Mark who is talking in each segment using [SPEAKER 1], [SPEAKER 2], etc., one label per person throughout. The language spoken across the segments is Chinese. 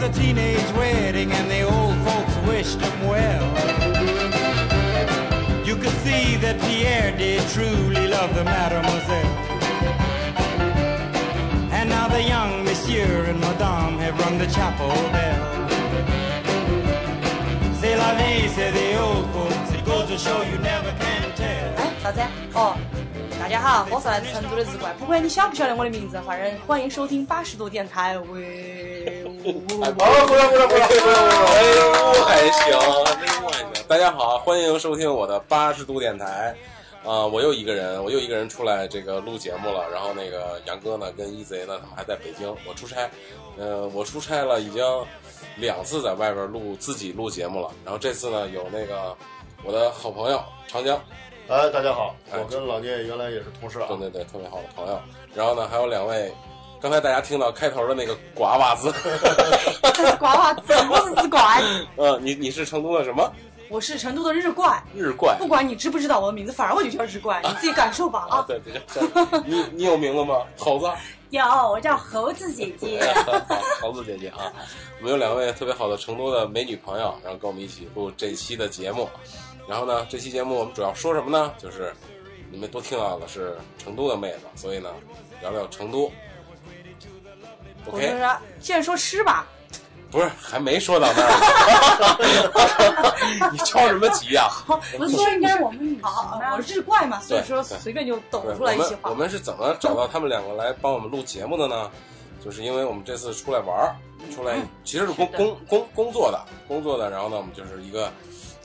[SPEAKER 1] a teenage wedding and the old folks wished him well. You could see that Pierre did truly love the mademoiselle. And now the young monsieur and madame have rung the chapel bell. C'est la vie, say the old folks. It goes to show you never can tell.
[SPEAKER 2] 哎，啥子？哦，大家好，我是来自成都的日怪，不管你晓不晓得我的名字，反正欢迎收听八十度电台。喂，
[SPEAKER 3] 好了，回来，回来，回来，回来，回来！哎呦，还
[SPEAKER 2] 哎
[SPEAKER 3] 行，
[SPEAKER 2] 呦
[SPEAKER 3] 还行。大家好，欢迎收听我的八十度电台。啊、我又一个人，我又一个人出来这个录节目了。然后那个杨哥呢，跟一贼呢，他们还在北京，我出差。呃，我出差了，已经两次在外边录自己录节目了。然后这次呢，有那个我的好朋友长江，
[SPEAKER 4] 哎，大家好，
[SPEAKER 3] 哎
[SPEAKER 4] 我跟老聂原来也是同事啊
[SPEAKER 3] 对。对对，特别好的朋友。然后呢，还有两位，刚才大家听到开头的那个瓜娃子，
[SPEAKER 2] 这是瓜娃子，我是日怪，
[SPEAKER 3] 呃，你你是成都的什么
[SPEAKER 2] 我是成都的日怪。
[SPEAKER 3] 日怪？
[SPEAKER 2] 不管你知不知道我的名字，反正我就叫日怪，你自己感受吧
[SPEAKER 3] 啊，
[SPEAKER 2] 啊。
[SPEAKER 3] 对对对，你你有名字吗？ 猴子，
[SPEAKER 2] 有，我叫猴子姐姐。
[SPEAKER 3] 好 猴子姐姐啊，我们有两位特别好的成都的美女朋友，然后跟我们一起录这期的节目。然后呢，这期节目我们主要说什么呢？就是你们都听到的是成都的妹子，所以呢，聊聊成都。
[SPEAKER 2] 我就
[SPEAKER 3] OK，
[SPEAKER 2] 说，现在说吃吧，
[SPEAKER 3] 不是还没说到那儿呢， 你着什么啊急呀、
[SPEAKER 2] 不是说应该我们女好，我是日怪嘛，所以说
[SPEAKER 3] 对对
[SPEAKER 2] 随便就抖
[SPEAKER 3] 对
[SPEAKER 2] 出来一些
[SPEAKER 3] 我们我
[SPEAKER 2] 话。
[SPEAKER 3] 们是怎么找到他们两个来帮我们录节目的呢？就是因为我们这次出来玩儿，出来其实是工
[SPEAKER 2] 嗯是的
[SPEAKER 3] 工工工作的工作的，然后呢，我们就是一个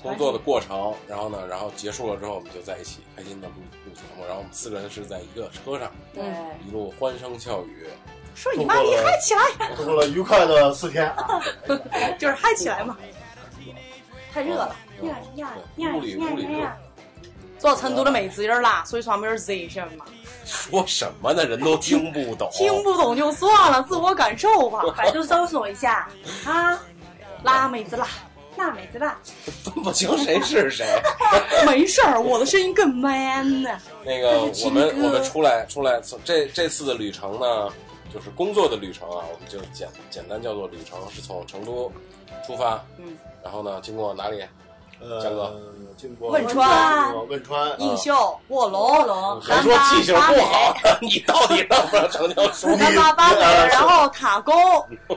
[SPEAKER 3] 工作的过程，然后呢，然后结束了之后，我们就在一起开心的录录节目，然后我们四个人是在一个车上，
[SPEAKER 2] 对，
[SPEAKER 3] 一路欢声笑语，
[SPEAKER 2] 说你妈你嗨起来，
[SPEAKER 4] 度过了愉快的四天，
[SPEAKER 2] 就是嗨起来嘛。太热了，
[SPEAKER 3] 呀呀啊嗯呀！屋里屋里热，
[SPEAKER 2] 坐成都的妹子有点辣，所以说他们有点热，晓得吗？
[SPEAKER 3] 说什么呢？人都听不懂，
[SPEAKER 2] 听不懂就算了，自我感受吧。
[SPEAKER 5] 百度搜索一下啊，
[SPEAKER 2] 辣妹子辣，
[SPEAKER 5] 辣妹子 辣，
[SPEAKER 3] 分不清谁是谁。
[SPEAKER 2] 没事儿，我的声音更 man 呢。
[SPEAKER 3] 那个
[SPEAKER 2] 这是
[SPEAKER 3] 我们
[SPEAKER 2] 情歌
[SPEAKER 3] 我们出来出来，从这这次的旅程呢，就是工作的旅程啊，我们就简简单叫做旅程，是从成都出发，
[SPEAKER 2] 嗯，
[SPEAKER 3] 然后呢，经过哪里？江
[SPEAKER 4] 呃
[SPEAKER 3] 哥，
[SPEAKER 4] 经过
[SPEAKER 2] 汶川，
[SPEAKER 4] 汶川，
[SPEAKER 2] 映秀、卧龙、龙、
[SPEAKER 3] 谁
[SPEAKER 2] 干
[SPEAKER 3] 哦说
[SPEAKER 2] 巴、
[SPEAKER 3] 记性
[SPEAKER 2] 八
[SPEAKER 3] 不
[SPEAKER 2] 美、
[SPEAKER 3] 好？ 啊你到底让不让成交说？
[SPEAKER 2] 干巴、八 美，然后塔沟，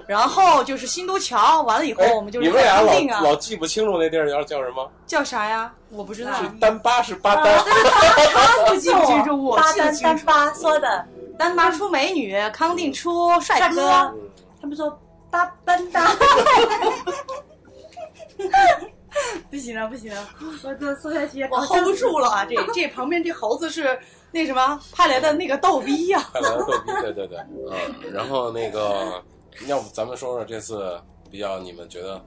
[SPEAKER 2] 然后就是新都桥，完了以后
[SPEAKER 3] 哎
[SPEAKER 2] 我们就是
[SPEAKER 3] 你们俩
[SPEAKER 2] 在
[SPEAKER 3] 老
[SPEAKER 2] 康定啊，
[SPEAKER 3] 老记不清楚那地儿叫叫什么？
[SPEAKER 2] 叫啥呀？我不知道，
[SPEAKER 3] 是丹巴是巴丹？
[SPEAKER 2] 啊他不记不清楚，我
[SPEAKER 5] 八
[SPEAKER 2] 记不
[SPEAKER 5] 单
[SPEAKER 2] 清
[SPEAKER 5] 单
[SPEAKER 2] 楚。
[SPEAKER 5] 八说的，
[SPEAKER 2] 丹巴出美女，康定出帅
[SPEAKER 5] 大
[SPEAKER 2] 哥
[SPEAKER 5] 哥，，他们说八班单。不行了，不行了，我这说下去
[SPEAKER 2] 我 hold 不住了啊！这这旁边这猴子是那什么派来的那个逗逼呀、
[SPEAKER 3] 看来逗 逼，对对对，嗯，然后那个，要不咱们说说这次比较你们觉得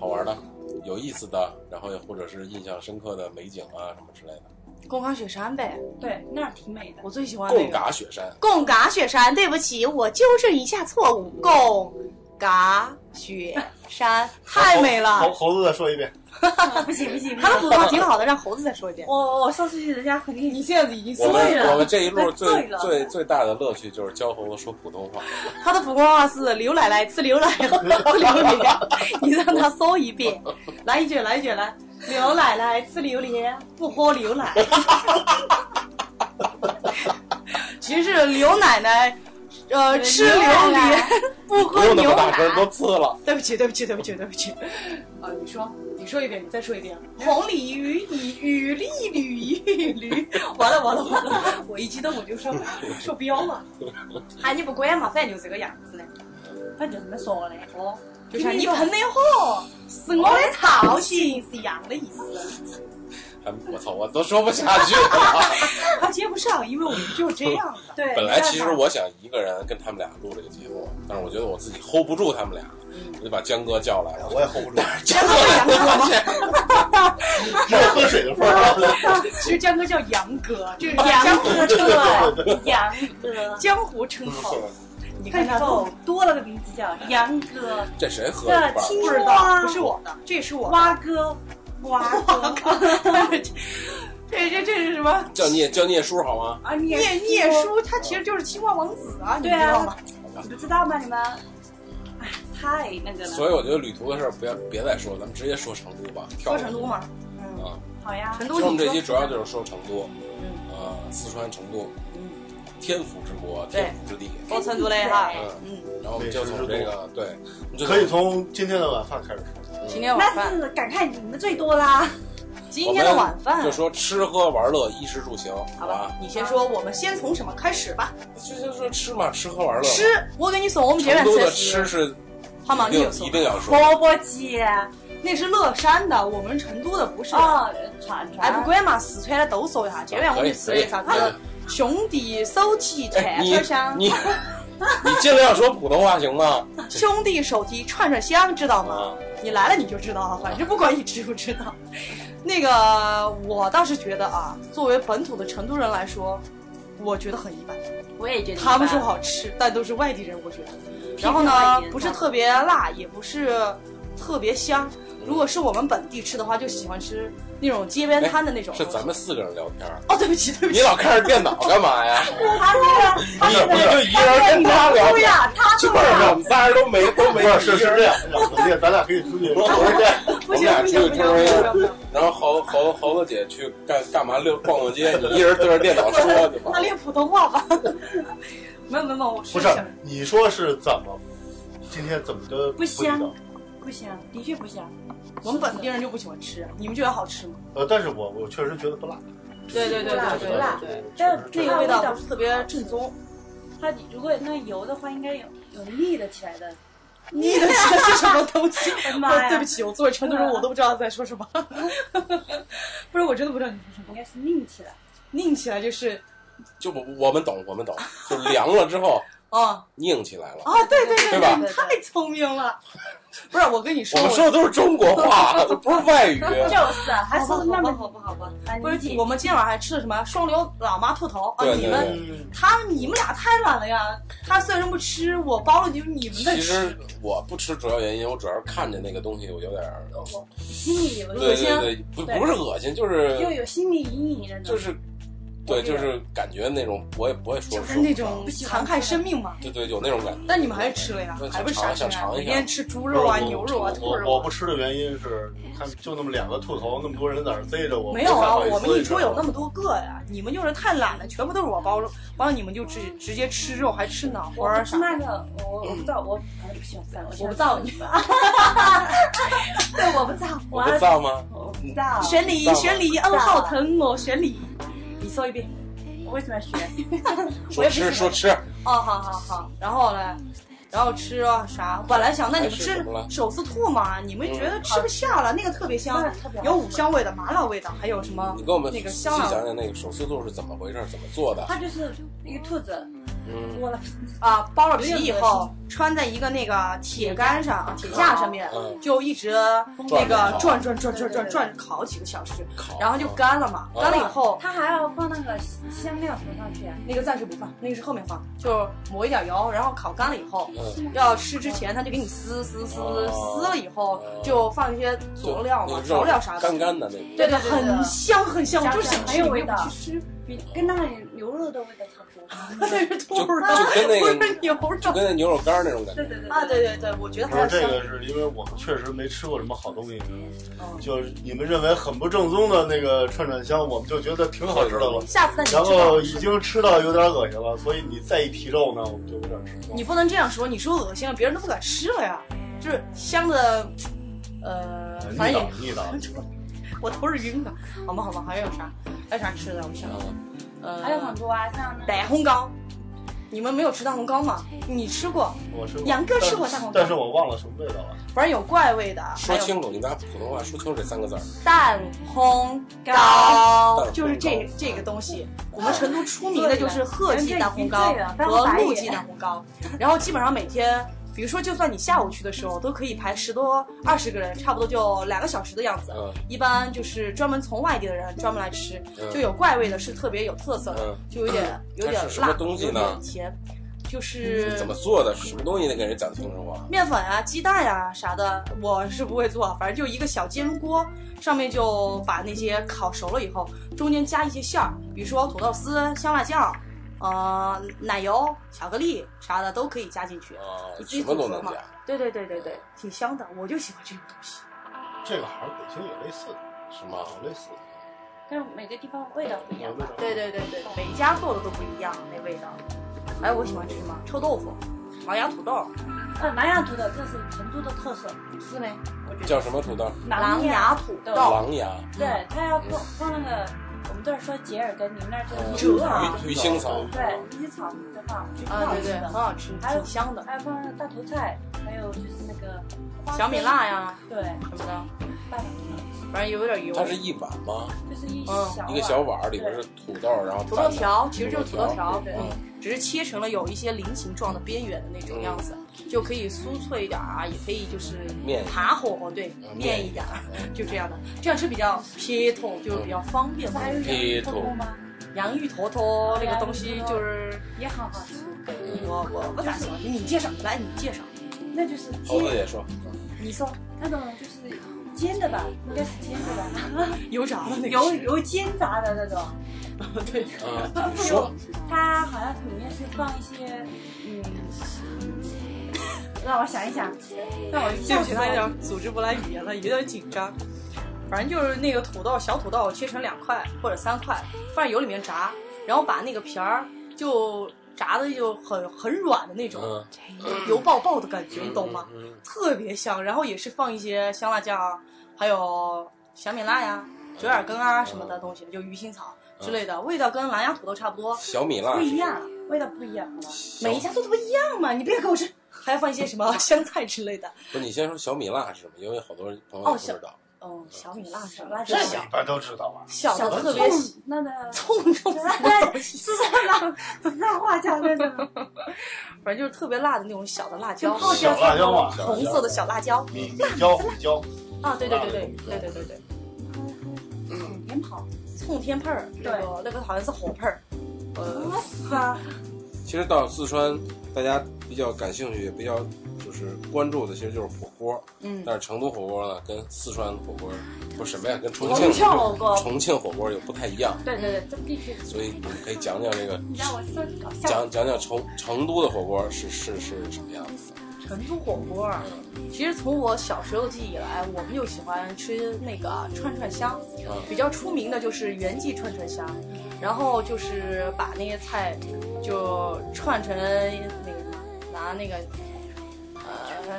[SPEAKER 3] 好玩的、有意思的，然后或者是印象深刻的美景啊什么之类的。
[SPEAKER 2] 贡嘎雪山呗，
[SPEAKER 5] 对，那儿挺美的。
[SPEAKER 2] 我最喜啊欢那
[SPEAKER 3] 贡
[SPEAKER 2] 个
[SPEAKER 3] 嘎雪山，
[SPEAKER 2] 贡嘎雪山。对不起，我纠正一下错误，贡嘎雪 山太美
[SPEAKER 4] 猴
[SPEAKER 2] 了。
[SPEAKER 4] 猴子再说一遍，
[SPEAKER 5] 不行不行，不
[SPEAKER 2] 他的
[SPEAKER 5] 行
[SPEAKER 2] 普通话挺好的，让猴子再说一遍。
[SPEAKER 5] 我我上次去人家肯定
[SPEAKER 2] 你现在已经
[SPEAKER 3] 我
[SPEAKER 5] 对
[SPEAKER 3] 们
[SPEAKER 5] 了
[SPEAKER 3] 我们这一路最
[SPEAKER 5] 对了
[SPEAKER 3] 最最大的乐趣就是教猴子说普通话。
[SPEAKER 2] 他的普通话是刘奶奶吃牛奶和榴莲，你让他搜一遍，来一句，来一句，来，刘奶奶吃榴莲不喝牛奶，其实是刘奶奶，呃，吃榴莲不
[SPEAKER 3] 不
[SPEAKER 2] 喝
[SPEAKER 3] 用那
[SPEAKER 2] 牛
[SPEAKER 3] 么大
[SPEAKER 2] 奶。
[SPEAKER 3] 声，都呲了。
[SPEAKER 2] 对不起，对不起，对不起，对不起。啊，你说，你说一遍，你再说一 遍。红鲤鱼，以雨丽鲤驴，完了完了完了，我一激动我就 说说标了。哎，你不管嘛，反正就这个样子嘞。
[SPEAKER 5] 他就这么说的哦，
[SPEAKER 2] 就是你喷的火，是我的操心，是一样的意思。
[SPEAKER 3] 还我操，我都说不下去了。
[SPEAKER 2] 他接不上，因为我们就是这样 的。
[SPEAKER 5] 对，
[SPEAKER 3] 本来其实我想一个人跟他们俩录这个节目，但是我觉得我自己 hold 不住他们俩，我就把江哥叫来了。
[SPEAKER 4] 我也 hold 不住，
[SPEAKER 3] 江哥也发现。
[SPEAKER 4] 没有喝水的份儿。
[SPEAKER 2] 其实江哥叫 杨哥，这是
[SPEAKER 5] 杨
[SPEAKER 2] 江
[SPEAKER 5] 哥对，杨哥，
[SPEAKER 2] 江湖称号。你看他
[SPEAKER 5] 看
[SPEAKER 2] 都
[SPEAKER 5] 够多了个名字叫杨哥、
[SPEAKER 3] 这谁喝了一半？
[SPEAKER 5] 这
[SPEAKER 2] 不知道，不是我的，这是我的。
[SPEAKER 5] 蛙哥、蛙 哥。
[SPEAKER 2] 这这这是什么？
[SPEAKER 3] 叫聂叫聂叔好吗？
[SPEAKER 2] 哎
[SPEAKER 5] 啊，聂
[SPEAKER 2] 聂聂，叔，他其实就是青蛙王子啊，你
[SPEAKER 5] 对
[SPEAKER 2] 知道
[SPEAKER 5] 啊
[SPEAKER 2] 吗？，
[SPEAKER 5] 你不知道吗？你们，哎，太那个了。
[SPEAKER 3] 所以我觉得旅途的事儿不要别再说，咱们直接说成都吧，跳
[SPEAKER 2] 说
[SPEAKER 3] 过
[SPEAKER 2] 成都嘛，
[SPEAKER 5] 嗯，
[SPEAKER 3] 啊。
[SPEAKER 5] 好呀，
[SPEAKER 2] 成
[SPEAKER 3] 其
[SPEAKER 2] 都
[SPEAKER 3] 实我们这
[SPEAKER 2] 你
[SPEAKER 3] 期
[SPEAKER 2] 说
[SPEAKER 3] 主要就是说成都，
[SPEAKER 2] 嗯
[SPEAKER 3] 啊，四川成都，
[SPEAKER 2] 嗯，
[SPEAKER 3] 天府之国，
[SPEAKER 2] 对
[SPEAKER 3] 天府之地。
[SPEAKER 2] 都成都嘞哈，
[SPEAKER 3] 嗯，
[SPEAKER 2] 嗯，
[SPEAKER 3] 然后我们就从这个对，我们就从
[SPEAKER 4] 可以从今天的晚饭开始说。
[SPEAKER 2] 今天晚
[SPEAKER 5] 那
[SPEAKER 2] 饭，
[SPEAKER 5] 是感慨你们最多啦。
[SPEAKER 2] 今天的晚
[SPEAKER 3] 我
[SPEAKER 2] 饭
[SPEAKER 3] 们就，啊说吃喝玩乐、衣食住行，
[SPEAKER 2] 嗯好
[SPEAKER 3] 好
[SPEAKER 2] 吧，你先说，我们先从什么开始吧？
[SPEAKER 3] 就就说吃嘛，吃喝玩乐。
[SPEAKER 2] 吃，我给你说，我们前
[SPEAKER 3] 成
[SPEAKER 2] 面
[SPEAKER 3] 都
[SPEAKER 2] 才
[SPEAKER 3] 的
[SPEAKER 2] 吃
[SPEAKER 3] 吃，是
[SPEAKER 2] 他们
[SPEAKER 3] 一
[SPEAKER 2] 你有
[SPEAKER 3] 定
[SPEAKER 2] 说
[SPEAKER 3] 一，定要说，
[SPEAKER 5] 波波姐，
[SPEAKER 2] 那是乐山的，我们成都的不是。
[SPEAKER 5] 哦，船船，
[SPEAKER 2] 哎，不管嘛，四川的都说一下。前面我
[SPEAKER 3] 啊可
[SPEAKER 2] 们
[SPEAKER 3] 以
[SPEAKER 2] 说一下
[SPEAKER 3] 可以
[SPEAKER 2] 子兄弟手提
[SPEAKER 3] 哎，
[SPEAKER 2] 串
[SPEAKER 3] 你
[SPEAKER 2] 串啊香，
[SPEAKER 3] 你 你尽量说普通话行吗？
[SPEAKER 2] 兄弟手提串串香，知道吗
[SPEAKER 3] 啊？
[SPEAKER 2] 你来了你就知道了，反正不管你知不知道。那个，我倒是觉得啊，作为本土的成都人来说，我觉得很一般。
[SPEAKER 5] 我也觉得
[SPEAKER 2] 他们说，好吃，但都是外地人，我觉得。
[SPEAKER 5] 偏
[SPEAKER 2] 然后
[SPEAKER 5] 外
[SPEAKER 2] 呢
[SPEAKER 5] 地人，
[SPEAKER 2] 不是
[SPEAKER 5] 嘛
[SPEAKER 2] 特别辣，也不是特别香。如果是我们本地吃的话，就喜欢吃那种街边摊的那种。
[SPEAKER 3] 哎是咱们四个人聊天儿，
[SPEAKER 2] 哦，对不起，对不
[SPEAKER 3] 你
[SPEAKER 2] 起，
[SPEAKER 3] 老看着电脑干 嘛呀？
[SPEAKER 5] 他是
[SPEAKER 3] 你你就一个人跟他聊
[SPEAKER 5] 对
[SPEAKER 3] 天儿，
[SPEAKER 5] 呀，他
[SPEAKER 3] 就是不是我们仨人都没都
[SPEAKER 4] 不
[SPEAKER 3] 没
[SPEAKER 4] 是，是是这样，是这样老聂，咱俩可以出去聊会儿天。
[SPEAKER 3] 我们俩出去抽根烟，然后猴子猴子猴子姐去干干嘛溜逛逛街，你一人对着电脑说去吧
[SPEAKER 2] 那。练普通话吧。 没有没有没有，我
[SPEAKER 4] 不是
[SPEAKER 2] 想，
[SPEAKER 4] 你说是怎么？今天怎么就
[SPEAKER 5] 不香
[SPEAKER 4] 知道
[SPEAKER 5] 不香，的确不香。
[SPEAKER 2] 我们本地人就不喜欢吃，啊你们觉得好吃吗？
[SPEAKER 4] 呃，但是我我确实觉得不辣，
[SPEAKER 2] 对对对对
[SPEAKER 5] 不辣
[SPEAKER 2] 对对，
[SPEAKER 5] 但
[SPEAKER 4] 是
[SPEAKER 2] 那
[SPEAKER 5] 那
[SPEAKER 2] 个
[SPEAKER 5] 个
[SPEAKER 2] 味
[SPEAKER 5] 味
[SPEAKER 2] 道
[SPEAKER 5] 道
[SPEAKER 2] 不是特别正宗。
[SPEAKER 5] 它如果那油的话，应该有有腻的起来的。
[SPEAKER 2] 你的这是什么东 西？
[SPEAKER 5] 哎呀妈
[SPEAKER 2] 我
[SPEAKER 5] 呀，
[SPEAKER 2] 对不，起，我作为成都人，我都不知道在说什么。 不是，我真的不知道你说什么。
[SPEAKER 5] 应该是腻起来。
[SPEAKER 2] 拧起来就是，
[SPEAKER 3] 就我我们懂我们懂，就凉了之后
[SPEAKER 2] 哦
[SPEAKER 3] 硬起来了。
[SPEAKER 2] 哦，对对
[SPEAKER 3] 对
[SPEAKER 2] 对
[SPEAKER 3] 吧
[SPEAKER 2] 你太聪明了。不是，我跟你说，
[SPEAKER 3] 我们
[SPEAKER 2] 我
[SPEAKER 3] 说的都是中 国话，不是外语。
[SPEAKER 5] 就是，啊还
[SPEAKER 2] 好
[SPEAKER 5] 是
[SPEAKER 2] 吧好吧
[SPEAKER 5] 那么
[SPEAKER 2] 好吧好吧，
[SPEAKER 5] 难
[SPEAKER 2] 不是
[SPEAKER 5] 解
[SPEAKER 2] 我们今天晚上还吃了什么双流老妈兔头啊？
[SPEAKER 3] 对
[SPEAKER 2] 你
[SPEAKER 3] 对
[SPEAKER 2] 们
[SPEAKER 3] 对
[SPEAKER 2] 他们你们俩太懒了呀！他虽然不吃，我包了你们你们在
[SPEAKER 3] 其实
[SPEAKER 2] 吃。
[SPEAKER 3] 我不吃主要原因，我主要是看见那个东西我有点儿，
[SPEAKER 2] 哦
[SPEAKER 5] 心理有
[SPEAKER 3] 对
[SPEAKER 5] 有
[SPEAKER 3] 对对，不不是恶心，就是
[SPEAKER 5] 又有心理阴影着呢。
[SPEAKER 3] 就是，对就是感觉那种我也不会说
[SPEAKER 2] 就是
[SPEAKER 3] 说
[SPEAKER 2] 那
[SPEAKER 3] 不
[SPEAKER 2] 种
[SPEAKER 3] 上
[SPEAKER 2] 残害生命嘛，
[SPEAKER 3] 对对有那种感觉。
[SPEAKER 2] 但你们还是吃了呀
[SPEAKER 3] 对，
[SPEAKER 2] 还不是啥
[SPEAKER 3] 想
[SPEAKER 2] 吃
[SPEAKER 3] 尝
[SPEAKER 2] 啊？
[SPEAKER 3] 一下
[SPEAKER 2] 每天吃猪
[SPEAKER 4] 不
[SPEAKER 2] 肉啊、牛肉啊、兔
[SPEAKER 4] 我
[SPEAKER 2] 肉
[SPEAKER 4] 我
[SPEAKER 2] 啊。
[SPEAKER 4] 不吃的原因是，你看就那么两个兔头，那么多人在那儿贼着我，
[SPEAKER 2] 没有啊，
[SPEAKER 4] 不太好意
[SPEAKER 2] 我
[SPEAKER 4] 思
[SPEAKER 2] 们一桌有那么多个呀，你们就是太懒了，全部都是我包了，完了你们就直直接吃肉，还吃脑花
[SPEAKER 5] 我
[SPEAKER 2] 儿
[SPEAKER 5] 不
[SPEAKER 2] 啥
[SPEAKER 5] 吃
[SPEAKER 2] 的。
[SPEAKER 5] 那个，我我不知道，我反正不喜欢饭，我
[SPEAKER 2] 我不
[SPEAKER 5] 造你们。 对，我不造，
[SPEAKER 3] 我不造吗？
[SPEAKER 5] 我不造。
[SPEAKER 2] 选你
[SPEAKER 3] 知道，吗
[SPEAKER 2] 选你，嗯，
[SPEAKER 5] 道
[SPEAKER 2] 好疼哦，选你。你说一遍。
[SPEAKER 5] 我为什么要学？
[SPEAKER 3] 说吃说吃，
[SPEAKER 2] 哦，好好好，然后嘞，然后吃啊啥？本来想那你们
[SPEAKER 3] 还吃
[SPEAKER 2] 吃
[SPEAKER 3] 什么了嗯
[SPEAKER 2] 手撕兔嘛，你们觉得吃不下了，那个特别香
[SPEAKER 5] 那特别，好
[SPEAKER 2] 有五香味的、麻辣味的，还有什么
[SPEAKER 3] 你给我们
[SPEAKER 2] 那
[SPEAKER 3] 细
[SPEAKER 2] 个香
[SPEAKER 3] 讲
[SPEAKER 2] 辣
[SPEAKER 3] 讲那个手撕兔是怎么回事，怎么做的？
[SPEAKER 5] 它就是一个兔子
[SPEAKER 3] 嗯
[SPEAKER 5] 剥了，
[SPEAKER 2] 啊，剥了皮
[SPEAKER 5] 有点
[SPEAKER 2] 以
[SPEAKER 5] 恶
[SPEAKER 2] 后穿在一个那个铁杆上、啊铁架上面，
[SPEAKER 3] 嗯
[SPEAKER 2] 就一直那
[SPEAKER 3] 转
[SPEAKER 2] 个
[SPEAKER 3] 着
[SPEAKER 2] 转转转转转
[SPEAKER 5] 对对对
[SPEAKER 2] 转烤几个小时
[SPEAKER 3] 烤，啊
[SPEAKER 2] 然后就干了嘛，干了以后。
[SPEAKER 5] 它还要放那个香料什么上去啊？
[SPEAKER 2] 那个暂时不放，那个是后面放，就是抹一点油，然后烤干了以后，
[SPEAKER 3] 嗯，
[SPEAKER 2] 要吃之前，他就给你撕撕撕
[SPEAKER 3] 哦
[SPEAKER 2] 撕了以后
[SPEAKER 3] 哦，
[SPEAKER 2] 就放一些佐料
[SPEAKER 3] 就
[SPEAKER 2] 嘛
[SPEAKER 3] 那、个肉
[SPEAKER 2] 调料啥的。
[SPEAKER 3] 干干的那个。
[SPEAKER 2] 对对，
[SPEAKER 5] 对对对
[SPEAKER 2] 很香很香，我就是想吃，
[SPEAKER 5] 很有味
[SPEAKER 2] 你
[SPEAKER 5] 道
[SPEAKER 2] 又不去吃，
[SPEAKER 5] 比跟那个牛肉的味道差不多。
[SPEAKER 2] 那是兔肉，
[SPEAKER 3] 就跟那个
[SPEAKER 2] 不是牛
[SPEAKER 3] 就
[SPEAKER 2] 肉
[SPEAKER 3] 跟那牛肉干儿那种感觉
[SPEAKER 5] 对，对对
[SPEAKER 2] 啊！对对对，我觉得
[SPEAKER 4] 不
[SPEAKER 2] 还
[SPEAKER 4] 是
[SPEAKER 2] 要
[SPEAKER 4] 这
[SPEAKER 2] 香。
[SPEAKER 4] 个，是因为我们确实没吃过什么好东西，
[SPEAKER 2] 嗯
[SPEAKER 4] 就是你们认为很不正宗的那个串串香，我们就觉得挺好吃的了。
[SPEAKER 2] 下次再你
[SPEAKER 4] 然
[SPEAKER 2] 知道
[SPEAKER 4] 后已经吃到有点恶心了，所以你再一提肉呢，我们就有点吃不
[SPEAKER 2] 你
[SPEAKER 4] 消。
[SPEAKER 2] 不能这样说，你说恶心啊了，别人都不敢吃了呀。就是香的，呃，反正
[SPEAKER 4] 腻的
[SPEAKER 2] 也，
[SPEAKER 4] 腻的。
[SPEAKER 2] 我头是晕的。好吗？好吧，还有啥？还有啥吃的？我想，
[SPEAKER 3] 嗯，
[SPEAKER 2] 呃，
[SPEAKER 5] 还有很多啊，像那
[SPEAKER 2] 白红糕。你们没有吃大红糕吗？你吃过？
[SPEAKER 4] 我吃过
[SPEAKER 2] 杨哥吃过大红糕
[SPEAKER 4] 但是我忘了什么味道了。
[SPEAKER 2] 反正有怪味的，
[SPEAKER 3] 说
[SPEAKER 2] 还有
[SPEAKER 3] 清楚，你拿普通话说清楚这三个字儿。
[SPEAKER 2] 蛋烘糕，就是这这个东西。我们成都出名的就是鹤记大红糕和陆记大红糕，然后基本上每天。比如说，就算你下午去的时候，都可以排十多、二十个人，差不多就两个小时的样子。
[SPEAKER 3] 嗯
[SPEAKER 2] 一般就是专门从外地的人专门来吃，
[SPEAKER 3] 嗯
[SPEAKER 2] 就有怪味的，是特别有特色的，
[SPEAKER 3] 嗯，
[SPEAKER 2] 就有点有点
[SPEAKER 3] 它是什
[SPEAKER 2] 辣
[SPEAKER 3] 么，东西
[SPEAKER 2] 有
[SPEAKER 3] 呢嗯
[SPEAKER 2] 点甜，就是
[SPEAKER 3] 是怎么做的？是什么东西得给人讲清楚啊？
[SPEAKER 2] 面粉啊、鸡蛋呀、啥的，我是不会做，反正就一个小煎锅，上面就把那些烤熟了以后，中间加一些馅儿，比如说土豆丝、香辣酱，呃奶油、巧克力啥的都可以加进去，
[SPEAKER 3] 啊，
[SPEAKER 2] 你自
[SPEAKER 3] 什
[SPEAKER 2] 己
[SPEAKER 3] 么
[SPEAKER 2] 组
[SPEAKER 3] 都
[SPEAKER 2] 合
[SPEAKER 3] 能
[SPEAKER 2] 嘛
[SPEAKER 3] 加。。哦
[SPEAKER 2] 对对对对对，挺香的，我就喜欢这种东西。
[SPEAKER 4] 这个好像北京也类似的，
[SPEAKER 3] 是吗？
[SPEAKER 4] 有类似的。
[SPEAKER 5] 但是每个地方味道不一样吧？
[SPEAKER 2] 对对对对，每一家做的都不一样，那味道。还有我喜欢吃什么？臭豆腐、狼牙土豆、
[SPEAKER 5] 呃，南阳土豆这是成都的特色，
[SPEAKER 2] 是没？我觉得
[SPEAKER 3] 叫什么土豆？
[SPEAKER 2] 狼牙土豆，
[SPEAKER 3] 狼牙、
[SPEAKER 5] 对，它要放放那个，我们这儿说折耳根，你们那儿就是
[SPEAKER 2] 折耳
[SPEAKER 3] 鱼鱼腥草。
[SPEAKER 5] 对，鱼草你再放，挺
[SPEAKER 2] 啊
[SPEAKER 5] 好
[SPEAKER 2] 对
[SPEAKER 5] 吃
[SPEAKER 2] 对，
[SPEAKER 5] 的
[SPEAKER 2] 很。好吃，嗯
[SPEAKER 5] 还有
[SPEAKER 2] 挺香的。
[SPEAKER 5] 还有放那个大头菜，还有就是那个花生
[SPEAKER 2] 小米辣，呀
[SPEAKER 5] 对，
[SPEAKER 2] 什么的，
[SPEAKER 5] 拌的，
[SPEAKER 2] 反正有点油
[SPEAKER 3] 它。是一碗吗？
[SPEAKER 5] 就是一
[SPEAKER 2] 嗯
[SPEAKER 5] 小
[SPEAKER 3] 一个小碗儿里边是土豆，然后
[SPEAKER 2] 土豆
[SPEAKER 3] 拌的
[SPEAKER 2] 条其实就是土豆条，
[SPEAKER 5] 对
[SPEAKER 2] 嗯，只是切成了有一些菱形状的边缘的那种样子，就可以酥脆一点啊，也可以就是
[SPEAKER 3] 面
[SPEAKER 2] 爬火，对，
[SPEAKER 3] 嗯
[SPEAKER 2] 啊面一点儿，就这样的，这样吃比较撇头，就是比较方便嘛。
[SPEAKER 5] 还有
[SPEAKER 3] 劈
[SPEAKER 5] 土
[SPEAKER 3] 头
[SPEAKER 5] 吗？
[SPEAKER 2] 洋芋坨坨那个东西就是
[SPEAKER 5] 也很好吃，
[SPEAKER 2] 嗯我我不咋喜欢，你介绍，来你介绍，
[SPEAKER 5] 那就是
[SPEAKER 3] 猴子
[SPEAKER 5] 煎，
[SPEAKER 3] 也说，
[SPEAKER 2] 你说
[SPEAKER 5] 那种就是煎的吧，应该是煎的吧，
[SPEAKER 2] 油炸的那个
[SPEAKER 5] 油
[SPEAKER 2] 是
[SPEAKER 5] 油煎炸的那种。
[SPEAKER 2] 对，
[SPEAKER 3] 嗯，
[SPEAKER 5] 它
[SPEAKER 3] 说
[SPEAKER 5] 有，它好像里面是放一些，嗯， 让我想一想，让我一
[SPEAKER 2] 对
[SPEAKER 5] 下
[SPEAKER 2] 不
[SPEAKER 5] 子
[SPEAKER 2] 起，
[SPEAKER 5] 让
[SPEAKER 2] 他有
[SPEAKER 5] 我
[SPEAKER 2] 点组织不来语言了，有点紧张。反正就是那个土豆，小土豆切成两块或者三块，放在油里面炸，然后把那个皮儿就炸的就很很软的那种，
[SPEAKER 3] 嗯，
[SPEAKER 2] 油爆爆的感觉，你懂吗？
[SPEAKER 3] 嗯？
[SPEAKER 2] 特别香，然后也是放一些香辣酱，还有小米辣呀、折耳根啊什么
[SPEAKER 3] 嗯
[SPEAKER 2] 的东西，就鱼腥草之类的，味道跟狼牙土豆差不多，
[SPEAKER 3] 小米辣
[SPEAKER 2] 不一样，
[SPEAKER 5] 味道不一样，好吧？
[SPEAKER 2] 每一家做的不一样嘛，你不要跟我说，还要放一些什么 香菜之类的。
[SPEAKER 3] 不是，你先说小米辣是什么？因为好多朋友
[SPEAKER 2] 哦
[SPEAKER 3] 不
[SPEAKER 2] 小
[SPEAKER 3] 知道。
[SPEAKER 2] 哦，小米辣是吧？
[SPEAKER 4] 这
[SPEAKER 2] 是
[SPEAKER 4] 个
[SPEAKER 2] 小
[SPEAKER 4] 一般都知道吧？
[SPEAKER 2] 小的特别
[SPEAKER 5] 别那个
[SPEAKER 2] 冲冲，
[SPEAKER 5] 四川辣，四川话讲那种，
[SPEAKER 2] 反正就是特别辣的那种小的辣椒，
[SPEAKER 5] 泡椒
[SPEAKER 4] 小辣椒嘛，
[SPEAKER 2] 红色的小辣椒
[SPEAKER 4] 米米椒、胡椒，
[SPEAKER 2] 啊，对对对对对对对对，
[SPEAKER 5] 盐跑，
[SPEAKER 2] 冲天配儿，那个那个好像是火配儿，呃，
[SPEAKER 5] 我死啊！
[SPEAKER 3] 其实到四川，大家比较感兴趣，也比较就是关注的，其实就是火锅。
[SPEAKER 2] 嗯，
[SPEAKER 3] 但是成都火锅呢，跟四川火锅不是什么呀，跟重
[SPEAKER 2] 重
[SPEAKER 3] 庆
[SPEAKER 2] 庆火锅
[SPEAKER 3] 重庆火锅又不太一样，
[SPEAKER 5] 对对对，这必须，
[SPEAKER 3] 所以你可以讲讲这个，
[SPEAKER 5] 你让我说搞笑。
[SPEAKER 3] 讲讲讲成成都的火锅是是是什么样子？
[SPEAKER 2] 成都火锅儿。其实从我小时候记忆以来，我们就喜欢吃那个串串香，比较出名的就是原记串串香，然后就是把那些菜就串成那个拿那个呃。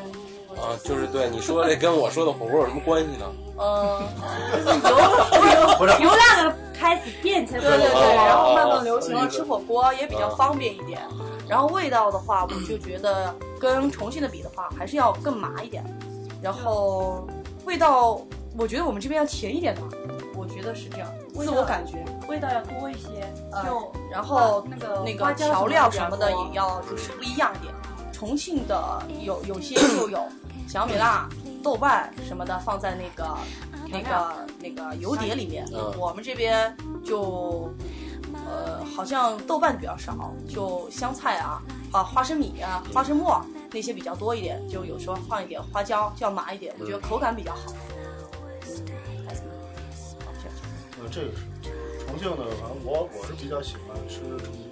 [SPEAKER 3] 啊，就是对你说这跟我说的火锅有什么关系呢？
[SPEAKER 2] 呃，
[SPEAKER 4] 不是
[SPEAKER 5] 由那个开始变成
[SPEAKER 2] 对对对，然后慢慢流行
[SPEAKER 4] 哦
[SPEAKER 2] 了
[SPEAKER 4] 哦
[SPEAKER 2] 吃火锅也比较方便一点。然后味道的话，我就觉得跟重庆的比的话，还是要更麻一点。然后味道，我觉得我们这边要甜一点吧，我觉得是这样，
[SPEAKER 5] 味
[SPEAKER 2] 自
[SPEAKER 5] 道
[SPEAKER 2] 我感觉。
[SPEAKER 5] 味道要多一些，
[SPEAKER 2] 就
[SPEAKER 5] 就
[SPEAKER 2] 然后
[SPEAKER 5] 那个
[SPEAKER 2] 那
[SPEAKER 5] 花
[SPEAKER 2] 个
[SPEAKER 5] 椒
[SPEAKER 2] 调料什
[SPEAKER 5] 什
[SPEAKER 2] 么
[SPEAKER 5] 么
[SPEAKER 2] 的
[SPEAKER 5] 的
[SPEAKER 2] 也要就是不一样一点。重庆的有有些就有小米辣、豆瓣什么的放在那个那个那个油碟里面
[SPEAKER 3] 嗯，
[SPEAKER 2] 我们这边就呃好像豆瓣比较少，就香菜啊啊花生米啊花生末那些比较多一点，就有时候放一点花椒，就要麻一点，我觉
[SPEAKER 4] 嗯
[SPEAKER 2] 得口感比较好。嗯
[SPEAKER 4] 呃，这个是重庆的，反正我我是比较喜欢吃重庆，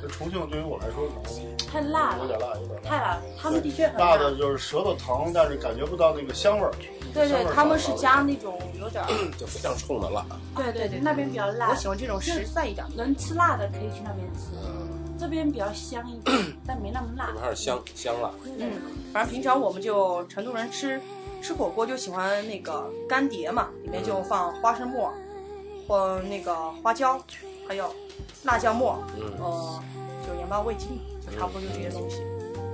[SPEAKER 4] 就重庆对于我来说可能
[SPEAKER 5] 太辣
[SPEAKER 4] 有
[SPEAKER 5] 了，
[SPEAKER 4] 点辣，有点辣。
[SPEAKER 5] 太辣了。他们的确很
[SPEAKER 4] 辣的就是舌头疼，但是感觉不到那个香味儿。
[SPEAKER 2] 对
[SPEAKER 4] 香味
[SPEAKER 2] 对
[SPEAKER 4] 儿，
[SPEAKER 2] 他们
[SPEAKER 4] 上
[SPEAKER 2] 是
[SPEAKER 4] 来了
[SPEAKER 2] 加那种有点儿，
[SPEAKER 3] 就非常冲的辣。
[SPEAKER 5] 对对对，那边比较辣
[SPEAKER 2] 我。喜欢这种实在一点的。
[SPEAKER 5] 能吃辣的可以去那边吃，这边比较香一点，但没那么辣
[SPEAKER 3] 这。边还是香香辣，
[SPEAKER 2] 嗯，反正平常我们就成都人吃吃火锅就喜欢那个干碟嘛，里面就放花生末，或那个花椒，还有辣椒末，
[SPEAKER 3] 嗯，
[SPEAKER 2] 呃，就盐巴味精嘛，就差不多就这些东西，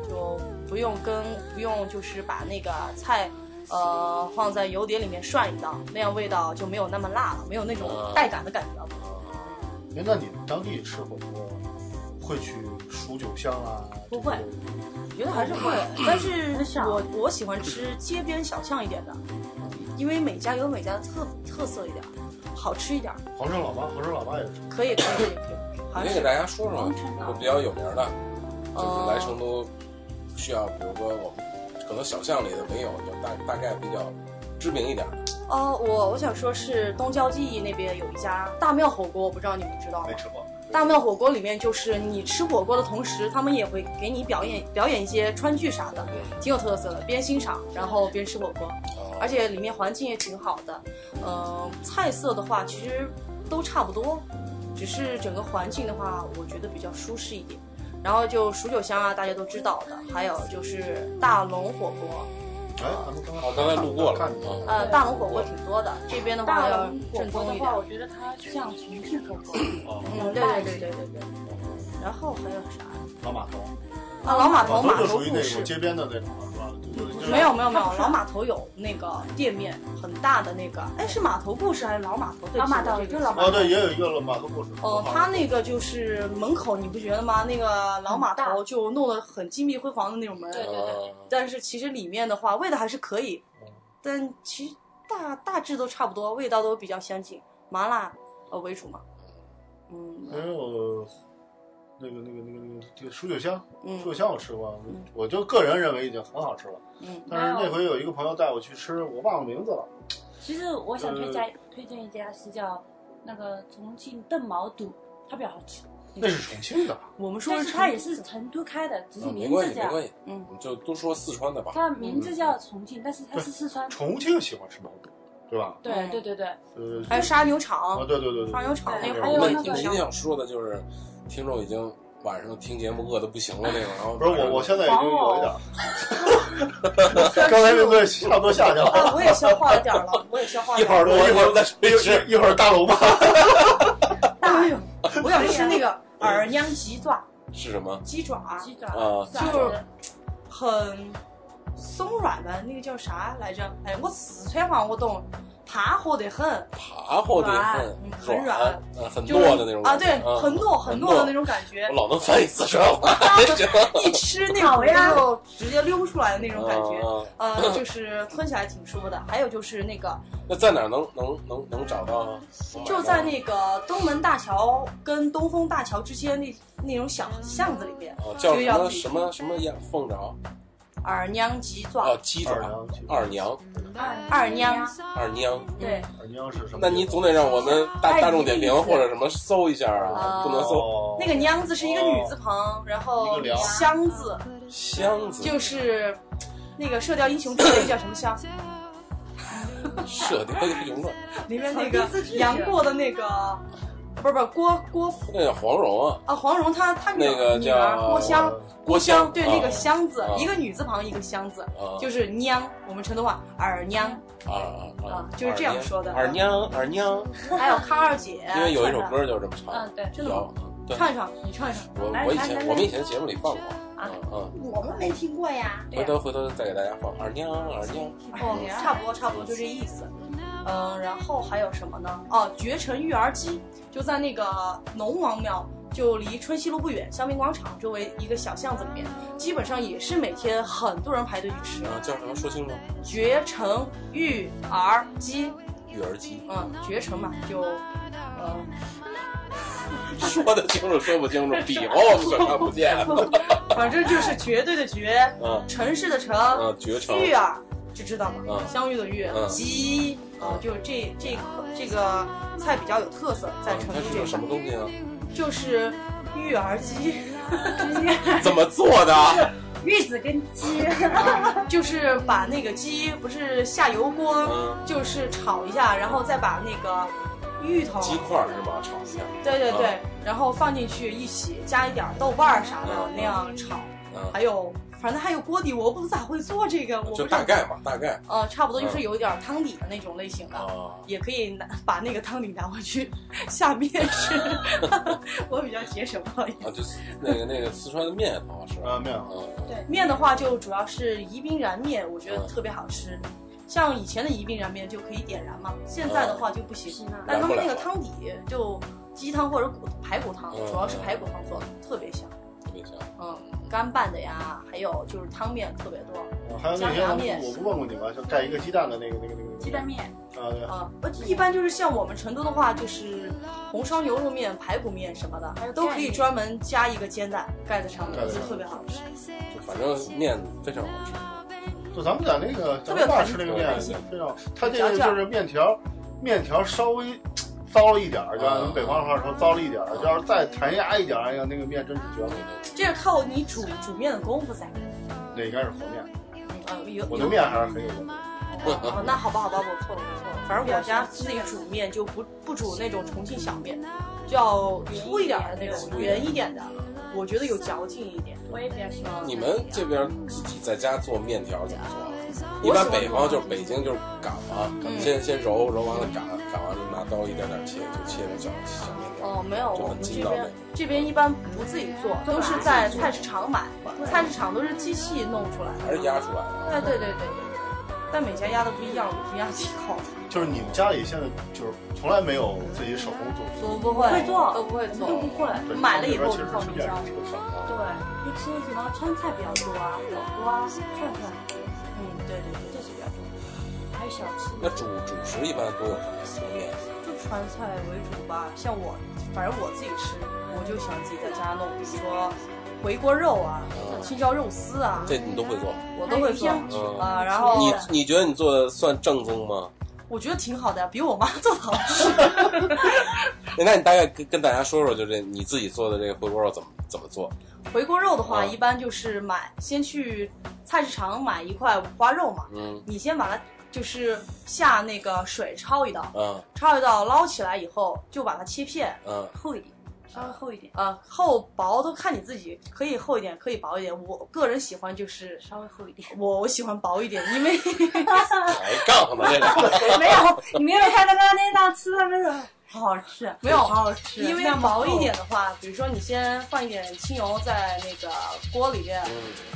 [SPEAKER 2] 就不用跟不用就是把那个菜。呃，放在油碟里面涮一道，那样味道就没有那么辣了，没有那种带感的感觉了。
[SPEAKER 4] 哎，那你当地吃火锅会去数九香啊？
[SPEAKER 5] 不会
[SPEAKER 2] 我觉得还是会，但是
[SPEAKER 5] 嗯很少
[SPEAKER 2] 我我喜欢吃街边小巷一点的，因为每家有每家的特特色一点，好吃一点，
[SPEAKER 4] 这种皇上老妈，皇上老妈也是。
[SPEAKER 2] 可以可以可以可以，好
[SPEAKER 3] 你
[SPEAKER 2] 像啊是
[SPEAKER 3] 也给大家说说，就比较有名的，
[SPEAKER 2] 哦
[SPEAKER 3] 就是来成都需要，比如说我们可能小巷里的没有，就大大概比较知名一点的。
[SPEAKER 2] 哦，我我想说是东郊记忆那边有一家大庙火锅，我不知道你们知道吗
[SPEAKER 4] 没？吃过，
[SPEAKER 2] 大闷火锅里面就是你吃火锅的同时，他们也会给你表演表演一些川剧啥的，挺有特色的，边欣赏然后边吃火锅，
[SPEAKER 3] 哦
[SPEAKER 2] 而且里面环境也挺好的。呃，菜色的话其实都差不多，只是整个环境的话，我觉得比较舒适一点。然后就蜀九香啊，大家都知道的，还有就是大龙火锅，
[SPEAKER 4] 哎，咱们刚才
[SPEAKER 3] 哦刚才路过了
[SPEAKER 4] 看你了
[SPEAKER 2] 呃，大龙火锅挺多的，这边的话
[SPEAKER 5] 大
[SPEAKER 2] 要
[SPEAKER 5] 龙火
[SPEAKER 2] 正
[SPEAKER 5] 锅
[SPEAKER 2] 宗
[SPEAKER 5] 的
[SPEAKER 2] 一点
[SPEAKER 5] 话，。我觉得它像重庆火锅，
[SPEAKER 4] 哦
[SPEAKER 2] 嗯，对对对对对对。然后还有啥？
[SPEAKER 4] 老码头，
[SPEAKER 2] 啊，老码
[SPEAKER 4] 老
[SPEAKER 5] 哦
[SPEAKER 2] 头
[SPEAKER 4] 码
[SPEAKER 2] 码
[SPEAKER 4] 头就
[SPEAKER 2] 头
[SPEAKER 4] 属于
[SPEAKER 2] 故
[SPEAKER 4] 那种
[SPEAKER 2] 事。
[SPEAKER 4] 街边的那种了，是吧？就就就
[SPEAKER 2] 没有没有没有，老码头有那个店面很大的那个，哎，是码头故事还是老码头？对
[SPEAKER 5] 老码
[SPEAKER 2] 记得
[SPEAKER 5] 头
[SPEAKER 2] 这个
[SPEAKER 5] 就老码
[SPEAKER 4] 哦，对，也有一个老码头故事。
[SPEAKER 2] 哦，他那个就是门口，你不觉得吗？那个老码头就弄得很金碧辉煌的那种门，
[SPEAKER 5] 对对对
[SPEAKER 3] 哦
[SPEAKER 2] 但是其实里面的话味道还是可以，但其实大大致都差不多，味道都比较相近，麻辣呃为主嘛。嗯
[SPEAKER 4] 因为我那个那个那个那个这个蜀九香，蜀
[SPEAKER 2] 嗯
[SPEAKER 4] 九香我吃过
[SPEAKER 2] 嗯，
[SPEAKER 4] 我就个人认为已经很好吃了。
[SPEAKER 2] 嗯，
[SPEAKER 4] 但是那回有一个朋友带我去吃，我忘了名字了。
[SPEAKER 5] 其实我想推荐推荐一家是叫那个重庆邓毛肚，它比较好吃，
[SPEAKER 4] 那是重庆的，
[SPEAKER 2] 我们说
[SPEAKER 5] 但
[SPEAKER 2] 的
[SPEAKER 5] 是它也是成都开的，只
[SPEAKER 3] 嗯
[SPEAKER 5] 是
[SPEAKER 3] 没
[SPEAKER 5] 名
[SPEAKER 3] 关
[SPEAKER 5] 字
[SPEAKER 3] 系没
[SPEAKER 5] 叫
[SPEAKER 3] 关系，
[SPEAKER 2] 嗯
[SPEAKER 3] 你就都说四川的吧。
[SPEAKER 5] 它名字叫重庆，但是它是四川。
[SPEAKER 4] 重庆喜欢吃毛肚，对吧？
[SPEAKER 5] 对对对对，
[SPEAKER 4] 呃，
[SPEAKER 2] 还有杀牛
[SPEAKER 4] 啊，
[SPEAKER 2] 肠，
[SPEAKER 4] 对对对对，
[SPEAKER 2] 杀牛肠
[SPEAKER 5] 对
[SPEAKER 2] 那个
[SPEAKER 5] 还
[SPEAKER 2] 火
[SPEAKER 5] 有
[SPEAKER 2] 锅
[SPEAKER 3] 我
[SPEAKER 5] 那
[SPEAKER 2] 也
[SPEAKER 3] 们
[SPEAKER 5] 个
[SPEAKER 2] 挺
[SPEAKER 3] 今
[SPEAKER 2] 香
[SPEAKER 3] 天。想说的就是，听众已经晚上听节目饿的不行了那种，然后
[SPEAKER 4] 不是我，我现在已经有一点儿， 刚才那个差不多下去了。
[SPEAKER 2] 啊，我也消化了点儿了，我也消化了
[SPEAKER 3] 一
[SPEAKER 2] 点
[SPEAKER 3] 会儿
[SPEAKER 2] 儿。
[SPEAKER 3] 一会儿再
[SPEAKER 4] 一
[SPEAKER 3] 说
[SPEAKER 4] 一一会儿大龙吧，
[SPEAKER 2] 哎呦，我想吃那个耳娘鸡爪，
[SPEAKER 3] 是什么
[SPEAKER 2] 鸡爪
[SPEAKER 5] 鸡爪
[SPEAKER 3] 啊
[SPEAKER 5] 是吧
[SPEAKER 2] 就是很松软的，那个叫啥来着？哎，我四川话我懂，爬火得很，
[SPEAKER 3] 爬后的
[SPEAKER 2] 嗯
[SPEAKER 3] 很
[SPEAKER 2] 很软
[SPEAKER 3] 呃很
[SPEAKER 2] 就是
[SPEAKER 3] 糯的那种
[SPEAKER 2] 啊，
[SPEAKER 3] 感觉
[SPEAKER 2] 对，
[SPEAKER 3] 嗯
[SPEAKER 2] 很糯很糯的那种感觉
[SPEAKER 3] 我，老能翻译四 川话，
[SPEAKER 2] 一吃那口肉直接溜出来的那种感觉。
[SPEAKER 3] 嗯嗯
[SPEAKER 2] 呃，就是吞起来挺舒服的。还有就是那个，
[SPEAKER 3] 那在哪儿能能能能找到啊？
[SPEAKER 2] 就在那个东门大桥跟东风大桥之间那那种小巷子里边，
[SPEAKER 3] 啊叫
[SPEAKER 2] 就
[SPEAKER 3] 什
[SPEAKER 2] 要
[SPEAKER 3] 么
[SPEAKER 2] 自己
[SPEAKER 3] 什么什么样凤爪
[SPEAKER 2] 耳娘鸡爪，
[SPEAKER 3] 啊鸡爪
[SPEAKER 4] 二娘鸡爪
[SPEAKER 3] 二
[SPEAKER 2] 二
[SPEAKER 3] 娘
[SPEAKER 2] 娘，
[SPEAKER 3] 二娘，
[SPEAKER 2] 嗯
[SPEAKER 5] 对，
[SPEAKER 4] 耳娘是什么？哦
[SPEAKER 3] 那你总得让我们大
[SPEAKER 5] 哎
[SPEAKER 3] 大众点评
[SPEAKER 5] 一个意思
[SPEAKER 3] 或者什么搜一下啊，
[SPEAKER 2] 啊
[SPEAKER 3] 不能搜
[SPEAKER 4] 哦
[SPEAKER 2] 那个娘字是一个女
[SPEAKER 3] 哦
[SPEAKER 2] 字旁，然
[SPEAKER 4] 一
[SPEAKER 2] 后
[SPEAKER 4] 个梁
[SPEAKER 2] 香字
[SPEAKER 3] 箱子，
[SPEAKER 2] 就是那个《射雕英雄传》里叫什么香？
[SPEAKER 3] 射雕英雄传，
[SPEAKER 2] 里面那个杨过的那个，不是不是郭郭芙
[SPEAKER 3] 那叫黄蓉啊，
[SPEAKER 2] 啊，黄蓉她她女
[SPEAKER 3] 那个
[SPEAKER 2] 女儿
[SPEAKER 3] 叫
[SPEAKER 2] 郭襄，
[SPEAKER 3] 郭襄
[SPEAKER 2] 襄对
[SPEAKER 3] 啊
[SPEAKER 2] 那个香字
[SPEAKER 3] 啊，
[SPEAKER 2] 一个女字旁一个香字
[SPEAKER 3] 啊，
[SPEAKER 2] 就是娘，我们成都话耳 娘，
[SPEAKER 3] 啊啊
[SPEAKER 2] 啊就是这样说的哎
[SPEAKER 3] 二娘二娘，
[SPEAKER 2] 还有康二姐，
[SPEAKER 3] 因为有一首
[SPEAKER 2] 串串
[SPEAKER 3] 歌就这么唱，
[SPEAKER 5] 嗯对，
[SPEAKER 2] 真的吗？
[SPEAKER 3] 有对，
[SPEAKER 2] 唱一唱，你唱一唱，
[SPEAKER 3] 我
[SPEAKER 5] 来
[SPEAKER 3] 我以
[SPEAKER 5] 来来
[SPEAKER 3] 前
[SPEAKER 5] 来
[SPEAKER 3] 我们以前节目里放过，
[SPEAKER 2] 啊
[SPEAKER 3] 嗯嗯，
[SPEAKER 2] 我们没听过呀，
[SPEAKER 3] 回头回头再给大家放二娘二娘，
[SPEAKER 2] 哦，差不多差不多就这意思。嗯，然后还有什么呢？哦，绝尘育儿鸡就在那个农王庙，就离春熙路不远，香槟广场周围一个小巷子里面，基本上也是每天很多人排队去吃
[SPEAKER 3] 然后叫什么说清楚，
[SPEAKER 2] 绝尘育儿鸡。
[SPEAKER 3] 育儿鸡，
[SPEAKER 2] 嗯，绝尘嘛，就呃，
[SPEAKER 3] 说的清楚说不清楚，比 划我们可看不见，
[SPEAKER 2] 反正就是绝对的绝，
[SPEAKER 3] 嗯
[SPEAKER 2] 城市的城，
[SPEAKER 3] 嗯，绝成
[SPEAKER 2] 遇啊，就知道嘛，
[SPEAKER 3] 嗯
[SPEAKER 2] 相遇的遇
[SPEAKER 3] 嗯，
[SPEAKER 2] 鸡啊，就是这这个这个菜比较有特色，在
[SPEAKER 3] 嗯
[SPEAKER 2] 成
[SPEAKER 3] 它
[SPEAKER 2] 都
[SPEAKER 3] 是
[SPEAKER 2] 这
[SPEAKER 3] 用
[SPEAKER 2] 一
[SPEAKER 3] 什
[SPEAKER 2] 块
[SPEAKER 3] 么东 西啊？
[SPEAKER 2] 就是育儿鸡，
[SPEAKER 3] 怎么做的？
[SPEAKER 5] 玉子跟 鸡，
[SPEAKER 2] 就是把那个鸡不是下油锅，
[SPEAKER 3] 嗯，
[SPEAKER 2] 就是炒一下，然后再把那个芋头，
[SPEAKER 3] 鸡块儿是吧？炒一下，
[SPEAKER 2] 对对对
[SPEAKER 3] 嗯，
[SPEAKER 2] 然后放进去一起加一点豆瓣儿啥的
[SPEAKER 3] 嗯
[SPEAKER 2] 那样炒，
[SPEAKER 3] 嗯，
[SPEAKER 2] 还有反正还有锅底，我不咋会做这个，我不
[SPEAKER 3] 就是
[SPEAKER 2] 很
[SPEAKER 3] 大概吧，大概
[SPEAKER 2] 呃，差不多就是有一点儿汤底的那种类型的。
[SPEAKER 3] 啊。
[SPEAKER 2] 也可以拿把那个汤底拿回去下面吃， 我比较节省，不好意思。
[SPEAKER 3] 啊，就是那个那个四川的面好吃
[SPEAKER 4] 啊，，面
[SPEAKER 3] 啊
[SPEAKER 4] 啊，
[SPEAKER 2] 对面的话，就主要是宜宾燃面，我觉得特别好吃。像以前的宜宾燃面就可以点燃嘛，现在的话就不行。
[SPEAKER 5] 嗯
[SPEAKER 2] 但他们那个汤底就鸡汤或者骨排骨汤，
[SPEAKER 3] 嗯
[SPEAKER 2] 主要是排骨汤做的，特别香。
[SPEAKER 3] 特别香。
[SPEAKER 2] 嗯，干拌的呀，还有就是汤面特别多。
[SPEAKER 4] 还有那
[SPEAKER 2] 江洋面
[SPEAKER 4] 天我不问过你吗？就盖一个鸡蛋的那个那个那个
[SPEAKER 5] 鸡蛋面，
[SPEAKER 4] 啊，对，
[SPEAKER 2] 啊、呃，一般就是像我们成都的话，就是红烧牛肉面、排骨面什么的，还有都可以专门加一个煎蛋盖在上面，
[SPEAKER 4] 盖在
[SPEAKER 2] 就
[SPEAKER 4] 上
[SPEAKER 2] 特别好吃。
[SPEAKER 3] 就反正面非常好吃，
[SPEAKER 4] 就咱们在那个咱们爸吃那个面非常，它这个就是面条，面条稍微糟了一点儿，就按咱们北方话说糟了一点儿，就要是再弹牙一点儿，哎呀，那个面真是绝了。
[SPEAKER 2] 这是靠你煮煮面的功夫噻。
[SPEAKER 4] 那应该是和面，
[SPEAKER 2] 啊，有
[SPEAKER 4] 我
[SPEAKER 2] 有
[SPEAKER 4] 的面还是很有用的。
[SPEAKER 2] 哦，那好吧，好吧，我错了，我错了。反正我家自己煮面就不不煮那种重庆小面，就要粗一点的那种，圆一点的，我觉得有嚼劲一点。
[SPEAKER 5] 我也比较喜欢。
[SPEAKER 3] 你们这边自己在家做面条怎么做啊？一
[SPEAKER 2] 我
[SPEAKER 3] 般
[SPEAKER 2] 喜欢
[SPEAKER 3] 北
[SPEAKER 2] 做
[SPEAKER 3] 方就是北京就是擀嘛，
[SPEAKER 2] 嗯
[SPEAKER 3] 先先揉揉完了擀，擀完了拿刀一点点切，就切成小小面条。
[SPEAKER 2] 哦，没有，
[SPEAKER 3] 就
[SPEAKER 2] 我
[SPEAKER 3] 很
[SPEAKER 2] 们
[SPEAKER 3] 筋
[SPEAKER 2] 这
[SPEAKER 3] 道
[SPEAKER 2] 边
[SPEAKER 3] 呗。
[SPEAKER 2] 这边一般不自己做，都是在菜市场买，菜市场都是机器弄出来
[SPEAKER 3] 还是
[SPEAKER 2] 的。
[SPEAKER 3] 压出来的
[SPEAKER 2] 哎，
[SPEAKER 3] 啊。
[SPEAKER 2] 对对对对，但每家压的不一样，我们压挺好的。
[SPEAKER 4] 就是你们家里现在就是从来没有自己手工做出
[SPEAKER 2] 都不
[SPEAKER 5] 不会做
[SPEAKER 2] 都不会做，
[SPEAKER 5] 都不会
[SPEAKER 4] 对
[SPEAKER 2] 买了以后
[SPEAKER 4] 这边
[SPEAKER 2] 放
[SPEAKER 4] 其实
[SPEAKER 2] 冰
[SPEAKER 4] 是面
[SPEAKER 2] 箱。
[SPEAKER 4] 食的少
[SPEAKER 5] 对，就吃什么川菜比较多啊，火锅啊、串串
[SPEAKER 2] 嗯，对对对，这是比较多，
[SPEAKER 5] 还有小吃。
[SPEAKER 3] 那主主食一般都有什么面？
[SPEAKER 2] 就川菜为主吧。像我，反正我自己吃，我就喜欢自己在家弄，比如说回锅肉啊、青椒肉丝啊，
[SPEAKER 3] 这你都会做？
[SPEAKER 2] 我都会做。
[SPEAKER 5] 还有鱼香
[SPEAKER 3] 嗯
[SPEAKER 2] 啊、然后
[SPEAKER 3] 你你觉得你做的算正宗吗？
[SPEAKER 2] 我觉得挺好的呀，比我妈 做的好吃。
[SPEAKER 3] 哎那你大概跟跟大家说说，就这你自己做的这个回锅肉怎么怎么做？
[SPEAKER 2] 回锅肉的话，
[SPEAKER 3] 啊
[SPEAKER 2] 一般就是买，先去菜市场买一块五花肉嘛，
[SPEAKER 3] 嗯
[SPEAKER 2] 你先把它就是下那个水焯一道，
[SPEAKER 3] 嗯
[SPEAKER 2] 焯一道捞起来以后，就把它切片，
[SPEAKER 3] 嗯，
[SPEAKER 5] 厚一点，稍微厚一点，
[SPEAKER 2] 呃，厚薄都看你自己，可以厚一点，可以薄一点。我个人喜欢就是
[SPEAKER 5] 稍微厚一点。
[SPEAKER 2] 我我喜欢薄一点，因为
[SPEAKER 3] 还杠呢这俩。
[SPEAKER 5] 没有，你没有看那个那档吃的那个，好好吃，
[SPEAKER 2] 没有
[SPEAKER 5] 好好吃，
[SPEAKER 2] 因为
[SPEAKER 5] 那么厚
[SPEAKER 2] 薄一点，的话，比如说你先放一点清油在那个锅里
[SPEAKER 3] 嗯
[SPEAKER 2] 边，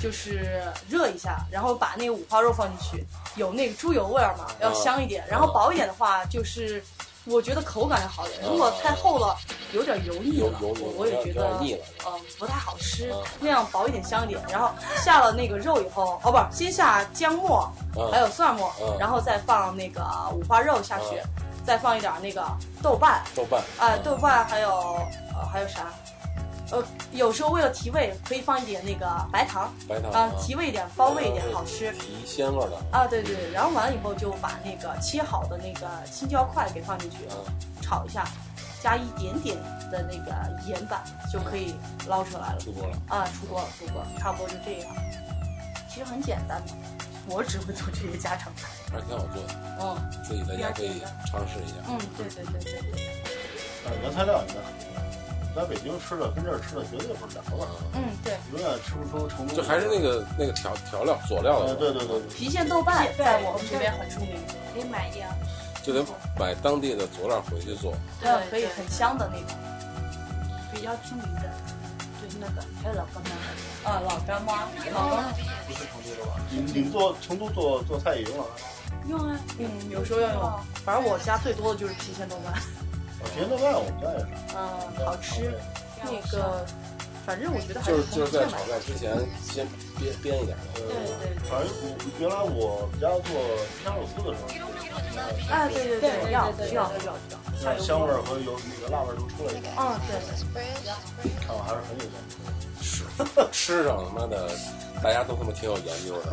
[SPEAKER 2] 就是热一下，然后把那个五花肉放进去，有那个猪油味儿嘛，
[SPEAKER 3] 嗯
[SPEAKER 2] 要香一点。然后薄一点的话，就是我觉得口感要好一点，如果太厚了，有点油腻了，
[SPEAKER 3] 嗯油油油
[SPEAKER 2] 我也觉
[SPEAKER 3] 有
[SPEAKER 2] 得
[SPEAKER 3] 点腻了
[SPEAKER 2] 嗯、不太好吃
[SPEAKER 3] 嗯。
[SPEAKER 2] 那样薄一点香一点，然后下了那个肉以后，哦不，是，先下姜末，
[SPEAKER 3] 嗯
[SPEAKER 2] 还有蒜末，
[SPEAKER 3] 嗯
[SPEAKER 2] 然后再放那个五花肉下去，再放一点那个豆瓣。
[SPEAKER 3] 豆瓣嗯
[SPEAKER 2] 啊，豆瓣还有呃还有啥？呃，有时候为了提味，可以放一点那个白糖，
[SPEAKER 3] 白糖
[SPEAKER 2] 啊，提味一点，包味一点
[SPEAKER 3] 嗯，
[SPEAKER 2] 好吃
[SPEAKER 3] 提鲜味儿的。
[SPEAKER 2] 啊。对对，对然后完了以后就把那个切好的那个青椒块给放进去，炒一下，加一点点的那个盐巴就可以捞出来了
[SPEAKER 3] 出锅了，
[SPEAKER 2] 啊，出锅了，出锅了，差不多就这样。其实很简单嘛，我只会做这些家常菜。
[SPEAKER 3] 还是挺好做的，
[SPEAKER 2] 嗯
[SPEAKER 3] 自己在家可以尝试一下。
[SPEAKER 2] 嗯，对对对对对，
[SPEAKER 4] 但是原材料应该很多。在北京吃的跟这儿吃的绝对不是两个味儿，
[SPEAKER 2] 嗯对，
[SPEAKER 4] 永远吃不出成都。
[SPEAKER 3] 就还是那，个那个调调料佐料
[SPEAKER 4] 呃，
[SPEAKER 3] 的，
[SPEAKER 4] 对对对，
[SPEAKER 2] 郫县豆瓣在我们这边很出名。
[SPEAKER 5] 可以买一点啊。
[SPEAKER 3] 就得买当地的佐料回去做。
[SPEAKER 2] 对，
[SPEAKER 5] 嗯
[SPEAKER 2] 嗯可以很香的那种。
[SPEAKER 5] 比较出名的，就是那个，还有老干妈，
[SPEAKER 2] 啊，老干妈，老干妈，
[SPEAKER 4] 不是成都的吧？你你们做成都做做菜也用啊？
[SPEAKER 5] 用啊，
[SPEAKER 2] 嗯，有时候要用。反正我家最多的就是郫县豆瓣，
[SPEAKER 4] 我别的外我们家也是，
[SPEAKER 2] 嗯， 好吃。那个，反正我觉得还
[SPEAKER 3] 就是是就是在
[SPEAKER 2] 重庆
[SPEAKER 3] 炒
[SPEAKER 2] 买。
[SPEAKER 3] 菜之前先煸煸一点，
[SPEAKER 4] 呃
[SPEAKER 2] 对对对，
[SPEAKER 4] 反正我原来我们家做鱼香肉丝的时候，
[SPEAKER 2] 哎，对对对，要需要需要需要。
[SPEAKER 4] 那香味儿和油那个辣味儿都出来一点，
[SPEAKER 2] 嗯，对，
[SPEAKER 4] 看我还是很有用的。
[SPEAKER 3] 吃吃上他妈的，大家都他妈挺有研究的。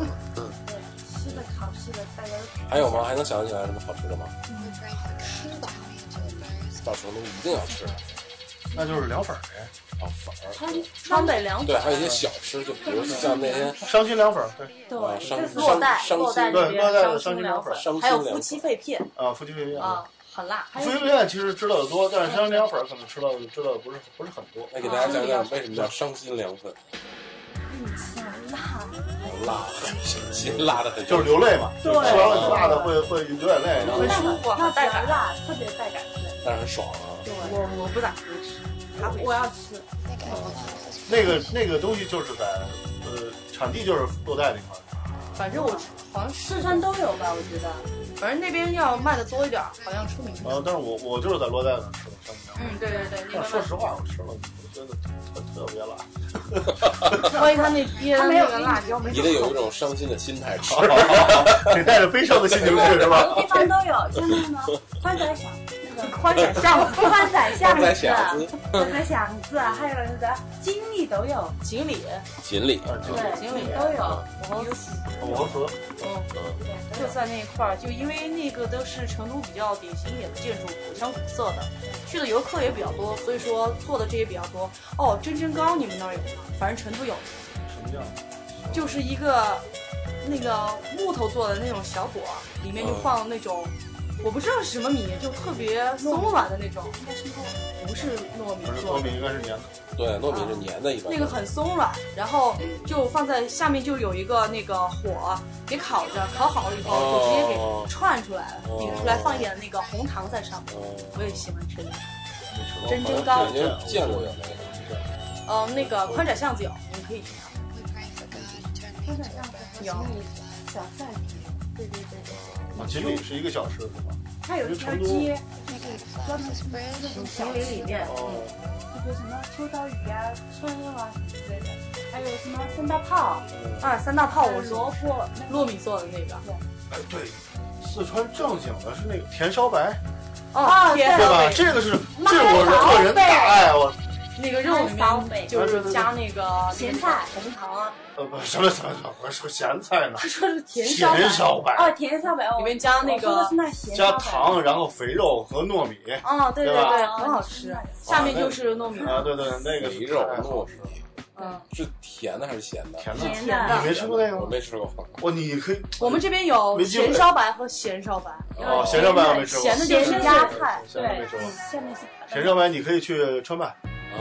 [SPEAKER 5] 吃的、考试的，大家都
[SPEAKER 3] 还有吗？还能想起来什么好吃的吗？
[SPEAKER 6] 吃的好
[SPEAKER 3] 到成都一定要吃的
[SPEAKER 4] 那就是凉粉儿
[SPEAKER 3] 啊
[SPEAKER 4] 呗，
[SPEAKER 3] 粉儿，
[SPEAKER 5] 川
[SPEAKER 2] 川北凉粉
[SPEAKER 3] 对，还有一些小吃，就比如像那些
[SPEAKER 4] 伤心凉粉儿，对，
[SPEAKER 3] 啊
[SPEAKER 5] 对，
[SPEAKER 3] 伤
[SPEAKER 5] 这
[SPEAKER 3] 伤
[SPEAKER 5] 是
[SPEAKER 2] 落袋
[SPEAKER 3] 伤
[SPEAKER 2] 落
[SPEAKER 3] 心
[SPEAKER 2] 袋那边
[SPEAKER 4] 对落袋
[SPEAKER 2] 伤
[SPEAKER 4] 伤
[SPEAKER 2] 心
[SPEAKER 4] 心
[SPEAKER 2] 凉
[SPEAKER 4] 凉粉
[SPEAKER 2] 粉
[SPEAKER 4] 儿，
[SPEAKER 3] 伤心
[SPEAKER 2] 还有
[SPEAKER 3] 凉
[SPEAKER 2] 夫妻肺片
[SPEAKER 4] 啊，夫妻肺片，
[SPEAKER 2] 啊，很辣。
[SPEAKER 4] 夫妻肺片其实知道的多，但是香凉粉儿可能知道的知道的不是不是很多。
[SPEAKER 3] 哎来给大家讲讲为什么叫伤心凉粉，辣很伤心，辣的很
[SPEAKER 4] 就是流泪嘛，
[SPEAKER 5] 对
[SPEAKER 4] 就吃完了你辣的会会流眼泪，然后
[SPEAKER 2] 很舒服啊，
[SPEAKER 5] 那
[SPEAKER 2] 很
[SPEAKER 5] 比
[SPEAKER 2] 带
[SPEAKER 5] 较
[SPEAKER 2] 感。
[SPEAKER 5] 辣，特别带感觉。
[SPEAKER 3] 但是很爽啊。
[SPEAKER 5] 对，
[SPEAKER 2] 我我不咋会吃，他会
[SPEAKER 5] 我要吃，
[SPEAKER 4] 那个那个东西就是在呃产地就是洛带那块儿，
[SPEAKER 2] 吃，反正我好像
[SPEAKER 5] 四川都有吧？我觉得
[SPEAKER 2] 反正那边要卖的多一点儿，好像出名。
[SPEAKER 4] 然后呃但是我我就是在洛带那儿吃的香凉粉儿。
[SPEAKER 2] 嗯，对对对，那边
[SPEAKER 3] 哦
[SPEAKER 4] 但
[SPEAKER 2] 卖
[SPEAKER 4] 说实话，我吃了，我觉得特特别辣。
[SPEAKER 2] 关于他那边
[SPEAKER 5] 他没有
[SPEAKER 2] 那个辣椒没
[SPEAKER 3] 你得有一种伤心的心态吃。
[SPEAKER 4] 你带着悲伤的心情去是吧？
[SPEAKER 5] 一般都有，就是那个，突然在想，那个
[SPEAKER 7] 子、宽窄巷子、
[SPEAKER 5] 宽窄巷
[SPEAKER 3] 在
[SPEAKER 5] 子，
[SPEAKER 3] 想子
[SPEAKER 5] 整个巷子，还有那个经历都有，
[SPEAKER 2] 锦鲤，
[SPEAKER 3] 锦鲤，
[SPEAKER 4] 啊，就是呃
[SPEAKER 5] 对，
[SPEAKER 2] 锦鲤
[SPEAKER 7] 都有。
[SPEAKER 2] 我们
[SPEAKER 4] 耦合，
[SPEAKER 2] 就在那一块儿，就因为那个都是成都比较典型一点的建筑，古香古色的，去的游客也比较多，所以说做的这也比较多。哦，真真糕你们那儿有吗？反正成都有，
[SPEAKER 4] 什么样？
[SPEAKER 2] 就是一个那个木头做的那种小果儿，里面就放那种、我不知道是什么米，就特别松软的那种，不是糯米
[SPEAKER 4] 不是
[SPEAKER 2] 做
[SPEAKER 4] 糯
[SPEAKER 2] 的。
[SPEAKER 4] 米，应该是粘的。
[SPEAKER 3] 对，糯米是粘的，一般
[SPEAKER 2] 那个很松软，然后就放在下面就有一个那个火给烤着，烤好了以后就直接
[SPEAKER 3] 哦
[SPEAKER 2] 给串出来了，
[SPEAKER 3] 哦
[SPEAKER 2] 顶出来放一点那个红糖在上面。
[SPEAKER 3] 嗯
[SPEAKER 2] 我也喜欢吃那个。
[SPEAKER 4] 没吃
[SPEAKER 2] 真
[SPEAKER 3] 好像
[SPEAKER 4] 过
[SPEAKER 2] 真糕
[SPEAKER 3] 感觉见过有那个。
[SPEAKER 4] 哦
[SPEAKER 2] 呃，那个宽窄巷子有，你们可以去尝。
[SPEAKER 6] We pray for God to turn me into a better
[SPEAKER 5] 有
[SPEAKER 6] human.
[SPEAKER 5] 小饭店，对对对
[SPEAKER 4] 啊，
[SPEAKER 5] 对，
[SPEAKER 4] 锦鲤是一个小吃是吧？
[SPEAKER 5] 它有一条街，就
[SPEAKER 6] We
[SPEAKER 5] 是
[SPEAKER 6] got
[SPEAKER 5] 专
[SPEAKER 6] flowers,
[SPEAKER 5] 门
[SPEAKER 6] this
[SPEAKER 5] 是
[SPEAKER 6] bridge,
[SPEAKER 5] 那种
[SPEAKER 6] and
[SPEAKER 5] 丛林里
[SPEAKER 6] solitude.
[SPEAKER 5] 面，
[SPEAKER 4] 哦，
[SPEAKER 5] 就是什么秋刀鱼啊、春肉啊什么之类的，还有什么三大炮，
[SPEAKER 2] 啊，三大炮，我
[SPEAKER 5] 萝
[SPEAKER 2] 说
[SPEAKER 5] 卜、那
[SPEAKER 2] 糯米做的那个。
[SPEAKER 4] 哎，对，四川正经的是那个甜烧白，
[SPEAKER 5] 哦
[SPEAKER 2] 啊天
[SPEAKER 4] 对
[SPEAKER 5] 对
[SPEAKER 2] 呐
[SPEAKER 4] 吧？，这个是
[SPEAKER 5] 妈
[SPEAKER 4] 这我
[SPEAKER 5] 呀
[SPEAKER 4] 个人大爱，啊我
[SPEAKER 2] 那个肉里
[SPEAKER 5] 烧
[SPEAKER 2] 面
[SPEAKER 5] 饼
[SPEAKER 2] 就是加那个
[SPEAKER 5] 咸菜
[SPEAKER 2] 红糖啊，
[SPEAKER 4] 呃不什么什么什么，我说咸菜呢，
[SPEAKER 2] 说是甜烧
[SPEAKER 4] 甜
[SPEAKER 2] 白。
[SPEAKER 4] 烧
[SPEAKER 5] 哦
[SPEAKER 4] 白，
[SPEAKER 5] 甜烧白，哦
[SPEAKER 2] 里面加那个
[SPEAKER 5] 我说的是那咸
[SPEAKER 4] 加
[SPEAKER 5] 烧白，
[SPEAKER 4] 糖，然后肥肉和糯米
[SPEAKER 2] 哦，对对
[SPEAKER 4] 对吧
[SPEAKER 2] 对，很好吃。下面就是糯米，
[SPEAKER 4] 啊，对对，那个
[SPEAKER 3] 肥
[SPEAKER 4] 是
[SPEAKER 3] 肉
[SPEAKER 4] 太好
[SPEAKER 3] 糯
[SPEAKER 4] 吃
[SPEAKER 3] 米
[SPEAKER 4] 了
[SPEAKER 2] 嗯，
[SPEAKER 3] 是甜的还是咸的？
[SPEAKER 4] 甜的，
[SPEAKER 5] 甜
[SPEAKER 2] 甜
[SPEAKER 5] 的
[SPEAKER 4] 你。没吃过那个
[SPEAKER 3] 我
[SPEAKER 4] 吗？
[SPEAKER 3] 没吃过。
[SPEAKER 4] 哇，你可以，
[SPEAKER 2] 我们这边有
[SPEAKER 4] 没机会
[SPEAKER 2] 咸烧白和咸烧白，
[SPEAKER 4] 哦，咸烧白我没吃过，
[SPEAKER 2] 咸的就是
[SPEAKER 5] 鸭菜
[SPEAKER 4] 咸的没
[SPEAKER 5] 对
[SPEAKER 4] 吃过，，
[SPEAKER 5] 下面是
[SPEAKER 4] 咸烧白你可以去川菜，
[SPEAKER 3] 啊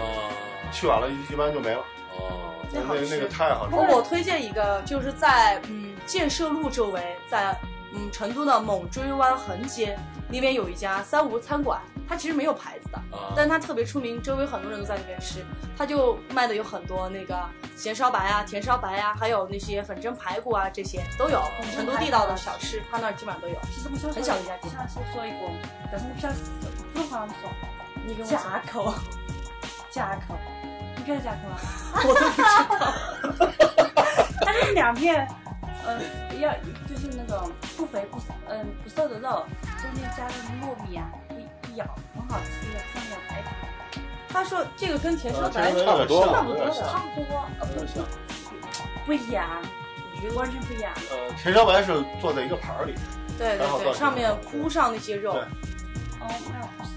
[SPEAKER 4] 去晚了一一般就没了，
[SPEAKER 3] 哦，
[SPEAKER 4] 那
[SPEAKER 2] 那好吃
[SPEAKER 4] 那个太好吃
[SPEAKER 2] 我
[SPEAKER 4] 了，
[SPEAKER 2] 我推荐一个，就是在嗯建设路周围，在嗯成都的猛追湾横街那边有一家三无餐馆，它其实没有牌子的，
[SPEAKER 3] 啊
[SPEAKER 2] 但它特别出名，周围很多人都在那边吃。它就卖的有很多那个咸烧白啊、甜烧白啊，还有那些粉蒸排骨啊，这些都有。成都地道的小吃，它那儿基本上都有。
[SPEAKER 5] 其实我想
[SPEAKER 2] 很小一家店
[SPEAKER 5] 上次说一个，但是我不晓得普通话怎么说，
[SPEAKER 2] 你跟我讲，
[SPEAKER 5] 夹口，夹口，你晓得夹口吗？
[SPEAKER 2] 我都不知道。
[SPEAKER 5] 它就是两片，呃，要就是那种不肥不嗯、不瘦的肉，中间加上糯米啊，一一咬很好吃的，上面白糖，
[SPEAKER 2] 他说这个跟甜烧
[SPEAKER 4] 呃
[SPEAKER 2] 白
[SPEAKER 4] 这个
[SPEAKER 3] 差不多
[SPEAKER 4] 有
[SPEAKER 5] 差
[SPEAKER 4] 点
[SPEAKER 5] 不多
[SPEAKER 4] 像
[SPEAKER 5] 差不多，呃
[SPEAKER 4] 有点像
[SPEAKER 5] 不不一样，完全不一样。
[SPEAKER 4] 呃，甜烧白是坐在一个盘儿里，
[SPEAKER 2] 对
[SPEAKER 4] 然后
[SPEAKER 2] 对
[SPEAKER 4] 到
[SPEAKER 2] 对，
[SPEAKER 4] 底
[SPEAKER 2] 上面铺上那些肉
[SPEAKER 4] 对，
[SPEAKER 5] 哦，那我不是，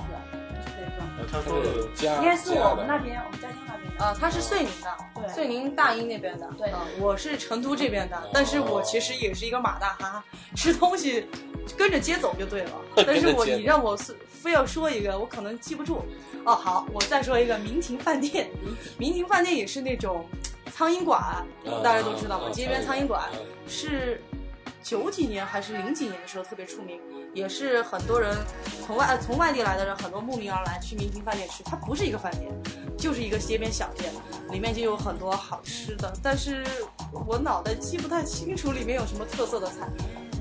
[SPEAKER 5] 不是这种，
[SPEAKER 4] 呃他
[SPEAKER 3] 它
[SPEAKER 4] 说的
[SPEAKER 3] 是加
[SPEAKER 5] 应该是我
[SPEAKER 3] 加
[SPEAKER 5] 们
[SPEAKER 3] 的
[SPEAKER 5] 那边，我们家乡那边的。
[SPEAKER 2] 啊，它是遂宁的。
[SPEAKER 5] 对，
[SPEAKER 2] 遂宁大英那边的，
[SPEAKER 5] 对
[SPEAKER 2] 啊我是成都这边的，但是我其实也是一个马大哈，吃东西跟着街走就对了。但是我
[SPEAKER 3] 跟着街
[SPEAKER 2] 你让我是非要说一个，我可能记不住。哦，好，我再说一个民庭饭店，民庭饭店也是那种苍蝇馆，
[SPEAKER 3] 嗯
[SPEAKER 2] 大家都知道嘛，
[SPEAKER 3] 嗯
[SPEAKER 2] 街边啊苍蝇馆
[SPEAKER 3] 嗯
[SPEAKER 2] 是九几年还是零几年的时候特别出名，也是很多人从外呃从外地来的人，很多慕名而来去明庭饭店吃。它不是一个饭店，就是一个街边小店，里面就有很多好吃的，但是我脑袋记不太清楚里面有什么特色的菜。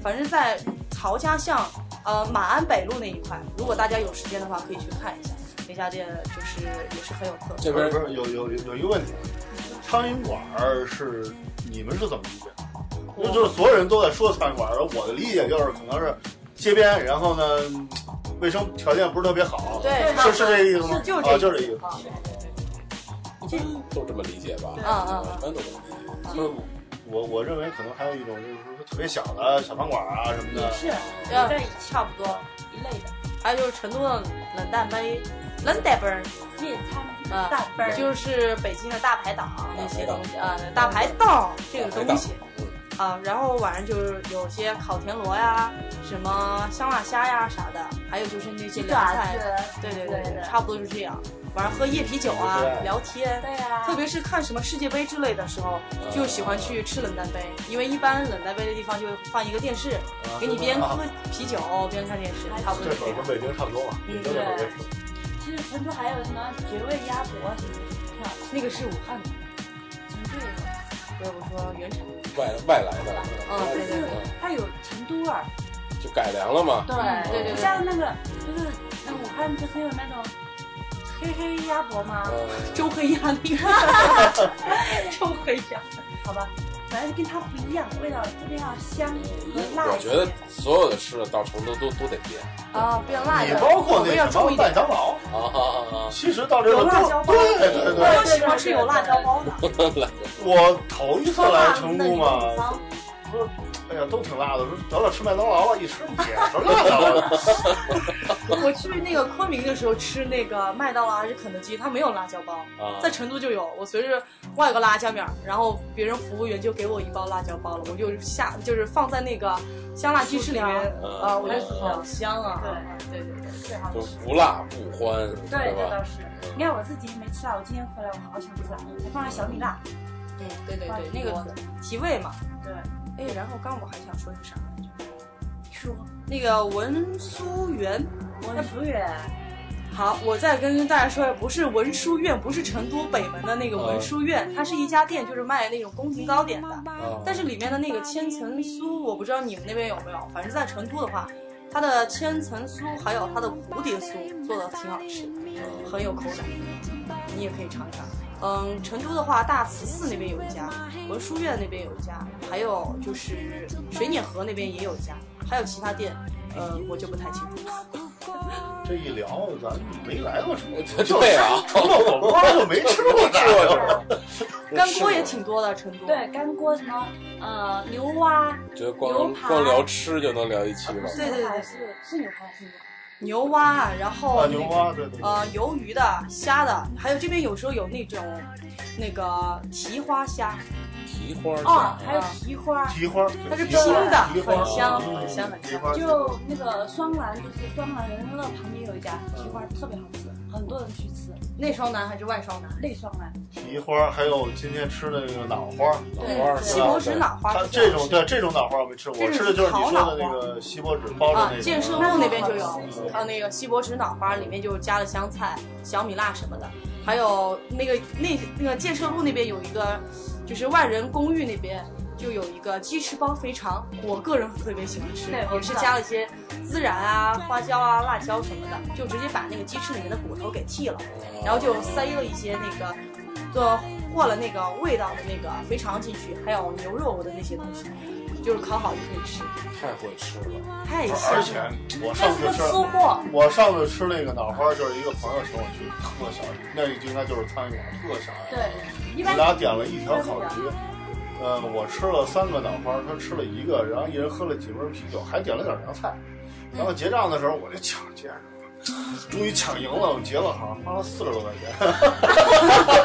[SPEAKER 2] 反正，在曹家巷，呃，马鞍北路那一块，如果大家有时间的话，可以去看一下那家店，就是也是很有特色。
[SPEAKER 3] 这边
[SPEAKER 4] 不是有有有一个问题，苍蝇馆儿是你们是怎么理解？因为就是所有人都在说苍蝇馆儿，而我的理解就是可能是街边，然后呢，卫生条件不是特别好，
[SPEAKER 2] 对
[SPEAKER 4] 是是这个意思吗？
[SPEAKER 2] 是就是这
[SPEAKER 4] 啊，
[SPEAKER 2] 个
[SPEAKER 4] 就是这个意思。
[SPEAKER 2] 啊，
[SPEAKER 3] 一般都这么理解吧？
[SPEAKER 2] 嗯嗯
[SPEAKER 3] 嗯一
[SPEAKER 2] 嗯
[SPEAKER 3] 般都这么理解。
[SPEAKER 4] 不是我我认为可能还有一种就是说特别小的小饭馆儿啊什么的
[SPEAKER 5] 也，是，
[SPEAKER 2] 呃
[SPEAKER 5] 我在
[SPEAKER 2] 差不多。
[SPEAKER 5] 一类的
[SPEAKER 2] 还有就是成都的冷淡杯，冷淡杯儿
[SPEAKER 5] 夜餐
[SPEAKER 2] 啊
[SPEAKER 5] 蛋杯儿，
[SPEAKER 2] 就是北京的大排档那些东西啊，大排
[SPEAKER 3] 排
[SPEAKER 2] 档这个东西
[SPEAKER 3] 嗯
[SPEAKER 2] 啊，然后晚上就是有些烤田螺呀、什么香辣虾呀啥的，还有就是那些
[SPEAKER 5] 鸡
[SPEAKER 2] 凉
[SPEAKER 5] 爪
[SPEAKER 2] 菜，
[SPEAKER 5] 子，
[SPEAKER 2] 对对
[SPEAKER 5] 对
[SPEAKER 2] 对，
[SPEAKER 5] 的
[SPEAKER 2] 差不多就是这样。晚上喝夜啤酒啊
[SPEAKER 4] 对，
[SPEAKER 2] 聊天，
[SPEAKER 5] 对呀，
[SPEAKER 2] 特别是看什么世界杯之类的时候，就喜欢去吃冷淡杯，因为一般冷淡杯的地方就会放一个电视，
[SPEAKER 4] 啊
[SPEAKER 2] 给你边
[SPEAKER 4] 啊
[SPEAKER 2] 喝啤酒边看电视，差不多
[SPEAKER 4] 这
[SPEAKER 2] 就这
[SPEAKER 4] 会儿
[SPEAKER 2] 样
[SPEAKER 4] 跟。北京差不多吧，
[SPEAKER 2] 嗯
[SPEAKER 4] 也就这么回事。
[SPEAKER 5] 其实成都还有什么绝味鸭脖啊什么的，挺好吃。
[SPEAKER 2] 那个是武汉的，
[SPEAKER 5] 成都也有，
[SPEAKER 2] 所以我说原产。
[SPEAKER 3] 外外来的，
[SPEAKER 2] 嗯对对
[SPEAKER 5] 对它有成都味儿。嗯
[SPEAKER 3] 就改良了嘛。
[SPEAKER 2] 对对对对
[SPEAKER 5] 像那个就是那武汉不是有那种黑黑鸭脖吗？
[SPEAKER 3] 嗯
[SPEAKER 2] 周黑鸭那个，周黑鸭，
[SPEAKER 5] 好吧，反正跟它不一样，味道这边要香辣一点。
[SPEAKER 3] 我觉得所有的吃的到成都都都得变
[SPEAKER 2] 啊，不要辣
[SPEAKER 4] 你
[SPEAKER 2] 的，
[SPEAKER 4] 包括
[SPEAKER 2] 口味
[SPEAKER 4] 那
[SPEAKER 2] 要
[SPEAKER 4] 什
[SPEAKER 2] 重
[SPEAKER 4] 么
[SPEAKER 2] 一
[SPEAKER 4] 麦
[SPEAKER 2] 点。
[SPEAKER 4] 当劳，
[SPEAKER 3] 啊！
[SPEAKER 4] 其实到这个
[SPEAKER 2] 有辣椒包
[SPEAKER 4] 对对对
[SPEAKER 2] 我
[SPEAKER 4] 对，
[SPEAKER 2] 就喜欢吃有辣椒包的，
[SPEAKER 4] 我头一次来成都嘛，
[SPEAKER 2] 那种
[SPEAKER 4] 说哎呀都挺辣的，说咱俩吃麦当劳吧，一吃也是辣 的。
[SPEAKER 2] 我去那个昆明的时候吃那个麦当劳还是肯德基，它没有辣椒包，
[SPEAKER 3] 啊，
[SPEAKER 2] 在成都就有。我随时挂个辣椒面儿，然后别人服务员就给我一包辣椒包了，我就下就是放在那个香辣鸡翅里面
[SPEAKER 5] 薯
[SPEAKER 3] 条
[SPEAKER 2] 啊，我就
[SPEAKER 3] 嗯
[SPEAKER 2] 好香啊！
[SPEAKER 5] 对对对对，最好
[SPEAKER 3] 就
[SPEAKER 5] 吃。
[SPEAKER 3] 不辣不欢，
[SPEAKER 5] 对，这
[SPEAKER 3] 吧？
[SPEAKER 5] 倒是。你看我自己也没吃辣，我今天回来我好想吃辣，还放了小米辣。
[SPEAKER 2] 嗯，对对
[SPEAKER 5] 放
[SPEAKER 2] 对
[SPEAKER 5] 了，
[SPEAKER 2] 那
[SPEAKER 5] 多
[SPEAKER 2] 个
[SPEAKER 5] 的
[SPEAKER 2] 提味嘛。
[SPEAKER 5] 对，
[SPEAKER 2] 哎，然后刚刚我还想说是啥来着？
[SPEAKER 5] 说
[SPEAKER 2] 那个文殊园
[SPEAKER 5] 文殊园，
[SPEAKER 2] 好，我再跟大家说，不是文殊院，不是成都北门的那个文殊院，它是一家店，就是卖那种宫廷糕点的。
[SPEAKER 3] 啊
[SPEAKER 2] 但是里面的那个千层酥，我不知道你们那边有没有，反正在成都的话，它的千层酥还有它的蝴蝶酥做的挺好吃，很有口感，你也可以尝尝。嗯，成都的话，大慈寺那边有一家，文殊院那边有一家，还有就是水碾河那边也有一家，还有其他店，呃，我就不太清楚。
[SPEAKER 4] 这一聊，咱们没来 过成都，就
[SPEAKER 3] 对啊，
[SPEAKER 4] 除了火锅就没 吃过啥。
[SPEAKER 2] 干锅也挺多的，成都。
[SPEAKER 5] 对，干锅什么呃牛蛙，
[SPEAKER 3] 觉得光光聊吃就能聊一期了。
[SPEAKER 2] 对对对
[SPEAKER 5] 是是牛排是牛
[SPEAKER 2] 牛蛙，然后、
[SPEAKER 4] 啊，
[SPEAKER 2] 那
[SPEAKER 4] 牛
[SPEAKER 2] 个
[SPEAKER 4] 蛙，对对对，
[SPEAKER 2] 呃鱿鱼的、虾的，还有这边有时候有那种那个蹄花虾，
[SPEAKER 3] 蹄花儿啊
[SPEAKER 5] 排，哦，还有蹄花，
[SPEAKER 4] 蹄花，
[SPEAKER 2] 它是
[SPEAKER 4] 对
[SPEAKER 2] 冰
[SPEAKER 4] 蹄花
[SPEAKER 2] 的，
[SPEAKER 4] 蹄花
[SPEAKER 2] 很香，
[SPEAKER 4] 嗯
[SPEAKER 2] 很香，很
[SPEAKER 4] 蹄
[SPEAKER 2] 香。
[SPEAKER 4] 嗯花
[SPEAKER 5] 就那个双兰，就是双兰人乐旁边有一家蹄花，特别好吃，很多人去吃
[SPEAKER 2] 内双南还是外双南？
[SPEAKER 5] 内双兰。
[SPEAKER 4] 蹄花，还有今天吃的那个脑花，
[SPEAKER 3] 脑花儿，啊
[SPEAKER 2] 西伯纸脑花
[SPEAKER 4] 它
[SPEAKER 2] 是
[SPEAKER 4] 这
[SPEAKER 2] 最好
[SPEAKER 4] 种
[SPEAKER 2] 吃
[SPEAKER 4] 对这种脑花我没吃过，我吃的就是你说的那个锡箔纸包的
[SPEAKER 2] 啊
[SPEAKER 4] 那，个。
[SPEAKER 2] 建设路
[SPEAKER 4] 嗯
[SPEAKER 2] 那边就有，还有那个锡箔纸脑花，里面就加了香菜、小米辣什么的，还有那个那那个建设路那边有一个，就是万人公寓那边就有一个鸡翅包肥肠，我个人特别喜欢吃，
[SPEAKER 5] 对我
[SPEAKER 2] 也是
[SPEAKER 5] 知道
[SPEAKER 2] 加了一些孜然啊、花椒啊、辣椒什么的，就直接把那个鸡翅里面的骨头给剔了，
[SPEAKER 4] 哦
[SPEAKER 2] 然后就塞了一些那个，做和了那个味道的那个肥肠进去，还有牛肉的那些东西，就是烤好就可以吃，
[SPEAKER 3] 太会吃了，
[SPEAKER 2] 太香
[SPEAKER 4] 哦而
[SPEAKER 2] 了。
[SPEAKER 4] 且我
[SPEAKER 5] 这
[SPEAKER 4] 上
[SPEAKER 5] 是
[SPEAKER 4] 次
[SPEAKER 5] 个
[SPEAKER 4] 吃，
[SPEAKER 5] 吃货，
[SPEAKER 4] 我上次吃那个脑花，就是一个朋友请我去，特小，那应该就是苍蝇馆，特小。
[SPEAKER 5] 对，一
[SPEAKER 4] 我
[SPEAKER 5] 般
[SPEAKER 4] 俩点了一条烤鱼，呃，我吃了三个脑花，他吃了一个，然后一人喝了几瓶啤酒，还点了点凉菜。然后结账的时候，我就抢劫，终于抢赢了，我结了好像花了四十多块钱。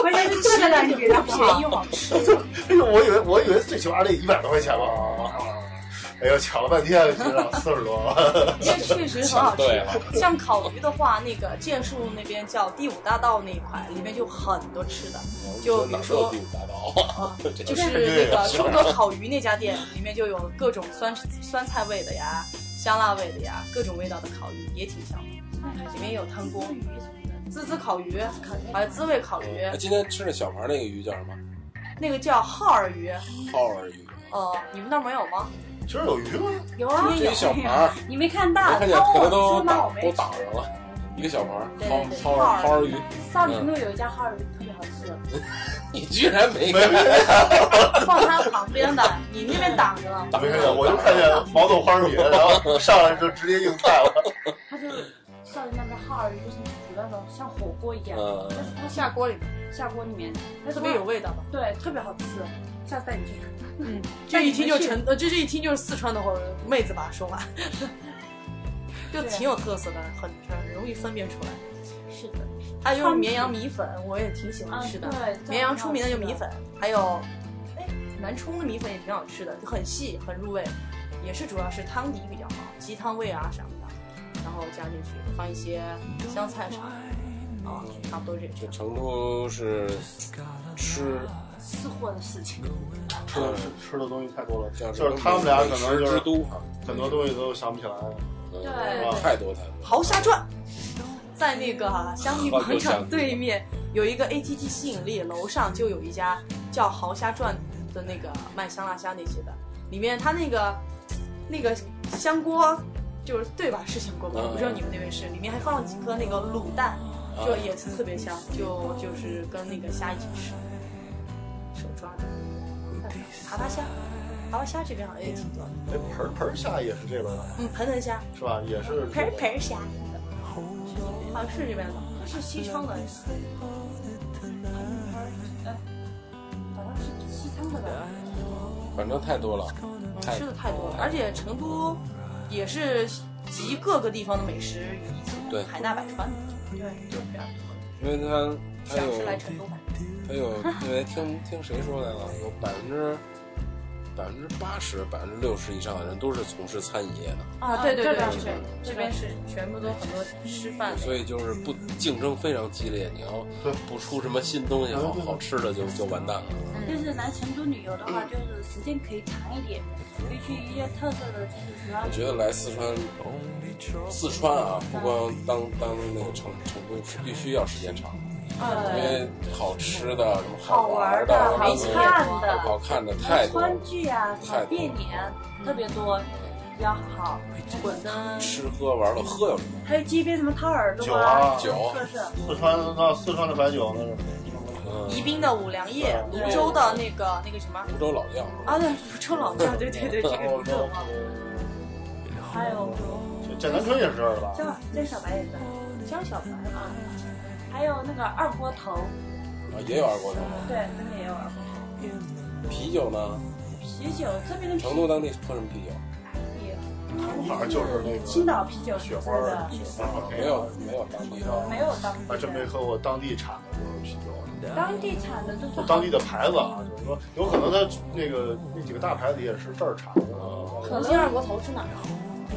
[SPEAKER 5] 关键是吃的你觉得不好
[SPEAKER 2] 便宜。好吃，
[SPEAKER 4] 哎 呦，我以为我以为最起码得一百多块钱吧。哎呦，抢了半天，结账四十多 了。
[SPEAKER 2] 因为确实很好
[SPEAKER 3] 对
[SPEAKER 2] 吃。像烤鱼的话，那个建树那边叫第五大道那一块，里面就很多吃的，就比
[SPEAKER 3] 哪
[SPEAKER 2] 如
[SPEAKER 3] 有
[SPEAKER 2] 说哦
[SPEAKER 3] 第五大道？啊
[SPEAKER 2] 就是那个中国烤鱼那家店，里面就有各种酸酸菜味的呀、香辣味的呀，各种味道的烤鱼也挺香的。里面有汤锅
[SPEAKER 5] 吃鱼什么的，
[SPEAKER 2] 滋滋烤鱼，还有滋味烤鱼，
[SPEAKER 3] 哎今天吃那小盘那个鱼叫什么？
[SPEAKER 2] 那个叫耗儿鱼，
[SPEAKER 3] 耗儿鱼。
[SPEAKER 2] 呃，你们那儿没有吗？
[SPEAKER 4] 今儿有鱼吗？
[SPEAKER 5] 有啊，
[SPEAKER 3] 这一小盘儿，
[SPEAKER 5] 你没看
[SPEAKER 3] 我
[SPEAKER 5] 到？
[SPEAKER 3] 看见
[SPEAKER 5] 当
[SPEAKER 3] 可能都
[SPEAKER 5] 我吃吗？
[SPEAKER 3] 打
[SPEAKER 5] 我没
[SPEAKER 3] 都
[SPEAKER 5] 吃。
[SPEAKER 3] 打上了，一个小盘儿，
[SPEAKER 5] 对对对
[SPEAKER 3] 耗耗儿 耗儿鱼，
[SPEAKER 5] 少
[SPEAKER 3] 嗯
[SPEAKER 5] 林路有一家耗儿鱼特别好吃，
[SPEAKER 3] 你居然没
[SPEAKER 4] 没没
[SPEAKER 3] 看？
[SPEAKER 2] 放它旁边的，你那边挡着了。
[SPEAKER 4] 没看见，我就看见毛豆花米，然后上来就直接硬菜了。
[SPEAKER 5] 它就是少林那边耗儿鱼，就是你煮那种像火锅一样，
[SPEAKER 3] 嗯
[SPEAKER 5] 但是它下
[SPEAKER 2] 下锅里面
[SPEAKER 5] 下锅里面，它
[SPEAKER 2] 特别有味道吧？
[SPEAKER 5] 对，特别好吃。下次带你去看。
[SPEAKER 2] 嗯，这一听就成，呃，这这一听就是四川的或者妹子吧，说话， 就挺有特色的，很很容易分辨出来。
[SPEAKER 5] 啊是的，啊
[SPEAKER 2] 还有绵阳米粉，我也挺喜欢吃的。
[SPEAKER 5] 对，
[SPEAKER 2] 绵阳出名的就米
[SPEAKER 5] 这样挺好吃的
[SPEAKER 2] 粉，还有，哎，南充的米粉也挺好吃的，就很细很入味，也是主要是汤底比较好，鸡汤味啊什么的，然后加进去放一些香菜啥的，啊，差不多这
[SPEAKER 3] 这
[SPEAKER 2] 这。
[SPEAKER 3] 成都是吃
[SPEAKER 5] 吃货的事情。
[SPEAKER 4] 吃的吃的东西太多了，
[SPEAKER 3] 叫
[SPEAKER 4] 就
[SPEAKER 3] 什么
[SPEAKER 4] 是他们俩可
[SPEAKER 3] 美
[SPEAKER 4] 能
[SPEAKER 3] 食
[SPEAKER 4] 就
[SPEAKER 3] 之
[SPEAKER 4] 是
[SPEAKER 3] 都哈，
[SPEAKER 4] 很多东西都想不起来。
[SPEAKER 3] 嗯
[SPEAKER 5] 对
[SPEAKER 3] 太多太多。
[SPEAKER 2] 豪侠传，在那个香蜜广
[SPEAKER 3] 豪侠
[SPEAKER 2] 场对面有一个 ATT 吸引力，楼上就有一家叫豪侠传的那个卖香辣虾那些的，里面它那个那个香锅就是对吧？是香锅吧？
[SPEAKER 3] 嗯
[SPEAKER 2] 我不知道你们那边是，里面还放了几颗那个
[SPEAKER 3] 啊
[SPEAKER 2] 卤蛋，就也特别香，就就是跟那个虾一起吃。手抓的。爬爬虾，爬爬虾这边好像也挺多的。
[SPEAKER 4] 哎，盆盆虾也是这边的，
[SPEAKER 2] 嗯，盆盆虾，
[SPEAKER 4] 是吧？也是
[SPEAKER 2] 盆盆虾，好像是这边的，它是西昌的。
[SPEAKER 5] 呃，好像是西昌的吧？
[SPEAKER 3] 反正太多了，太
[SPEAKER 2] 吃的太多了，而且成都也是集各个地方的美食
[SPEAKER 3] 对
[SPEAKER 2] 海纳百川的。对，就是这样。
[SPEAKER 3] 因为它它
[SPEAKER 2] 想
[SPEAKER 3] 有
[SPEAKER 2] 吃来成都吧。
[SPEAKER 3] 它有，因为听听谁说来了，有百分之百分之八十、百分之六十以上的人都是从事餐饮业的，
[SPEAKER 2] 啊，对对对，
[SPEAKER 5] 这边是
[SPEAKER 2] 这边嗯这边是全部都很多吃饭的。
[SPEAKER 3] 所以就是不竞争非常激烈，你要不出什么新东西好好吃的就就完蛋了。
[SPEAKER 5] 就是来成都旅游的话，就是时间可以长一点，可以去一些特色的建筑
[SPEAKER 3] 我
[SPEAKER 5] 群
[SPEAKER 3] 觉得来四川，四川啊，不光当当那个成成都是必须要时间长，因
[SPEAKER 2] 对，
[SPEAKER 3] 为好吃的、什么
[SPEAKER 5] 好
[SPEAKER 3] 玩
[SPEAKER 5] 玩
[SPEAKER 3] 好
[SPEAKER 5] 的、好看
[SPEAKER 3] 好
[SPEAKER 5] 的，
[SPEAKER 3] 看的
[SPEAKER 5] 什
[SPEAKER 3] 太
[SPEAKER 5] 么
[SPEAKER 3] 多了
[SPEAKER 5] 川，剧啊、什么变脸特别多，比较好。
[SPEAKER 2] 滚啊呢？
[SPEAKER 3] 吃喝玩乐，喝有什么？
[SPEAKER 5] 还有街边什么掏耳朵
[SPEAKER 3] 酒
[SPEAKER 5] 是不是？
[SPEAKER 4] 四川那四川的白酒呢？
[SPEAKER 3] 嗯，
[SPEAKER 2] 宜宾的五粮液，泸州的那个那个什么
[SPEAKER 3] 泸州老窖，
[SPEAKER 2] 啊？对，泸州老窖，对对对，这个泸州老窖。
[SPEAKER 5] 还有
[SPEAKER 4] 剑南春也是这儿的吧？
[SPEAKER 5] 江江小白也在，
[SPEAKER 2] 江小白啊，
[SPEAKER 5] 还有那个二锅头，
[SPEAKER 3] 啊，也有二锅头。
[SPEAKER 5] 对，那边也有二锅
[SPEAKER 3] 啤酒呢？
[SPEAKER 5] 头。啤酒这边的啤
[SPEAKER 3] 成都当地喝什么啤酒？
[SPEAKER 4] 反正就是那个
[SPEAKER 5] 青岛啤酒是
[SPEAKER 4] 雪花
[SPEAKER 5] 真的
[SPEAKER 4] 儿，雪花儿
[SPEAKER 3] 没有，没有当地的。
[SPEAKER 5] 没有当地
[SPEAKER 4] 还
[SPEAKER 5] 的
[SPEAKER 4] 真没喝过当地产的啤酒，啊
[SPEAKER 5] 当地产的就是
[SPEAKER 4] 就当地的牌子啊，就是说有可能它那个那几个大牌子也是这儿产的，呃
[SPEAKER 2] 可乐二锅头是哪儿啊？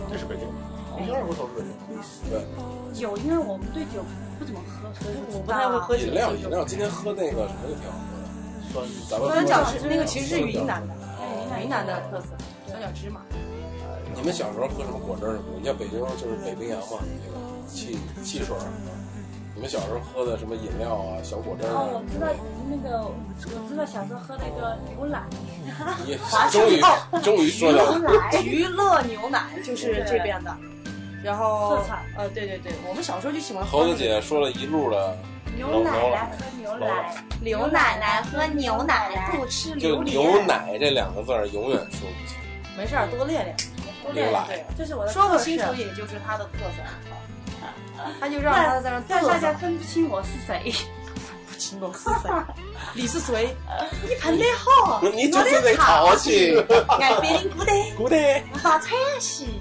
[SPEAKER 4] 这是北京，
[SPEAKER 2] 哦
[SPEAKER 4] 北京二锅头是北京，
[SPEAKER 5] 酒，因为我们对酒不怎么喝，所以
[SPEAKER 2] 我不太会喝酒
[SPEAKER 3] 饮。料，饮料，今天喝那个什么就挺好喝的。
[SPEAKER 4] 酸
[SPEAKER 3] 咱
[SPEAKER 2] 酸
[SPEAKER 3] 们
[SPEAKER 2] 角汁那个其实是云南的，
[SPEAKER 5] 哎
[SPEAKER 2] 云南的特色，酸角汁嘛。
[SPEAKER 3] 你们小时候喝什么果汁儿？我们家北京就是北冰洋嘛，那个汽汽水儿。你们小时候喝的什么饮料啊？小果汁儿
[SPEAKER 5] 哦，
[SPEAKER 3] 啊
[SPEAKER 5] 我？知道那个，我知道小时候喝那个牛奶，
[SPEAKER 3] 你 终于 终于说到
[SPEAKER 5] 牛奶，
[SPEAKER 2] 菊乐牛奶就是这边的，然后
[SPEAKER 5] 色彩
[SPEAKER 2] 呃，对对对，我们小时候就喜欢喝
[SPEAKER 3] 猴
[SPEAKER 2] 那
[SPEAKER 3] 子
[SPEAKER 2] 个
[SPEAKER 3] 姐说了一路的，
[SPEAKER 5] 牛奶来喝牛奶，
[SPEAKER 2] 牛奶奶喝牛奶奶，不吃榴
[SPEAKER 3] 就
[SPEAKER 2] 莲。
[SPEAKER 3] 牛奶这两个字儿永远说不清。
[SPEAKER 2] 没事儿，多练练，多练练。对，
[SPEAKER 5] 这是我的
[SPEAKER 2] 说不
[SPEAKER 5] 特色
[SPEAKER 2] 清楚，也就是它的特色。他就让
[SPEAKER 5] 但
[SPEAKER 2] 他在啊那
[SPEAKER 5] 但大
[SPEAKER 2] 嘚
[SPEAKER 5] 家
[SPEAKER 2] 瑟，
[SPEAKER 5] 分不清我是谁。
[SPEAKER 2] 不清我是 谁，你是谁？你盆的好，
[SPEAKER 3] 你就是得淘气。
[SPEAKER 2] 俺别人鼓的，
[SPEAKER 3] 古代。
[SPEAKER 2] 发财气。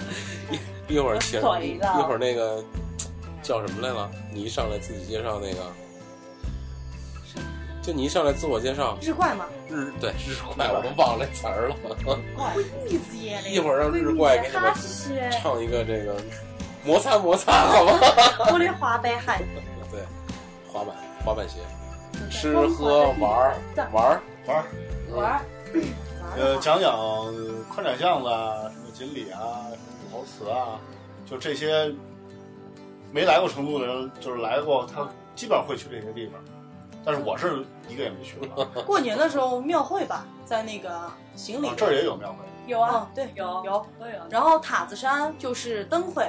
[SPEAKER 3] 一会儿前
[SPEAKER 5] 我腿
[SPEAKER 3] 一
[SPEAKER 5] 了
[SPEAKER 3] 会儿那个叫什么来了？你一上来自己介绍那个，就你一上来自我介绍，
[SPEAKER 2] 日怪嘛，
[SPEAKER 3] 日对日怪我都忘了这词儿了。
[SPEAKER 2] 一直演
[SPEAKER 3] 一
[SPEAKER 2] 的。
[SPEAKER 3] 会儿让日怪给你们
[SPEAKER 5] 他是
[SPEAKER 3] 唱一个这个摩擦摩擦，好吗？
[SPEAKER 2] 我的滑板鞋，
[SPEAKER 3] 对，滑板滑板鞋，吃喝玩儿玩儿，
[SPEAKER 4] 玩儿。
[SPEAKER 5] 玩儿，
[SPEAKER 4] 呃，讲讲呃宽窄巷子啊，什么锦里啊，什么武侯祠啊，就这些没来过成都的人，就是来过，他基本上会去这些地方。但是我是一个也没去过，啊
[SPEAKER 2] 过年的时候庙会吧，在那个行李
[SPEAKER 4] 啊这儿也有庙会，
[SPEAKER 5] 有啊
[SPEAKER 2] 哦，对
[SPEAKER 5] 有
[SPEAKER 2] 有。
[SPEAKER 5] 都有。
[SPEAKER 2] 然后塔子山就是灯会，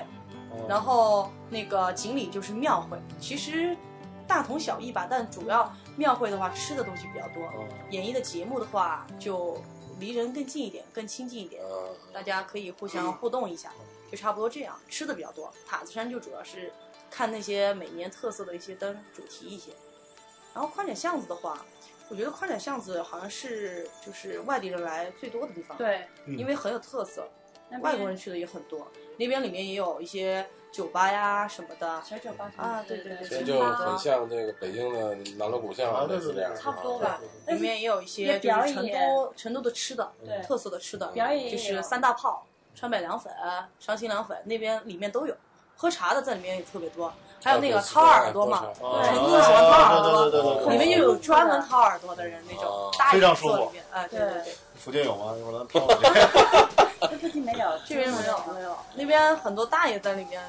[SPEAKER 4] 嗯
[SPEAKER 2] 然后那个锦里就是庙会，其实大同小异吧，但主要庙会的话吃的东西比较多，
[SPEAKER 4] 哦啊
[SPEAKER 2] 演绎的节目的话就离人更近一点，更亲近一
[SPEAKER 5] 呃
[SPEAKER 2] 点，
[SPEAKER 3] 嗯，
[SPEAKER 2] 大家可以互相互动一下，就差不多这样。吃的比较多，塔子山就主要是看那些每年特色的一些灯主题一些，然后宽窄巷子的话。我觉得宽窄巷子好像是就是外地人来最多的地方，，
[SPEAKER 5] 对，嗯
[SPEAKER 2] 因为很有特色，
[SPEAKER 5] 那边
[SPEAKER 2] 外国人去的也很多，那边里面也有一些酒吧呀什么的。
[SPEAKER 5] 小酒吧什么
[SPEAKER 2] 啊
[SPEAKER 5] 之类
[SPEAKER 2] 对对对
[SPEAKER 5] 的
[SPEAKER 3] 所以就很像这个北京的南锣鼓
[SPEAKER 4] 啊
[SPEAKER 3] 巷
[SPEAKER 4] 对
[SPEAKER 3] 类
[SPEAKER 4] 对
[SPEAKER 3] 似这
[SPEAKER 4] 对
[SPEAKER 3] 样，啊
[SPEAKER 5] 差不多吧。但
[SPEAKER 2] 里
[SPEAKER 5] 是
[SPEAKER 2] 面也有一些
[SPEAKER 5] 也
[SPEAKER 2] 就
[SPEAKER 5] 表
[SPEAKER 2] 是成都
[SPEAKER 5] 演
[SPEAKER 2] 成都的吃的，
[SPEAKER 5] 对
[SPEAKER 2] 特色的吃的，
[SPEAKER 5] 表演也
[SPEAKER 2] 就
[SPEAKER 5] 有
[SPEAKER 2] 是三大炮、川北凉粉、伤心凉粉，那边里面都有。喝茶的在里面也特别多，还有那个掏耳朵嘛，
[SPEAKER 3] 啊
[SPEAKER 2] 成都
[SPEAKER 4] 啊
[SPEAKER 2] 的喜欢掏耳朵，
[SPEAKER 4] 对对对对对，
[SPEAKER 2] 里面就有专门掏耳朵的人那种
[SPEAKER 3] 哦，
[SPEAKER 2] 大椅
[SPEAKER 4] 非常
[SPEAKER 2] 子
[SPEAKER 4] 舒服
[SPEAKER 2] 坐里面，哎，对对对，
[SPEAKER 4] 福建有吗？一会儿咱 挑我这个。
[SPEAKER 5] 这附近没有，
[SPEAKER 2] 这边没有没有，那边很多大爷在里面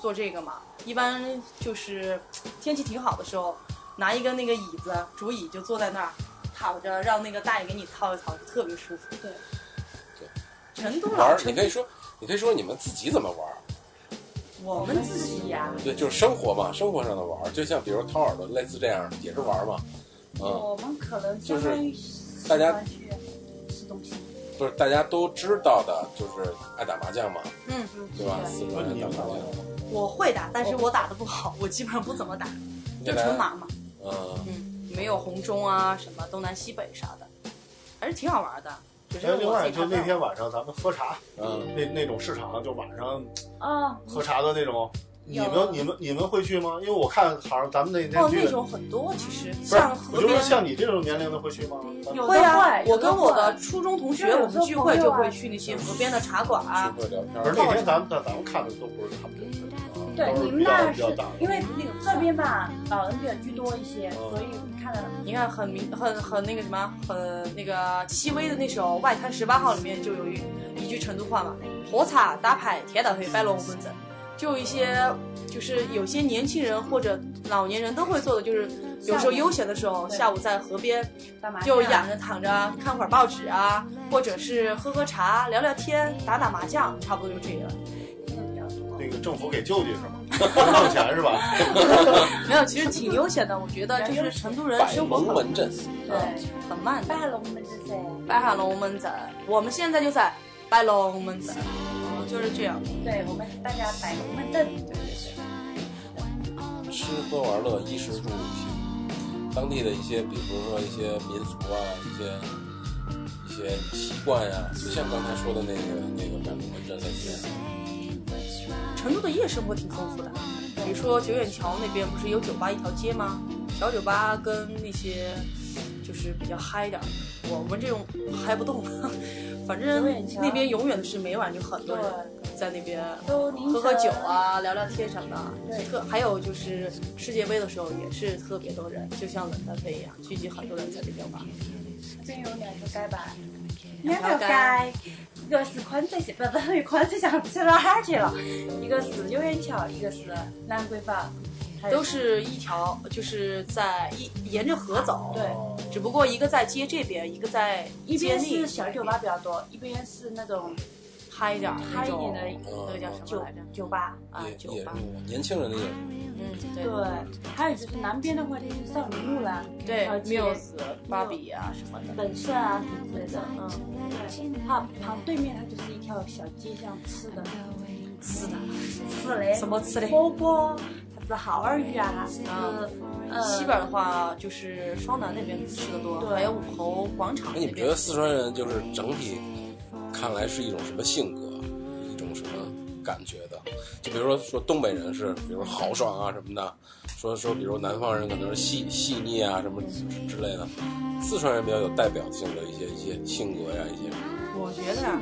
[SPEAKER 2] 做这个嘛，一般就是天气挺好的时候，拿一个那个椅子竹椅就坐在那儿躺着，让那个大爷给你掏一掏，就特别舒服。
[SPEAKER 5] 对
[SPEAKER 3] 对，
[SPEAKER 2] 成都
[SPEAKER 3] 玩
[SPEAKER 2] 老
[SPEAKER 3] 儿，
[SPEAKER 2] 成
[SPEAKER 3] 你
[SPEAKER 2] 都
[SPEAKER 3] 可以，说，你可以说你们自己怎么玩儿。
[SPEAKER 2] 我
[SPEAKER 5] 我
[SPEAKER 2] 们
[SPEAKER 5] 们
[SPEAKER 2] 自
[SPEAKER 5] 自
[SPEAKER 2] 己
[SPEAKER 5] 己呀，
[SPEAKER 3] 对，就是生活嘛，生活上的玩儿，就像比如掏耳朵类似这样，也是玩儿嘛。
[SPEAKER 2] 哦
[SPEAKER 3] 嗯，
[SPEAKER 5] 我们可能相当于喜
[SPEAKER 3] 大家
[SPEAKER 5] 欢去吃东西，
[SPEAKER 3] 不是大家都知道的，就是爱打麻将嘛，
[SPEAKER 2] 嗯，
[SPEAKER 3] 对吧？
[SPEAKER 5] 是
[SPEAKER 3] 四川人打麻将，
[SPEAKER 2] 我会打，但是我打的不好，我基本上不怎么打，
[SPEAKER 3] 你
[SPEAKER 2] 就
[SPEAKER 3] 给大
[SPEAKER 2] 纯
[SPEAKER 3] 家，
[SPEAKER 2] 麻嘛。
[SPEAKER 3] 嗯，
[SPEAKER 2] 嗯，没有红中啊，什么东南西北啥的，还是挺好玩的。只是
[SPEAKER 4] 哎，另
[SPEAKER 2] 我自
[SPEAKER 4] 外
[SPEAKER 2] 己
[SPEAKER 4] 就
[SPEAKER 2] 看不
[SPEAKER 4] 那
[SPEAKER 2] 到
[SPEAKER 4] 天晚上咱们喝茶，
[SPEAKER 3] 嗯，
[SPEAKER 4] 那那种市场就晚上
[SPEAKER 5] 啊，
[SPEAKER 4] 喝茶的那种，你
[SPEAKER 2] 有啊
[SPEAKER 4] 们你们你们会去吗？因为我看好像咱们那
[SPEAKER 2] 哦
[SPEAKER 4] 天，去
[SPEAKER 2] 那
[SPEAKER 4] 的，
[SPEAKER 2] 种很多，其实
[SPEAKER 4] 不是
[SPEAKER 2] 像，
[SPEAKER 4] 我
[SPEAKER 2] 河
[SPEAKER 4] 就说
[SPEAKER 2] 边。
[SPEAKER 4] 像你这种年龄的会去吗？咱们
[SPEAKER 5] 有
[SPEAKER 2] 会啊
[SPEAKER 5] 的，会
[SPEAKER 2] 我跟我
[SPEAKER 5] 有
[SPEAKER 2] 的
[SPEAKER 5] 的会
[SPEAKER 2] 初中同学，
[SPEAKER 5] 就是
[SPEAKER 2] 我
[SPEAKER 5] 有时
[SPEAKER 2] 们
[SPEAKER 5] 候
[SPEAKER 2] 聚会就
[SPEAKER 5] 朋友
[SPEAKER 2] 会
[SPEAKER 5] 啊
[SPEAKER 2] 去那些河边的茶馆啊。
[SPEAKER 3] 聚会聊天
[SPEAKER 4] 可是
[SPEAKER 3] 儿，
[SPEAKER 4] 那天咱们咱咱们看的都不是他们这些，
[SPEAKER 5] 对
[SPEAKER 4] 都是
[SPEAKER 5] 你们
[SPEAKER 4] 比较
[SPEAKER 5] 那
[SPEAKER 4] 比
[SPEAKER 5] 是
[SPEAKER 4] 较大的。嗯
[SPEAKER 5] 因为那个这边吧，老人比较居多一些，所以你看到了
[SPEAKER 2] 你看，很明，很很那个什么，很那个戚薇的那首《外滩十八号》里面就有一一句成都话嘛，“火茶打牌，铁打黑，摆龙门阵”，就有一些就是有些年轻人或者老年人都会做的，就是有时候悠闲的时候，
[SPEAKER 5] 对
[SPEAKER 2] 下午在河边
[SPEAKER 5] 干嘛？
[SPEAKER 2] 就仰着躺着看会儿报纸啊，或者是喝喝茶、聊聊天、打打麻将，差不多就这个了。
[SPEAKER 5] 比较多。
[SPEAKER 4] 那个政府给救济是吗？挣钱是吧？
[SPEAKER 2] 没有，其实挺悠闲的，我觉得就是成都人
[SPEAKER 3] 摆
[SPEAKER 2] 生活
[SPEAKER 3] 龙
[SPEAKER 2] 很
[SPEAKER 3] 门阵，
[SPEAKER 4] 嗯
[SPEAKER 5] 对，
[SPEAKER 2] 很慢的。
[SPEAKER 5] 拜龙门阵噻，
[SPEAKER 2] 摆好龙门阵，我们现在就在摆龙门阵，就是这样。
[SPEAKER 5] 对我们大家摆龙门阵，对对对。
[SPEAKER 3] 吃喝玩乐，衣食住行，当地的一些，比如说一些民俗啊，一些一些习惯呀、就像刚才说的那个那个摆龙门阵类似，
[SPEAKER 2] 成都的夜生活挺丰富的，比如说九眼桥那边不是有酒吧一条街吗？小酒吧跟那些就是比较嗨的，我们这种嗨不动。 反正
[SPEAKER 5] 九眼桥
[SPEAKER 2] 那边永远是每晚就很多人
[SPEAKER 5] 对
[SPEAKER 2] 在那边
[SPEAKER 5] 都凌晨
[SPEAKER 2] 喝喝酒，啊，聊聊天什么的。
[SPEAKER 5] 对
[SPEAKER 2] 特还有就是世界杯的时候也是特别多人，就像冷淡杯一样，聚集很多人在那边玩。
[SPEAKER 5] 这边有两个街吧，
[SPEAKER 2] 两
[SPEAKER 5] 两
[SPEAKER 2] 个
[SPEAKER 5] 个
[SPEAKER 2] 街
[SPEAKER 5] 街，一个是宽窄小，不不是宽窄小吃哪儿去了？一个是九眼桥，一个是南桂坊，还有
[SPEAKER 2] 都是一条，就是在一沿着河走。
[SPEAKER 5] 对，
[SPEAKER 4] 哦
[SPEAKER 2] 只不过一个在街这边，一个在
[SPEAKER 5] 一
[SPEAKER 2] 街
[SPEAKER 5] 边
[SPEAKER 2] 那
[SPEAKER 5] 是小酒吧比较多，一边是那种
[SPEAKER 2] 嗨一点儿那
[SPEAKER 5] 嗨一
[SPEAKER 2] 种嗯
[SPEAKER 5] 点的
[SPEAKER 2] 那个叫什
[SPEAKER 5] 酒
[SPEAKER 2] 么来着？
[SPEAKER 5] 酒吧。
[SPEAKER 2] 啊，酒
[SPEAKER 3] 也也
[SPEAKER 2] 吧。
[SPEAKER 3] 年轻人的也
[SPEAKER 2] 嗯，
[SPEAKER 5] 对，还有就是南边的话就是少林路啦，
[SPEAKER 2] 对
[SPEAKER 5] 然后
[SPEAKER 2] 对
[SPEAKER 5] 街
[SPEAKER 2] ，Muse、芭比啊什么的。
[SPEAKER 5] 本色啊什么的，嗯，对，它旁对面它就是一条小街巷，吃的，
[SPEAKER 2] 是的，
[SPEAKER 5] 吃嘞，
[SPEAKER 2] 什么吃嘞嗯
[SPEAKER 5] 火锅，啥子耗儿鱼啊，啥子，呃，
[SPEAKER 2] 西边的话就是双楠那边吃的多，
[SPEAKER 5] 对
[SPEAKER 2] 还有武侯广场
[SPEAKER 3] 那
[SPEAKER 2] 那
[SPEAKER 3] 哎你们觉
[SPEAKER 2] 边
[SPEAKER 3] 得。四川人就是整体看来是一种什么性格，一种什么感觉的？就比如说说东北人是，比如说豪爽啊什么的，说说比如南方人可能是细细腻啊什么之类的，四川人比较有代表性的一些一些性格呀、一些
[SPEAKER 2] 我觉得啊，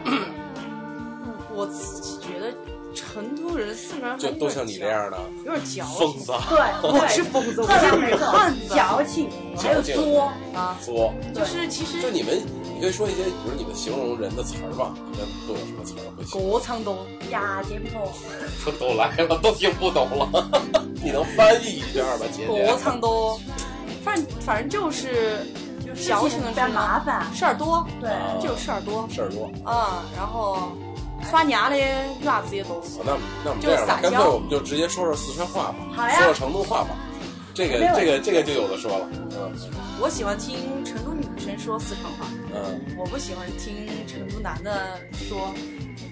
[SPEAKER 2] 我自己觉得成都人四川人
[SPEAKER 3] 就都像你这，样的
[SPEAKER 2] 有点矫情。
[SPEAKER 3] 疯子啊、
[SPEAKER 5] 对，
[SPEAKER 2] 我
[SPEAKER 5] 对
[SPEAKER 2] 是疯子，我
[SPEAKER 5] 这
[SPEAKER 2] 是嗯
[SPEAKER 5] 两
[SPEAKER 2] 女
[SPEAKER 5] 个
[SPEAKER 2] 汉
[SPEAKER 5] 很
[SPEAKER 2] 子
[SPEAKER 5] 矫情，还有作，
[SPEAKER 2] 啊。
[SPEAKER 3] 作。
[SPEAKER 2] 就是其实
[SPEAKER 3] 就你们，你可以说一些，比如你们形容人的词儿吧，你们都有什么词儿会形容？
[SPEAKER 2] 国昌东。
[SPEAKER 5] 牙尖破，
[SPEAKER 3] 都来了，都听不懂了， 你能翻译一下吗，姐姐
[SPEAKER 2] 国？仓都，反反正就是矫情的
[SPEAKER 5] 比较
[SPEAKER 2] 是
[SPEAKER 5] 麻烦，
[SPEAKER 2] 事儿多，
[SPEAKER 5] 对，
[SPEAKER 3] 啊
[SPEAKER 2] 就是事儿多
[SPEAKER 3] 事儿多。
[SPEAKER 2] 啊。然后刷牙嘞，辣子也多。
[SPEAKER 3] 哦那那我们这样吧，
[SPEAKER 2] 就
[SPEAKER 3] 干
[SPEAKER 2] 撒娇
[SPEAKER 3] 脆我们就直接说说四川话吧，
[SPEAKER 5] 好呀
[SPEAKER 3] 说说成都话吧。这个
[SPEAKER 5] 没有
[SPEAKER 3] 这个这个就有的说了，
[SPEAKER 2] 我喜欢听成都女生说四川话，
[SPEAKER 3] 嗯嗯，
[SPEAKER 2] 我不喜欢听成都男的说，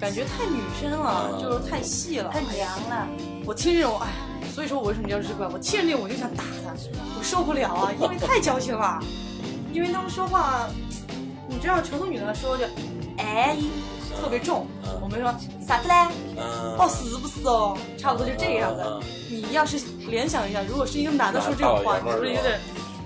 [SPEAKER 2] 感觉太女生了，
[SPEAKER 3] 嗯
[SPEAKER 2] 就是太细了。哎
[SPEAKER 5] 太娘了，
[SPEAKER 2] 我听这种，哎，所以说我为什么叫日怪？我听着这种我就想打他，我受不了啊，因为太矫情了， 因为他们说话，你知道成都女的说就，哎，特别重，
[SPEAKER 3] 嗯
[SPEAKER 2] 我们说啥子嘞？
[SPEAKER 3] 嗯
[SPEAKER 2] 哦，是不是哦？差不多就这个样子。
[SPEAKER 3] 嗯
[SPEAKER 2] 你要是联想一下，如果是一个男的说这种话，你
[SPEAKER 3] 大老爷们儿
[SPEAKER 2] 是不是有点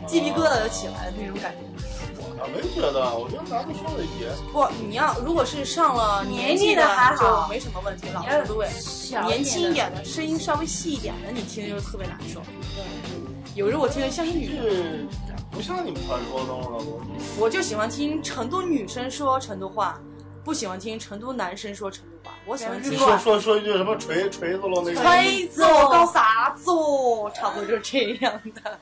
[SPEAKER 2] 鸡皮疙瘩就起来了那种感觉？
[SPEAKER 4] 我没觉得，我觉得咱们说的也
[SPEAKER 2] 不，你要如果是上了年纪
[SPEAKER 5] 年纪的还好
[SPEAKER 2] 就没什么问题，老
[SPEAKER 5] 你
[SPEAKER 2] 无
[SPEAKER 5] 要
[SPEAKER 2] 所谓。
[SPEAKER 5] 小
[SPEAKER 2] 哎年轻一
[SPEAKER 5] 点
[SPEAKER 2] 点的，声音稍微细一点的，你听着就是特别难受。有时候我听着像是女的，
[SPEAKER 4] 是不像你们传说中的我。
[SPEAKER 2] 我就喜欢听成都女生说成都话，不喜欢听成都男生说成都话。我喜欢
[SPEAKER 4] 你
[SPEAKER 2] 听
[SPEAKER 4] 说说说一句什么锤锤子喽那个，
[SPEAKER 2] 吹子我搞啥子哦，差不多就是这样的。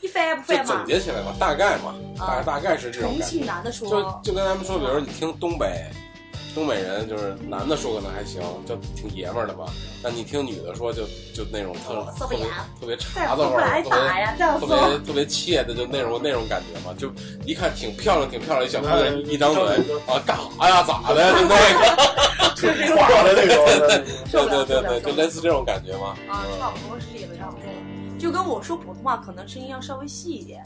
[SPEAKER 2] 你烦不
[SPEAKER 3] 就
[SPEAKER 2] 烦嘛
[SPEAKER 3] 总？结起来吧，大概嘛，
[SPEAKER 2] 啊
[SPEAKER 3] 大大概是这
[SPEAKER 2] 重
[SPEAKER 3] 种
[SPEAKER 5] 啊
[SPEAKER 3] 感觉。
[SPEAKER 2] 庆男的
[SPEAKER 3] 就
[SPEAKER 2] 说，
[SPEAKER 3] 就跟咱们说，比如你听东北，东北人就是男的说可能还行，就挺爷们儿的吧。但你听女的说就，就那种特
[SPEAKER 5] 受
[SPEAKER 3] 特
[SPEAKER 5] 哦不
[SPEAKER 3] 别
[SPEAKER 5] 了
[SPEAKER 3] 特别
[SPEAKER 5] 再
[SPEAKER 3] 碴子
[SPEAKER 5] 说
[SPEAKER 3] 味儿，
[SPEAKER 5] 过来
[SPEAKER 3] 特
[SPEAKER 5] 打
[SPEAKER 3] 别
[SPEAKER 5] 呀，再
[SPEAKER 3] 特
[SPEAKER 5] 说
[SPEAKER 3] 别特别怯的，就那种那种感觉嘛。就一看挺漂亮，挺漂亮一小姑娘，一张嘴啊，干啥呀？咋的？就那个，
[SPEAKER 4] 就是挂的那种。
[SPEAKER 2] 受不了
[SPEAKER 3] 对对对
[SPEAKER 2] 受不了
[SPEAKER 3] 对，就类似这种感觉嘛。
[SPEAKER 2] 啊，
[SPEAKER 3] 嗯
[SPEAKER 2] 差不多是这个样子。就跟我说普通话，可能声音要稍微细一点，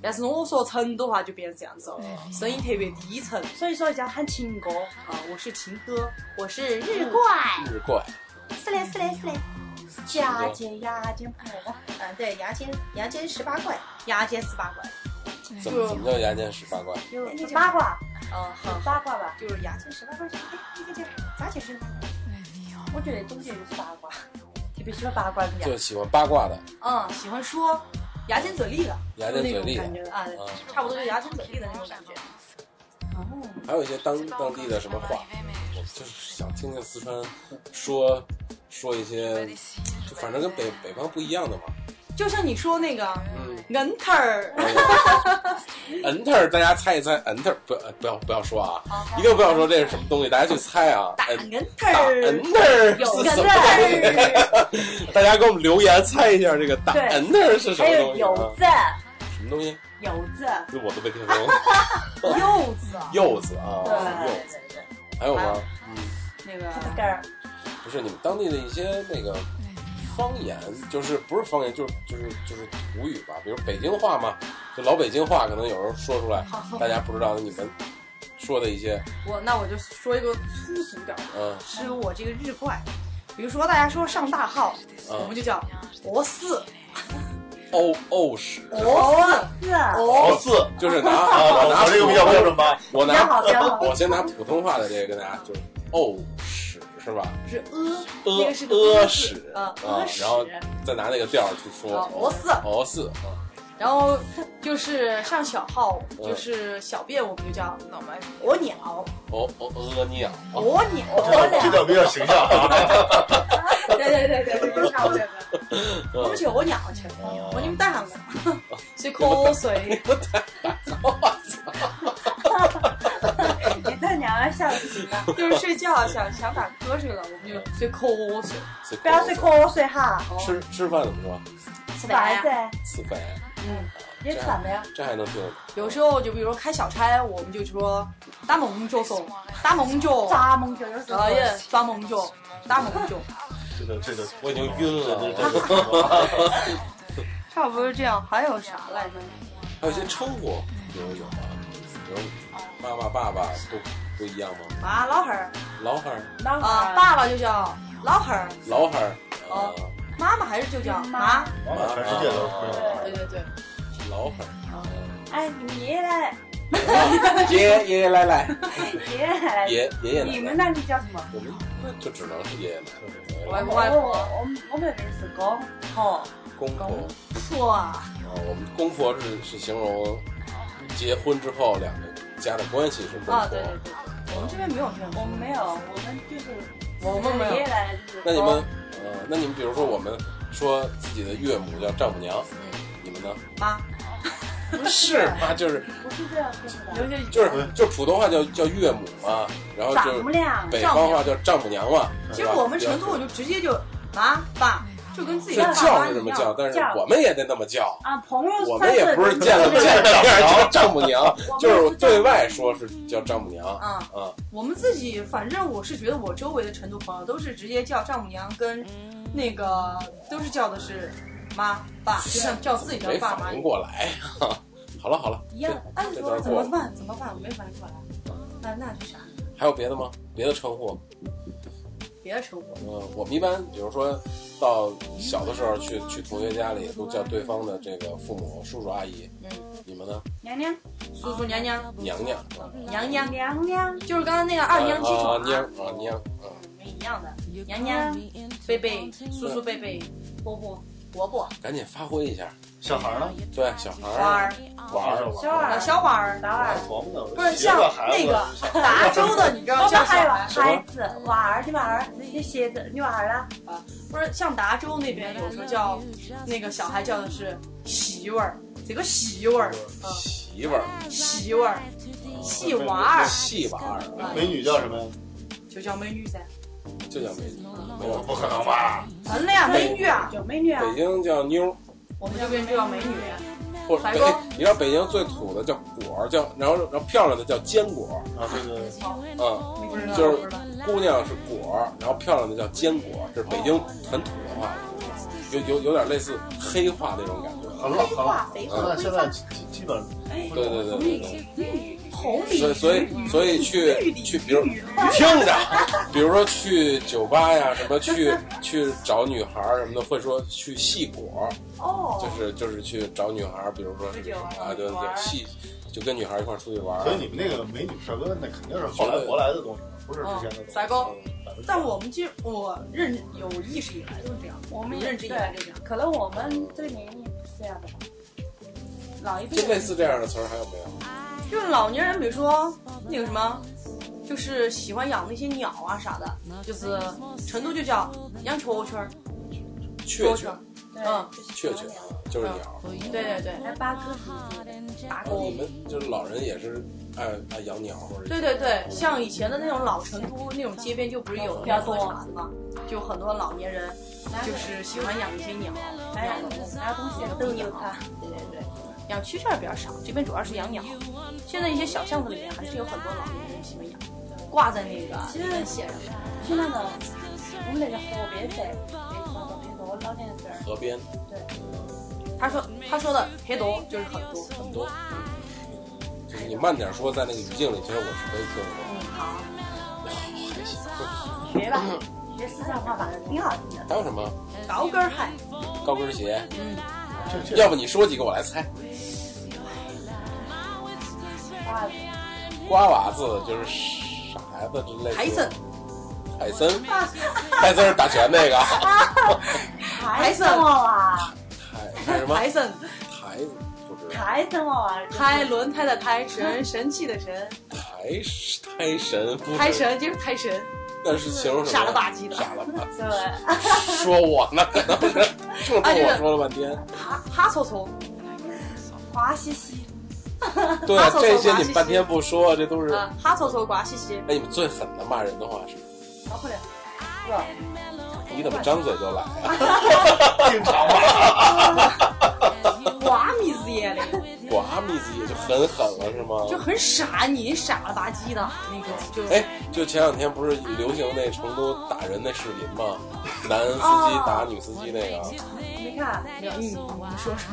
[SPEAKER 2] 但是我说成都话就变成这样子了，声音特别低沉
[SPEAKER 5] 所以说叫喊情歌，
[SPEAKER 2] 啊。我是情歌，我是
[SPEAKER 5] 日
[SPEAKER 2] 日
[SPEAKER 5] 怪，
[SPEAKER 2] 哎
[SPEAKER 3] 日怪，
[SPEAKER 5] 是嘞是嘞是嘞，牙尖牙尖婆，
[SPEAKER 2] 嗯，对，牙尖牙尖十八怪，牙尖十八怪，
[SPEAKER 3] 怎么怎么叫牙尖十八怪？
[SPEAKER 5] 有
[SPEAKER 2] 那就
[SPEAKER 5] 八卦
[SPEAKER 2] 嗯，
[SPEAKER 5] 有
[SPEAKER 2] 好，
[SPEAKER 5] 八卦吧？
[SPEAKER 2] 就是牙尖十八怪，那个叫咋解释呢？
[SPEAKER 5] 我觉得东西就是八卦，特别喜欢八卦的呀
[SPEAKER 3] 就。喜欢八卦的，
[SPEAKER 2] 嗯，喜欢说牙尖嘴利的
[SPEAKER 3] 牙尖嘴利的
[SPEAKER 5] 就那种感。觉
[SPEAKER 2] 啊，
[SPEAKER 3] 嗯
[SPEAKER 2] 差不多就牙尖嘴利的那种感觉。
[SPEAKER 3] 还有一些当当地的什么话，我就是想听听四川说说一些，就反正跟北北方不一样的嘛。
[SPEAKER 2] 就像你说那个
[SPEAKER 3] 嗯
[SPEAKER 2] 恩特儿，
[SPEAKER 3] ，enter，大家猜一猜，enter，不要不要不要说啊，一定不要说这是什么东西，大家去猜啊。
[SPEAKER 2] 哦打
[SPEAKER 3] 嗯
[SPEAKER 2] 恩特
[SPEAKER 3] 打
[SPEAKER 2] 儿，
[SPEAKER 3] enter
[SPEAKER 2] 有
[SPEAKER 3] 是
[SPEAKER 2] 个
[SPEAKER 3] 什
[SPEAKER 2] 字
[SPEAKER 3] 么东
[SPEAKER 2] 儿。
[SPEAKER 3] 西？ 大家给我们留言猜一下这个打
[SPEAKER 5] 对
[SPEAKER 3] enter 是什
[SPEAKER 5] 还
[SPEAKER 3] 么
[SPEAKER 5] 有
[SPEAKER 3] 东西啊？
[SPEAKER 5] 油子，
[SPEAKER 3] 什么东西？
[SPEAKER 5] 油子，
[SPEAKER 3] 这我都没听说过。
[SPEAKER 2] 柚子，
[SPEAKER 3] 柚子啊，
[SPEAKER 5] 对
[SPEAKER 3] 柚子，
[SPEAKER 5] 对对，
[SPEAKER 3] 还有吗？
[SPEAKER 2] 那个
[SPEAKER 5] 这个儿
[SPEAKER 3] 不是你们当地的一些那个方言，就是不是方言，就是就是就是土语吧，比如北京话嘛，就老北京话，可能有时候说出来，大家不知道你们说的一些，
[SPEAKER 2] 我那我就说一个粗俗点儿的，
[SPEAKER 3] 嗯
[SPEAKER 2] 是我这个日怪。比如说大家说上大号，我们
[SPEAKER 3] 嗯，
[SPEAKER 2] 就叫博四，
[SPEAKER 3] 欧欧式，
[SPEAKER 2] 博四，
[SPEAKER 5] 是啊，
[SPEAKER 4] 哦，四
[SPEAKER 3] 哦就是拿
[SPEAKER 4] 啊，
[SPEAKER 3] 我拿
[SPEAKER 4] 我这个比较标准吧？
[SPEAKER 3] 我
[SPEAKER 5] 比较
[SPEAKER 3] 拿
[SPEAKER 5] 好比较好
[SPEAKER 3] 我先拿普通话的这个跟大家就是欧式是吧？
[SPEAKER 2] 是呃，那
[SPEAKER 3] 呃
[SPEAKER 2] 个是个
[SPEAKER 3] 呃
[SPEAKER 2] 字
[SPEAKER 3] 式
[SPEAKER 2] 呃
[SPEAKER 3] 啊
[SPEAKER 2] 呃，式
[SPEAKER 3] 然后再拿那个调儿去说
[SPEAKER 2] 啊俄式
[SPEAKER 3] 俄式啊，
[SPEAKER 2] 然后就是上小号，
[SPEAKER 3] 嗯
[SPEAKER 2] 就是小便，我们就叫脑门鸵鸟，
[SPEAKER 3] 哦哦呃鸟啊
[SPEAKER 2] 鸵鸟，
[SPEAKER 4] 哦这叫比较形象啊。
[SPEAKER 2] 对对对对对，就是这个。我们去鸵鸟去，我给你们带上我，去口水。
[SPEAKER 5] 你这哎娘儿笑死了，
[SPEAKER 2] 就是睡觉想想打瞌睡了，我们就去口水。
[SPEAKER 3] 所以
[SPEAKER 5] 不要睡口水哈，
[SPEAKER 3] 吃吃饭怎么说？
[SPEAKER 5] 吃饭噻，
[SPEAKER 3] 四肥，
[SPEAKER 2] 嗯，
[SPEAKER 5] 你吃饭没有？
[SPEAKER 3] 这还能听？
[SPEAKER 2] 有时候就比如说开小差，我们就说打蒙脚嗦，打蒙脚，
[SPEAKER 5] 抓梦就有时候
[SPEAKER 2] 哎，呀，抓蒙脚，打蒙脚，
[SPEAKER 4] 这个这个
[SPEAKER 3] 我已经晕了，这这这。
[SPEAKER 2] 差不多是这样。还有啥
[SPEAKER 5] 哎
[SPEAKER 2] 来着？
[SPEAKER 3] 还有一些称呼，比如有啊，比如妈妈、爸爸都不一样吗？
[SPEAKER 2] 啊，老汉儿
[SPEAKER 3] 老汉儿、
[SPEAKER 5] 那会
[SPEAKER 2] 啊，
[SPEAKER 5] 儿
[SPEAKER 2] 爸爸就叫老汉儿，
[SPEAKER 3] 老汉儿，
[SPEAKER 2] 哦
[SPEAKER 3] 啊，
[SPEAKER 2] 妈妈还是就叫妈。
[SPEAKER 4] 往往全世界都是。
[SPEAKER 2] 对对对，
[SPEAKER 3] 老汉儿。
[SPEAKER 5] 哎，你们爷爷来，
[SPEAKER 3] 啊爷爷爷爷奶奶，
[SPEAKER 5] 爷爷来，
[SPEAKER 3] 爷爷爷
[SPEAKER 5] 你
[SPEAKER 3] 奶
[SPEAKER 5] 们
[SPEAKER 3] 奶，
[SPEAKER 5] 那里叫什么？
[SPEAKER 3] 我们那就只能是爷爷奶奶
[SPEAKER 2] 外
[SPEAKER 3] 了。
[SPEAKER 2] 公外婆、
[SPEAKER 5] 我们我们那边是公婆，
[SPEAKER 3] 公婆
[SPEAKER 2] 公婆啊，
[SPEAKER 3] 啊，我们公婆是是形容结婚之后两个家的关系是公
[SPEAKER 2] 啊
[SPEAKER 3] 婆。
[SPEAKER 2] 对对对，我们这边没有这种。
[SPEAKER 5] 我们没有，我们就是
[SPEAKER 2] 我们没有
[SPEAKER 5] 爷爷来就是
[SPEAKER 3] 那你
[SPEAKER 5] 公
[SPEAKER 3] 们，呃，那你们比如说我们说自己的岳母叫丈母娘，你们呢？
[SPEAKER 2] 妈，
[SPEAKER 3] 不是妈， 就是
[SPEAKER 5] 不是这样说
[SPEAKER 2] 有
[SPEAKER 5] 的，
[SPEAKER 2] 些
[SPEAKER 3] 就是就是普通话叫叫岳母嘛，然后
[SPEAKER 5] 丈
[SPEAKER 3] 就
[SPEAKER 5] 母娘，
[SPEAKER 3] 北方话叫丈母娘嘛。
[SPEAKER 2] 其
[SPEAKER 3] 是
[SPEAKER 2] 实
[SPEAKER 3] 吧
[SPEAKER 2] 我们成都我就直接就妈爸，就跟自己
[SPEAKER 3] 是
[SPEAKER 2] 的爸
[SPEAKER 3] 叫
[SPEAKER 2] 妈
[SPEAKER 3] 是这
[SPEAKER 2] 一
[SPEAKER 3] 么
[SPEAKER 2] 样。
[SPEAKER 3] 叫，但是
[SPEAKER 5] 叫
[SPEAKER 3] 我们也得那么叫。
[SPEAKER 5] 啊，朋友
[SPEAKER 3] 我
[SPEAKER 5] 三
[SPEAKER 3] 们也
[SPEAKER 5] 个
[SPEAKER 3] 不是
[SPEAKER 5] 人
[SPEAKER 3] 见了
[SPEAKER 5] 对
[SPEAKER 3] 见
[SPEAKER 5] 对
[SPEAKER 3] 了面叫丈母娘， 就是对外说是叫丈母娘
[SPEAKER 2] 啊
[SPEAKER 3] 啊。
[SPEAKER 2] 我们自己，反正我是觉得我周围的成都朋友都是直接叫丈母娘跟那个都是叫的是妈爸，就像叫自己的
[SPEAKER 3] 没
[SPEAKER 2] 爸
[SPEAKER 3] 反
[SPEAKER 2] 妈
[SPEAKER 3] 应。过来。 好了好了，
[SPEAKER 5] 一样
[SPEAKER 2] 哎，你
[SPEAKER 3] 这段
[SPEAKER 2] 说
[SPEAKER 3] 儿
[SPEAKER 2] 怎
[SPEAKER 3] 过
[SPEAKER 2] 么
[SPEAKER 3] 了。
[SPEAKER 2] 办？怎么办？我没反应过来。那那是啥？
[SPEAKER 3] 还有别的吗？别的称呼？
[SPEAKER 2] 别的称呼。
[SPEAKER 3] 嗯，我们一般比如说到小的时候去去同学家里，都叫对方的这个父母叔叔阿姨。
[SPEAKER 2] 嗯，
[SPEAKER 3] 你们呢？
[SPEAKER 5] 娘娘
[SPEAKER 2] 叔叔娘娘，
[SPEAKER 3] 娘娘。
[SPEAKER 2] 娘娘
[SPEAKER 5] 娘娘
[SPEAKER 2] 就是刚刚那个二娘鸡
[SPEAKER 3] 啊
[SPEAKER 2] 爪，
[SPEAKER 3] 娘啊娘。嗯
[SPEAKER 2] 没一样的。娘娘、贝贝、叔叔、贝贝、伯伯、伯伯、
[SPEAKER 3] 赶紧发挥一下。
[SPEAKER 4] 小孩呢？
[SPEAKER 3] 对，小孩
[SPEAKER 2] 花
[SPEAKER 3] 儿
[SPEAKER 2] 儿、
[SPEAKER 3] 玩儿，
[SPEAKER 5] 小
[SPEAKER 2] 啊
[SPEAKER 5] 二
[SPEAKER 2] 小碗儿。
[SPEAKER 5] 老二，
[SPEAKER 4] 琢磨呢，
[SPEAKER 2] 不是像那个 达州的，你知道
[SPEAKER 5] 我们
[SPEAKER 2] 叫
[SPEAKER 5] 还
[SPEAKER 2] 啥
[SPEAKER 5] 有
[SPEAKER 2] 吗？
[SPEAKER 5] 孩子娃儿，你娃儿，你鞋子，你娃儿啊了，
[SPEAKER 2] 不是像达州那边有时候叫那个小孩叫的是媳妇儿，这个媳妇儿，嗯，
[SPEAKER 3] 媳妇儿，
[SPEAKER 2] 媳妇儿，戏娃儿，
[SPEAKER 3] 戏玩儿，哎
[SPEAKER 4] 美女叫什么呀？
[SPEAKER 2] 就叫美女噻，
[SPEAKER 3] 就叫美女，没
[SPEAKER 2] 嗯
[SPEAKER 3] 有
[SPEAKER 4] 不可能吧？
[SPEAKER 2] 真的呀，
[SPEAKER 3] 美
[SPEAKER 2] 美女啊，叫美女啊，
[SPEAKER 3] 北京叫妞儿，
[SPEAKER 2] 我们这边就叫美女，
[SPEAKER 3] 或者
[SPEAKER 2] 白
[SPEAKER 3] 北
[SPEAKER 2] 宫，
[SPEAKER 3] 你知道北京最土的叫果儿，叫然后然后漂亮的叫坚果，
[SPEAKER 4] 啊，对对对，
[SPEAKER 3] 嗯，
[SPEAKER 2] 不知道
[SPEAKER 3] 就是
[SPEAKER 2] 不知道
[SPEAKER 3] 姑娘是果儿，然后漂亮的叫坚果，这是北京很土的话，有有有点类似黑话那种感觉。
[SPEAKER 4] 很老很老，
[SPEAKER 2] 肥
[SPEAKER 4] 现在现在基基基本
[SPEAKER 2] 哎，
[SPEAKER 3] 对对对对对。
[SPEAKER 2] 红鲤
[SPEAKER 3] 所以
[SPEAKER 2] 鱼，
[SPEAKER 3] 所以所以去去，比如你听着，比如说去酒吧呀，什么去去找女孩儿什么的，会说去戏果，
[SPEAKER 2] 哦，
[SPEAKER 3] 就是就是去找女孩儿，比如说是
[SPEAKER 2] 喝酒啊
[SPEAKER 3] 啊，对对
[SPEAKER 2] 玩
[SPEAKER 3] 对，
[SPEAKER 2] 儿
[SPEAKER 3] 戏就跟女孩儿一块儿出去玩儿。
[SPEAKER 4] 所以你们那个美女帅哥那肯定是后来活来的东西，不是之前的东西。
[SPEAKER 2] 撒高。
[SPEAKER 4] 百分之百
[SPEAKER 2] 但我们这我认有意识以来都是这样，
[SPEAKER 5] 我们
[SPEAKER 2] 有
[SPEAKER 5] 也
[SPEAKER 2] 认知以来就这样。
[SPEAKER 5] 可能我们这个年龄不是这样的吧，老一辈
[SPEAKER 3] 就类
[SPEAKER 5] 人
[SPEAKER 3] 似这样的词儿还有没有？
[SPEAKER 2] 就是老年人，比如说那个什么，就是喜欢养那些鸟啊啥的，就是成都就叫养雀窝圈儿，雀
[SPEAKER 3] 雀雀
[SPEAKER 2] 窝圈
[SPEAKER 5] 对
[SPEAKER 2] 嗯
[SPEAKER 5] 就是
[SPEAKER 3] 雀雀
[SPEAKER 5] 小鸟
[SPEAKER 3] 就是鸟。
[SPEAKER 2] 儿对对对，
[SPEAKER 5] 还八哥子
[SPEAKER 2] 打
[SPEAKER 3] 我
[SPEAKER 2] 狗。
[SPEAKER 3] 们就是老人也是爱爱养鸟或者
[SPEAKER 2] 对对对，像以前的那种老成都那种街边，就不是有比较多子嘛，就很多老年人就是喜欢养一些鸟，啊
[SPEAKER 5] 哎呀
[SPEAKER 2] 养，
[SPEAKER 5] 拿东西逗逗它，
[SPEAKER 2] 对对对，养蛐蛐儿比较少，这边主要是养鸟。现在一些小巷子里面还是有很多老年人喜欢养，挂在那个
[SPEAKER 5] 其实
[SPEAKER 2] 写着的
[SPEAKER 5] 去那种我们那个河边噻，那地方都很多老年人在那儿
[SPEAKER 3] 河边
[SPEAKER 2] 他说他说的很多就是很多。
[SPEAKER 3] 很多。就是你慢点说，在那个语境里，其实我是可以听得
[SPEAKER 2] 嗯，好，
[SPEAKER 3] 懂的。还行，
[SPEAKER 5] 学吧，学四川话吧，挺好听的。
[SPEAKER 3] 还有什么
[SPEAKER 2] 高跟儿鞋，
[SPEAKER 3] 高跟鞋？
[SPEAKER 2] 嗯，
[SPEAKER 4] 这这
[SPEAKER 3] 要不你说几个我来猜？
[SPEAKER 5] 哇，
[SPEAKER 3] 瓜娃子就是傻孩子之类的。
[SPEAKER 2] 海参，
[SPEAKER 3] 海参，海参是打拳 那个。
[SPEAKER 2] 啊
[SPEAKER 5] 还什么啊？
[SPEAKER 3] 海海什么？
[SPEAKER 2] 海参，
[SPEAKER 3] 海不知道。
[SPEAKER 5] 还什么啊？
[SPEAKER 2] 胎轮胎的胎，神神气的神，
[SPEAKER 3] 海海神不知道
[SPEAKER 2] 胎，神就是胎神，
[SPEAKER 3] 那是形容什么？
[SPEAKER 2] 傻了吧唧的
[SPEAKER 3] 傻了吧
[SPEAKER 5] 对，
[SPEAKER 3] 唧。说我呢，可能是冲
[SPEAKER 2] 啊
[SPEAKER 3] 冲
[SPEAKER 2] 这
[SPEAKER 3] 我
[SPEAKER 2] 个
[SPEAKER 3] 说了半天。
[SPEAKER 2] 哈哈搓搓，
[SPEAKER 5] 花兮兮，
[SPEAKER 3] 对
[SPEAKER 2] 哈，搜搜
[SPEAKER 3] 这些
[SPEAKER 2] 吧
[SPEAKER 3] 你
[SPEAKER 2] 谢
[SPEAKER 3] 们
[SPEAKER 2] 谢
[SPEAKER 3] 半天不说，这都是。
[SPEAKER 2] 啊，哈搓搓瓜嘻嘻，
[SPEAKER 3] 哎，你们最狠的骂人的话是？
[SPEAKER 5] 搞不了。
[SPEAKER 3] 你怎么张嘴 就来 啊？
[SPEAKER 4] 经常吧？
[SPEAKER 2] 瓜米子耶嘞，
[SPEAKER 3] 寡米子也就很狠了是
[SPEAKER 2] 就
[SPEAKER 3] 吗？
[SPEAKER 2] 很傻，你傻了吧唧的那种，就
[SPEAKER 3] 哎，就前两天不是流行那成都打人那视频吗？男司机
[SPEAKER 2] 哦
[SPEAKER 3] 打女司机那个。
[SPEAKER 5] 你看，
[SPEAKER 2] 嗯，你说说，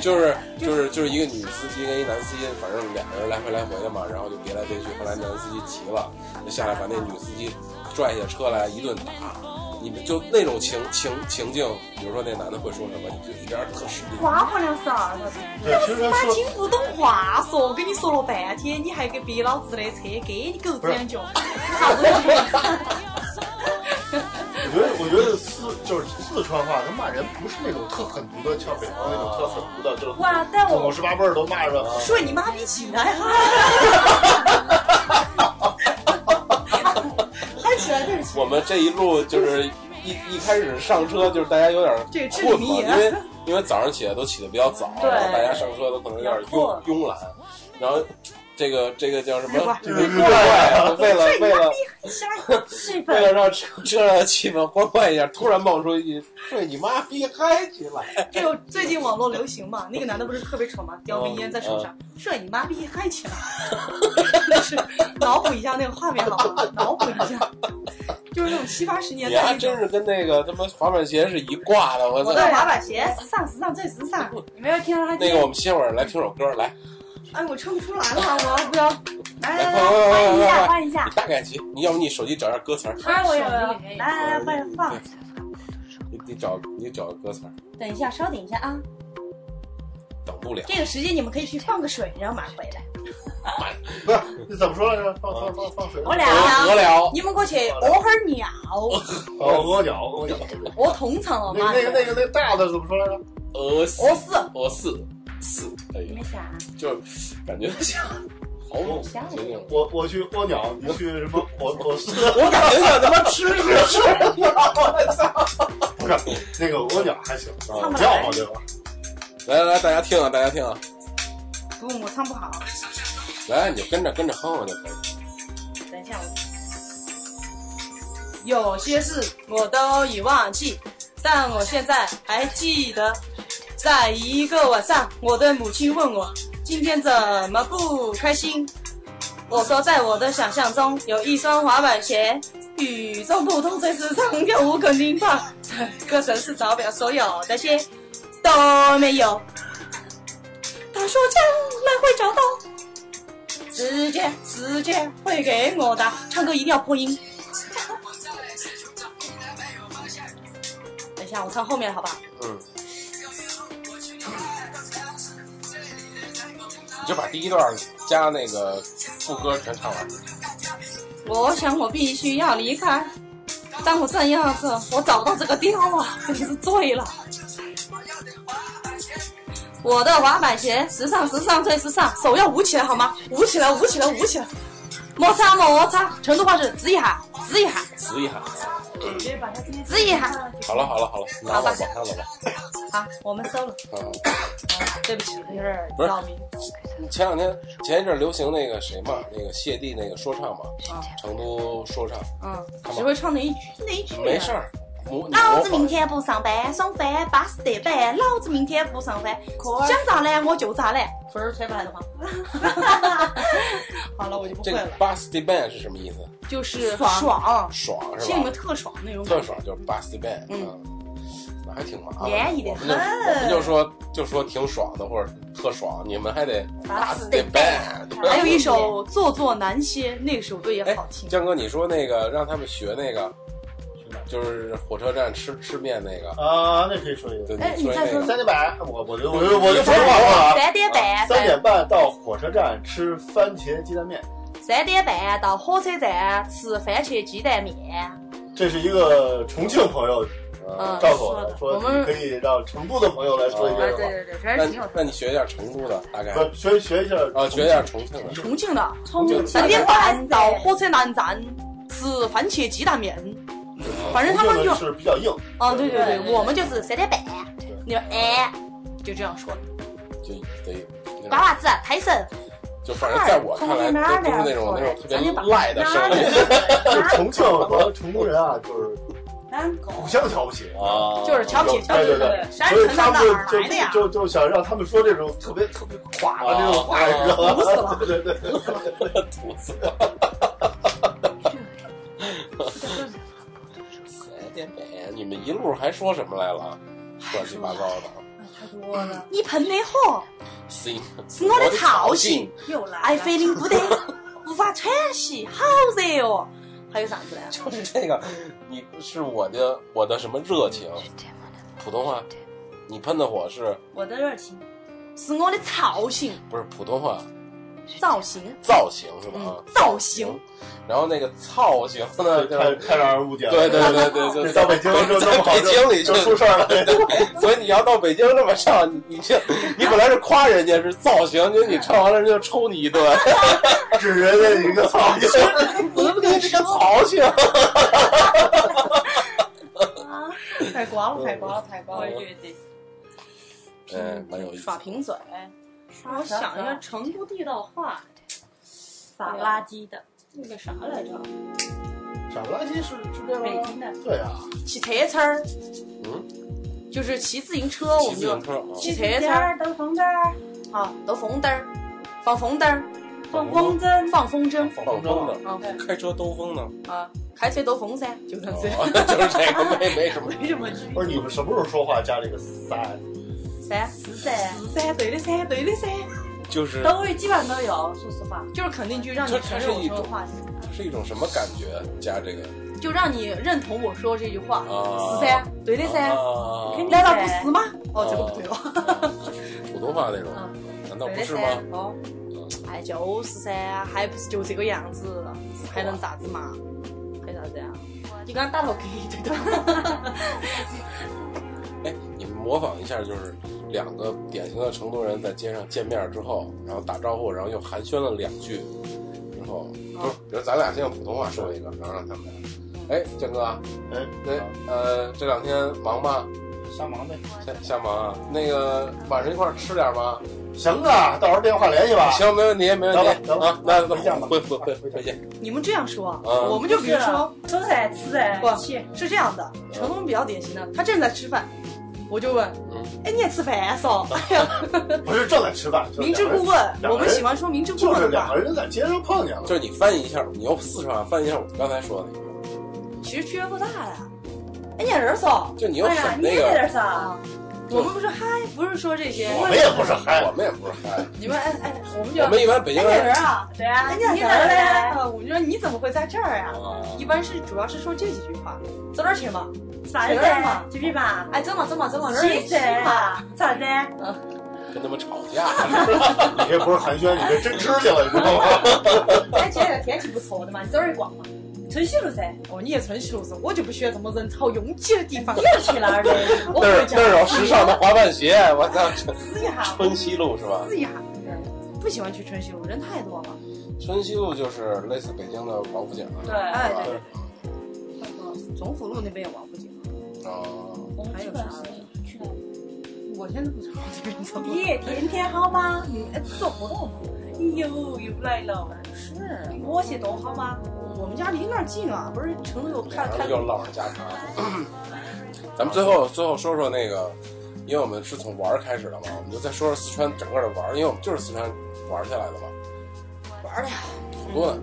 [SPEAKER 3] 就是就是就是一个女司机跟一男司机，反正俩人来回来回的嘛，然后就别来别去。后来男司机急了，就下来把那女司机拽下车来一顿打。你们就那种情情情境，比如说那男的会说什么，你就一边特使劲，
[SPEAKER 5] 花不了啥子。
[SPEAKER 4] 对，其实咱
[SPEAKER 2] 他
[SPEAKER 4] 说
[SPEAKER 2] 听不懂话说，我跟你说了半天，你还给别老子的车给你狗子两脚，啥子东
[SPEAKER 4] 我觉得，我觉得四就是四川话，他骂人不是那种特狠毒的，像北方那种特狠毒的，就是
[SPEAKER 5] 哇，啊但
[SPEAKER 4] 祖
[SPEAKER 5] 我
[SPEAKER 4] 宗十八辈儿都骂着。啊
[SPEAKER 2] 西睡你妈逼起来哈！嗨起来，对不起，
[SPEAKER 3] 我们这一路就是一一开始上车就是大家有点
[SPEAKER 2] 这这
[SPEAKER 3] 困
[SPEAKER 2] 迷
[SPEAKER 3] 嘛，
[SPEAKER 2] 呀
[SPEAKER 3] 因为因为早上起来都起得比较早，
[SPEAKER 5] 对
[SPEAKER 3] 然后大家上车都可能有点慵慵懒，然后这个这个叫什么？
[SPEAKER 4] 这
[SPEAKER 3] 对
[SPEAKER 4] 个
[SPEAKER 3] 对对为了为了
[SPEAKER 5] 气
[SPEAKER 3] 为
[SPEAKER 5] 氛
[SPEAKER 3] 了让车车上的气氛欢快一下，突然冒出一句“对你妈逼嗨起来
[SPEAKER 2] 这个最近网络流行嘛，那个男的不是特别丑嘛，叼根烟在手上，睡你妈逼嗨起来，就是脑补一下那个画面好吗？脑补一下，就是那种七八十”，年
[SPEAKER 3] 你
[SPEAKER 2] 代
[SPEAKER 3] 还
[SPEAKER 2] 那
[SPEAKER 3] 真
[SPEAKER 2] 种。
[SPEAKER 3] 是跟那个他妈滑板鞋是一挂的，我操
[SPEAKER 2] 我！的滑板鞋，时尚时尚最时尚。
[SPEAKER 5] 你没有听到他
[SPEAKER 3] 那个，我们歇会儿来听首歌，来，
[SPEAKER 2] 哎，我唱不出来了，我要不要？
[SPEAKER 5] 来
[SPEAKER 3] 来，
[SPEAKER 5] 来
[SPEAKER 3] 换
[SPEAKER 5] 来，换
[SPEAKER 3] 换换换，
[SPEAKER 5] 一下，换一下
[SPEAKER 3] 你。大概齐，你要不你手机找下歌词儿，嗯
[SPEAKER 5] 哎，我有，来来来，换放。
[SPEAKER 3] 你你找你找个歌词儿，
[SPEAKER 2] 等一下，稍等一下啊，
[SPEAKER 3] 等不了。
[SPEAKER 2] 这个时间你们可以去放个水，然后马上回来。
[SPEAKER 4] 不是你怎么说来着？放放放放水。
[SPEAKER 5] 我俩
[SPEAKER 3] 得了，
[SPEAKER 2] 你们过去屙会儿尿，
[SPEAKER 4] 哦，鹅鸟，鹅鸟。
[SPEAKER 2] 我通畅了
[SPEAKER 4] 那
[SPEAKER 2] 妈
[SPEAKER 4] 那
[SPEAKER 2] 的。
[SPEAKER 4] 个那个那个大的怎么说来着？
[SPEAKER 3] 俄死
[SPEAKER 2] 我死，
[SPEAKER 3] 俄死死，哎呀
[SPEAKER 5] 没，啥，
[SPEAKER 3] 就是感觉像好猛，
[SPEAKER 5] 像
[SPEAKER 3] 情景。
[SPEAKER 4] 我我去蜗鸟，你去什么？我我是
[SPEAKER 3] 我感觉像他妈吃屎吃鸟，我操！
[SPEAKER 4] 不是那个蜗鸟还行，啊
[SPEAKER 3] 唱
[SPEAKER 5] 不
[SPEAKER 4] 叫
[SPEAKER 5] 来
[SPEAKER 4] 嘛对吧？
[SPEAKER 3] 来来来，大家听啊，大家听啊，
[SPEAKER 2] 不，我唱不好。
[SPEAKER 3] 啊来，你就跟着跟着哼哼就可以。
[SPEAKER 5] 等一下，我
[SPEAKER 2] 有些事我都已忘记，但我现在还记得。在一个晚上，我的母亲问我今天怎么不开心。我说，在我的想象中，有一双滑板鞋，与众不同，最时尚又无可拎放。整个城市找表所有的鞋都没有。他说将来会找到，直接直接会给我的。唱歌一定要破音。等一下，我唱后面好吧？
[SPEAKER 3] 嗯，你就把第一段加那个副歌全唱完。
[SPEAKER 2] 我想我必须要离开。当我这样子，我找到这个雕啊，真是醉了。我的滑板鞋，时尚时尚最时尚，手要舞起来好吗？舞起来，舞起来，舞起来！摩擦摩擦，成都话是直一喊，直一喊。
[SPEAKER 3] 死一喊，
[SPEAKER 5] 直接把它直接
[SPEAKER 2] 子怡哈
[SPEAKER 3] 好了好了好了，拿走吧拿走吧。嗯
[SPEAKER 2] 好，我们收了。
[SPEAKER 3] 啊，
[SPEAKER 2] 对不起，有点
[SPEAKER 3] 不是
[SPEAKER 2] 扰民。
[SPEAKER 3] 嗯前两天前一阵流行那个谁嘛，那个谢帝那个说唱嘛，成都说唱，
[SPEAKER 2] 嗯，只会唱那一句那一句。
[SPEAKER 3] 没事。儿，模模
[SPEAKER 2] 老子明
[SPEAKER 3] 仿
[SPEAKER 2] 天不上班，爽翻巴适得板。老子明天不上班，想咋懒我就咋懒。不是吹不来 的吗？好了，我就不
[SPEAKER 3] 这
[SPEAKER 2] 会
[SPEAKER 3] 个
[SPEAKER 2] 了。
[SPEAKER 3] busty band 是什么意思？
[SPEAKER 2] 就是爽，
[SPEAKER 3] 爽是
[SPEAKER 2] 心里面
[SPEAKER 3] 吧？
[SPEAKER 2] 特爽那种感
[SPEAKER 3] 特
[SPEAKER 2] 觉。
[SPEAKER 3] 爽就是 busty band，
[SPEAKER 2] 嗯
[SPEAKER 3] 嗯，那还挺麻烦的。
[SPEAKER 2] 便宜的
[SPEAKER 3] 我们就
[SPEAKER 2] 很
[SPEAKER 3] 我们就说就说挺爽的或者特爽，你们还得 busty
[SPEAKER 5] busty
[SPEAKER 3] band。
[SPEAKER 2] 还有一首《做作难歇》，那首歌也
[SPEAKER 3] 哎
[SPEAKER 2] 好听，。
[SPEAKER 3] 江哥，你说那个让他们学那个，就是火车站吃吃面那个，
[SPEAKER 4] 啊，那可以说一
[SPEAKER 3] 对，
[SPEAKER 4] 个。
[SPEAKER 5] 哎
[SPEAKER 3] 你说
[SPEAKER 5] 你再
[SPEAKER 3] 那
[SPEAKER 5] 说
[SPEAKER 3] 个
[SPEAKER 4] 三点半，我我就我就我就说不好了啊。
[SPEAKER 2] 哎三点半，
[SPEAKER 4] 三点半到火车站吃番茄鸡蛋面，
[SPEAKER 2] 三点半到火车站吃番茄鸡蛋面。
[SPEAKER 4] 这是一个重庆朋友
[SPEAKER 3] 啊
[SPEAKER 2] 嗯
[SPEAKER 4] 告诉我的，
[SPEAKER 2] 说的我
[SPEAKER 4] 说
[SPEAKER 2] 们
[SPEAKER 4] 你可以让成都的朋友来说一
[SPEAKER 3] 啊
[SPEAKER 5] 啊
[SPEAKER 4] 遍
[SPEAKER 5] 对
[SPEAKER 4] 吧。
[SPEAKER 5] 对对，全
[SPEAKER 3] 那
[SPEAKER 5] 是挺
[SPEAKER 3] 你
[SPEAKER 5] 有
[SPEAKER 3] 那你学一点成都的，大概
[SPEAKER 4] 呃学学一下
[SPEAKER 3] 啊，学一下重庆的。
[SPEAKER 2] 重庆的，
[SPEAKER 5] 冲
[SPEAKER 4] 就
[SPEAKER 2] 三点半到火车南站吃番茄鸡蛋面。反正他们就
[SPEAKER 4] 嗯重庆的是比较硬，
[SPEAKER 2] 哦，对对
[SPEAKER 5] 对对
[SPEAKER 2] 对，我们就是三点半，你说哎，就这样说的。
[SPEAKER 3] 就得那
[SPEAKER 2] 瓜
[SPEAKER 3] 种，
[SPEAKER 2] 娃子，啊抬手，
[SPEAKER 3] 就反正在我看来，
[SPEAKER 5] 哪儿
[SPEAKER 3] 都是那种
[SPEAKER 5] 哪
[SPEAKER 3] 那
[SPEAKER 5] 儿
[SPEAKER 3] 种特别
[SPEAKER 5] 咱就把
[SPEAKER 3] 赖的声音
[SPEAKER 4] 就是重庆和成都人啊，就是
[SPEAKER 5] 难搞。
[SPEAKER 4] 互相瞧不起。
[SPEAKER 3] 啊，
[SPEAKER 2] 就是 瞧不起，瞧不
[SPEAKER 4] 对
[SPEAKER 2] 起
[SPEAKER 4] 对
[SPEAKER 2] 他
[SPEAKER 4] 对
[SPEAKER 2] 们，，山
[SPEAKER 4] 所以
[SPEAKER 2] 城
[SPEAKER 4] 他
[SPEAKER 2] 到
[SPEAKER 4] 们
[SPEAKER 2] 哪儿
[SPEAKER 4] 就
[SPEAKER 2] 来的呀？
[SPEAKER 4] 就就就想让他们说这种特别特别垮的
[SPEAKER 3] 哦
[SPEAKER 4] 这种话，你知道吗？
[SPEAKER 2] 啊死了
[SPEAKER 4] 对对 对，
[SPEAKER 3] 吐死三点半，哎你们一路还说什么来了？乱七八糟的。
[SPEAKER 5] 太多了，
[SPEAKER 2] 你喷的火
[SPEAKER 3] 行，
[SPEAKER 2] 是我的操性，
[SPEAKER 5] 又来了。
[SPEAKER 2] 爱飞凌 不得，无法喘息，好热哦。还有啥子来？
[SPEAKER 3] 就是这个，你是我的我的什么热情？普通话，你喷的火是
[SPEAKER 5] 我的热情，
[SPEAKER 2] 是我的操性，
[SPEAKER 3] 不是普通话
[SPEAKER 2] 造型，
[SPEAKER 3] 造型是吧？啊
[SPEAKER 2] 嗯，造型。
[SPEAKER 3] 然后那个造型呢，就
[SPEAKER 4] 太
[SPEAKER 3] 是
[SPEAKER 4] 太让人误解了。
[SPEAKER 3] 对对对对对，
[SPEAKER 4] 这到北京就
[SPEAKER 3] 在
[SPEAKER 4] 这么好，
[SPEAKER 3] 北京里
[SPEAKER 4] 就
[SPEAKER 3] 就
[SPEAKER 4] 出事儿了。
[SPEAKER 3] 所以你要到北京这么唱，你你这你本来是夸人家是造型，结果你唱完了人家就抽你一 顿，
[SPEAKER 4] 指人家一个操 性，
[SPEAKER 3] 我都不跟你这个曹性。
[SPEAKER 2] 太瓜了，太瓜了，太瓜
[SPEAKER 5] 我
[SPEAKER 2] 了
[SPEAKER 5] 也。觉得
[SPEAKER 3] 哎，蛮有意思
[SPEAKER 2] 耍。贫嘴。我
[SPEAKER 5] 啥
[SPEAKER 2] 想一下
[SPEAKER 5] 啥
[SPEAKER 2] 成都地道话，
[SPEAKER 5] 撒垃圾的，
[SPEAKER 2] 那个啥来着？
[SPEAKER 4] 傻不拉几是是这
[SPEAKER 5] 北
[SPEAKER 4] 样
[SPEAKER 5] 京的，
[SPEAKER 4] 对啊，
[SPEAKER 2] 骑车车儿，
[SPEAKER 3] 嗯，
[SPEAKER 2] 就是骑自行车，我
[SPEAKER 3] 骑
[SPEAKER 2] 们
[SPEAKER 3] 自
[SPEAKER 2] 就
[SPEAKER 3] 行车啊，
[SPEAKER 2] 骑车车
[SPEAKER 5] 尖
[SPEAKER 2] 儿
[SPEAKER 5] 儿都红灯儿，
[SPEAKER 2] 啊，兜风灯儿，放风灯儿，
[SPEAKER 3] 放
[SPEAKER 5] 风筝，
[SPEAKER 2] 放风筝
[SPEAKER 3] 放风呢，
[SPEAKER 2] 啊
[SPEAKER 3] 开车兜 风呢，
[SPEAKER 2] 啊，开车兜风噻，就这样子。
[SPEAKER 3] 哦就是这个没没什么。
[SPEAKER 5] 没什么区
[SPEAKER 4] 不是你们什么时候说话加这个三？
[SPEAKER 2] 噻，
[SPEAKER 5] 别噻，
[SPEAKER 2] 是噻，对的噻，对的噻，
[SPEAKER 3] 就是
[SPEAKER 5] 都是基本上都有，说实话。
[SPEAKER 2] 就是肯定句，让你
[SPEAKER 3] 这这
[SPEAKER 2] 承
[SPEAKER 3] 是
[SPEAKER 2] 认我
[SPEAKER 3] 一
[SPEAKER 2] 说的
[SPEAKER 3] 种
[SPEAKER 2] 话，
[SPEAKER 3] 这是一种什么感觉？啊加这个
[SPEAKER 2] 就让你认同我说这句话，
[SPEAKER 3] 啊
[SPEAKER 2] 是噻，对的噻，
[SPEAKER 3] 啊，
[SPEAKER 5] 肯定
[SPEAKER 2] 难道哦不是吗？哦，这个不对哦。
[SPEAKER 3] 普通话那种，
[SPEAKER 2] 啊
[SPEAKER 3] 难道
[SPEAKER 2] 对
[SPEAKER 3] 不
[SPEAKER 2] 的
[SPEAKER 3] 是
[SPEAKER 2] 噻
[SPEAKER 3] 吗？，
[SPEAKER 2] 哦，哎，就是噻，还不是就这个样子，还能咋子嘛？还啥子呀？啊你刚打头给对的，
[SPEAKER 3] 哎，你们模仿一下，就是两个典型的成都人在街上见面之后，然后打招呼，然后又寒暄了两句，之后不是，比如咱俩先用普通话说一个，然后让他们俩。哎，建哥，
[SPEAKER 4] 哎，
[SPEAKER 3] 那呃这两天忙吗？
[SPEAKER 4] 瞎忙呗。
[SPEAKER 3] 瞎瞎忙啊？那个晚上一块儿吃点吗？
[SPEAKER 4] 行啊，到时候电话联系吧。
[SPEAKER 3] 行，没问题，没问
[SPEAKER 4] 得了
[SPEAKER 3] 题
[SPEAKER 4] 得了
[SPEAKER 3] 啊。那那
[SPEAKER 4] 回家吧
[SPEAKER 3] 回回回
[SPEAKER 4] 回
[SPEAKER 3] 回见。
[SPEAKER 2] 你们这样说啊，
[SPEAKER 3] 嗯
[SPEAKER 2] 我们就比如说，
[SPEAKER 5] 吃噻吃噻，
[SPEAKER 2] 不
[SPEAKER 5] 去
[SPEAKER 2] 是这样的，成龙比较典型的，他正在吃饭，我就问
[SPEAKER 3] 嗯，
[SPEAKER 2] 哎，你也吃饭啊嫂？ 哎呀，
[SPEAKER 4] 不是正在吃饭，就是
[SPEAKER 2] 明知故问，
[SPEAKER 4] 两个人
[SPEAKER 2] 我们喜欢说明知故
[SPEAKER 4] 就
[SPEAKER 2] 问
[SPEAKER 4] 是
[SPEAKER 2] 的
[SPEAKER 4] 两
[SPEAKER 2] 话。
[SPEAKER 4] 个人在街上碰见了。
[SPEAKER 3] 就是你翻译一下，你要四川翻译一下我刚才说的那个，
[SPEAKER 2] 其实区别不大呀。哎，你也是嫂。
[SPEAKER 3] 就你要
[SPEAKER 5] 哎呀，
[SPEAKER 3] 很
[SPEAKER 5] 你也
[SPEAKER 3] 那
[SPEAKER 5] 在这
[SPEAKER 3] 个，
[SPEAKER 5] 儿啥？
[SPEAKER 2] 啊，我们不是嗨，不是说这些。
[SPEAKER 4] 我们也不是嗨，
[SPEAKER 3] 我们也不是嗨，
[SPEAKER 2] 你们哎哎，我们就
[SPEAKER 3] 我们一般北
[SPEAKER 2] 哎
[SPEAKER 3] 京
[SPEAKER 2] 你也
[SPEAKER 3] 人
[SPEAKER 2] 是啊，
[SPEAKER 5] 对啊，
[SPEAKER 2] 哎
[SPEAKER 5] 你
[SPEAKER 2] 你也
[SPEAKER 5] 也
[SPEAKER 2] 是
[SPEAKER 5] 在这儿
[SPEAKER 2] 啊
[SPEAKER 5] 噻，
[SPEAKER 2] 啊，我们就说你怎么会在这儿呀？
[SPEAKER 3] 啊，
[SPEAKER 2] 一般是主要是说这几句话，走哪儿去嘛？
[SPEAKER 5] 啥子
[SPEAKER 2] 谁嘛
[SPEAKER 5] 噻？这边吧，
[SPEAKER 2] 哎，走嘛走嘛走嘛，这儿
[SPEAKER 5] 去噻
[SPEAKER 2] 嘛。，
[SPEAKER 5] 咋的？
[SPEAKER 3] 跟他们吵架。
[SPEAKER 4] 你这不是寒暄，你这真吃去了，你知道吗？
[SPEAKER 2] 哎，觉得天气不错的嘛，你走哪儿逛嘛？
[SPEAKER 5] 春熙路噻，
[SPEAKER 2] 哦，你也纯属是，我就不喜欢这么人潮拥挤的地方。
[SPEAKER 5] 又去哪儿了？
[SPEAKER 2] 我
[SPEAKER 3] 那
[SPEAKER 2] 会
[SPEAKER 3] 儿
[SPEAKER 2] 讲
[SPEAKER 3] 那儿有时尚的滑板 鞋，我操，
[SPEAKER 2] 撕一下，
[SPEAKER 3] 春熙路是吧？
[SPEAKER 2] 撕一下。不喜欢去春熙路，人太多了。
[SPEAKER 3] 春熙路就是类似北京的王府井，啊
[SPEAKER 5] 对，
[SPEAKER 2] 哎，对
[SPEAKER 3] 对
[SPEAKER 2] 对对，总府路那边有王府井。
[SPEAKER 3] 哦，
[SPEAKER 5] 我们
[SPEAKER 2] 还
[SPEAKER 5] 去
[SPEAKER 2] 有
[SPEAKER 5] 哪
[SPEAKER 2] 啥
[SPEAKER 5] 儿了？去哪儿了？
[SPEAKER 2] 我现在不知道这边怎么。
[SPEAKER 5] 你也天天好吗？你哎做活动吗？哎呦，又来了，
[SPEAKER 2] 是，
[SPEAKER 5] 我些动好吗？
[SPEAKER 2] 我们家离那儿近啊，不是城里有太太
[SPEAKER 3] 又唠上家 常。咱们最后最后说说那个，因为我们是从玩儿开始的嘛，我们就再说说四川整个的玩儿，因为我们就是四川玩儿下来的嘛，
[SPEAKER 2] 玩的呀。
[SPEAKER 3] 挺多的。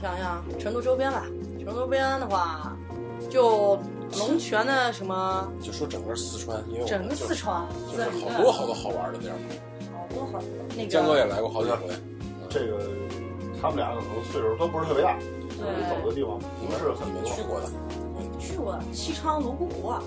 [SPEAKER 2] 想想成都周边吧，成都周边的话，就龙泉的什么
[SPEAKER 3] 就说整个四川，因为我
[SPEAKER 2] 整
[SPEAKER 3] 们
[SPEAKER 2] 个
[SPEAKER 3] 就是
[SPEAKER 2] 四川，
[SPEAKER 3] 就是嗯好多好多好玩儿的地儿。
[SPEAKER 5] 好多好多，
[SPEAKER 2] 那
[SPEAKER 3] 江哥
[SPEAKER 2] 个
[SPEAKER 3] 也来过好几回，
[SPEAKER 4] 这个他们俩可能岁数都不是特别大，
[SPEAKER 5] 对
[SPEAKER 4] 走的地方
[SPEAKER 3] 你
[SPEAKER 4] 不
[SPEAKER 3] 们
[SPEAKER 4] 是很
[SPEAKER 3] 你们
[SPEAKER 4] 多。
[SPEAKER 3] 去过的？
[SPEAKER 2] 去过西昌泸沽湖啊，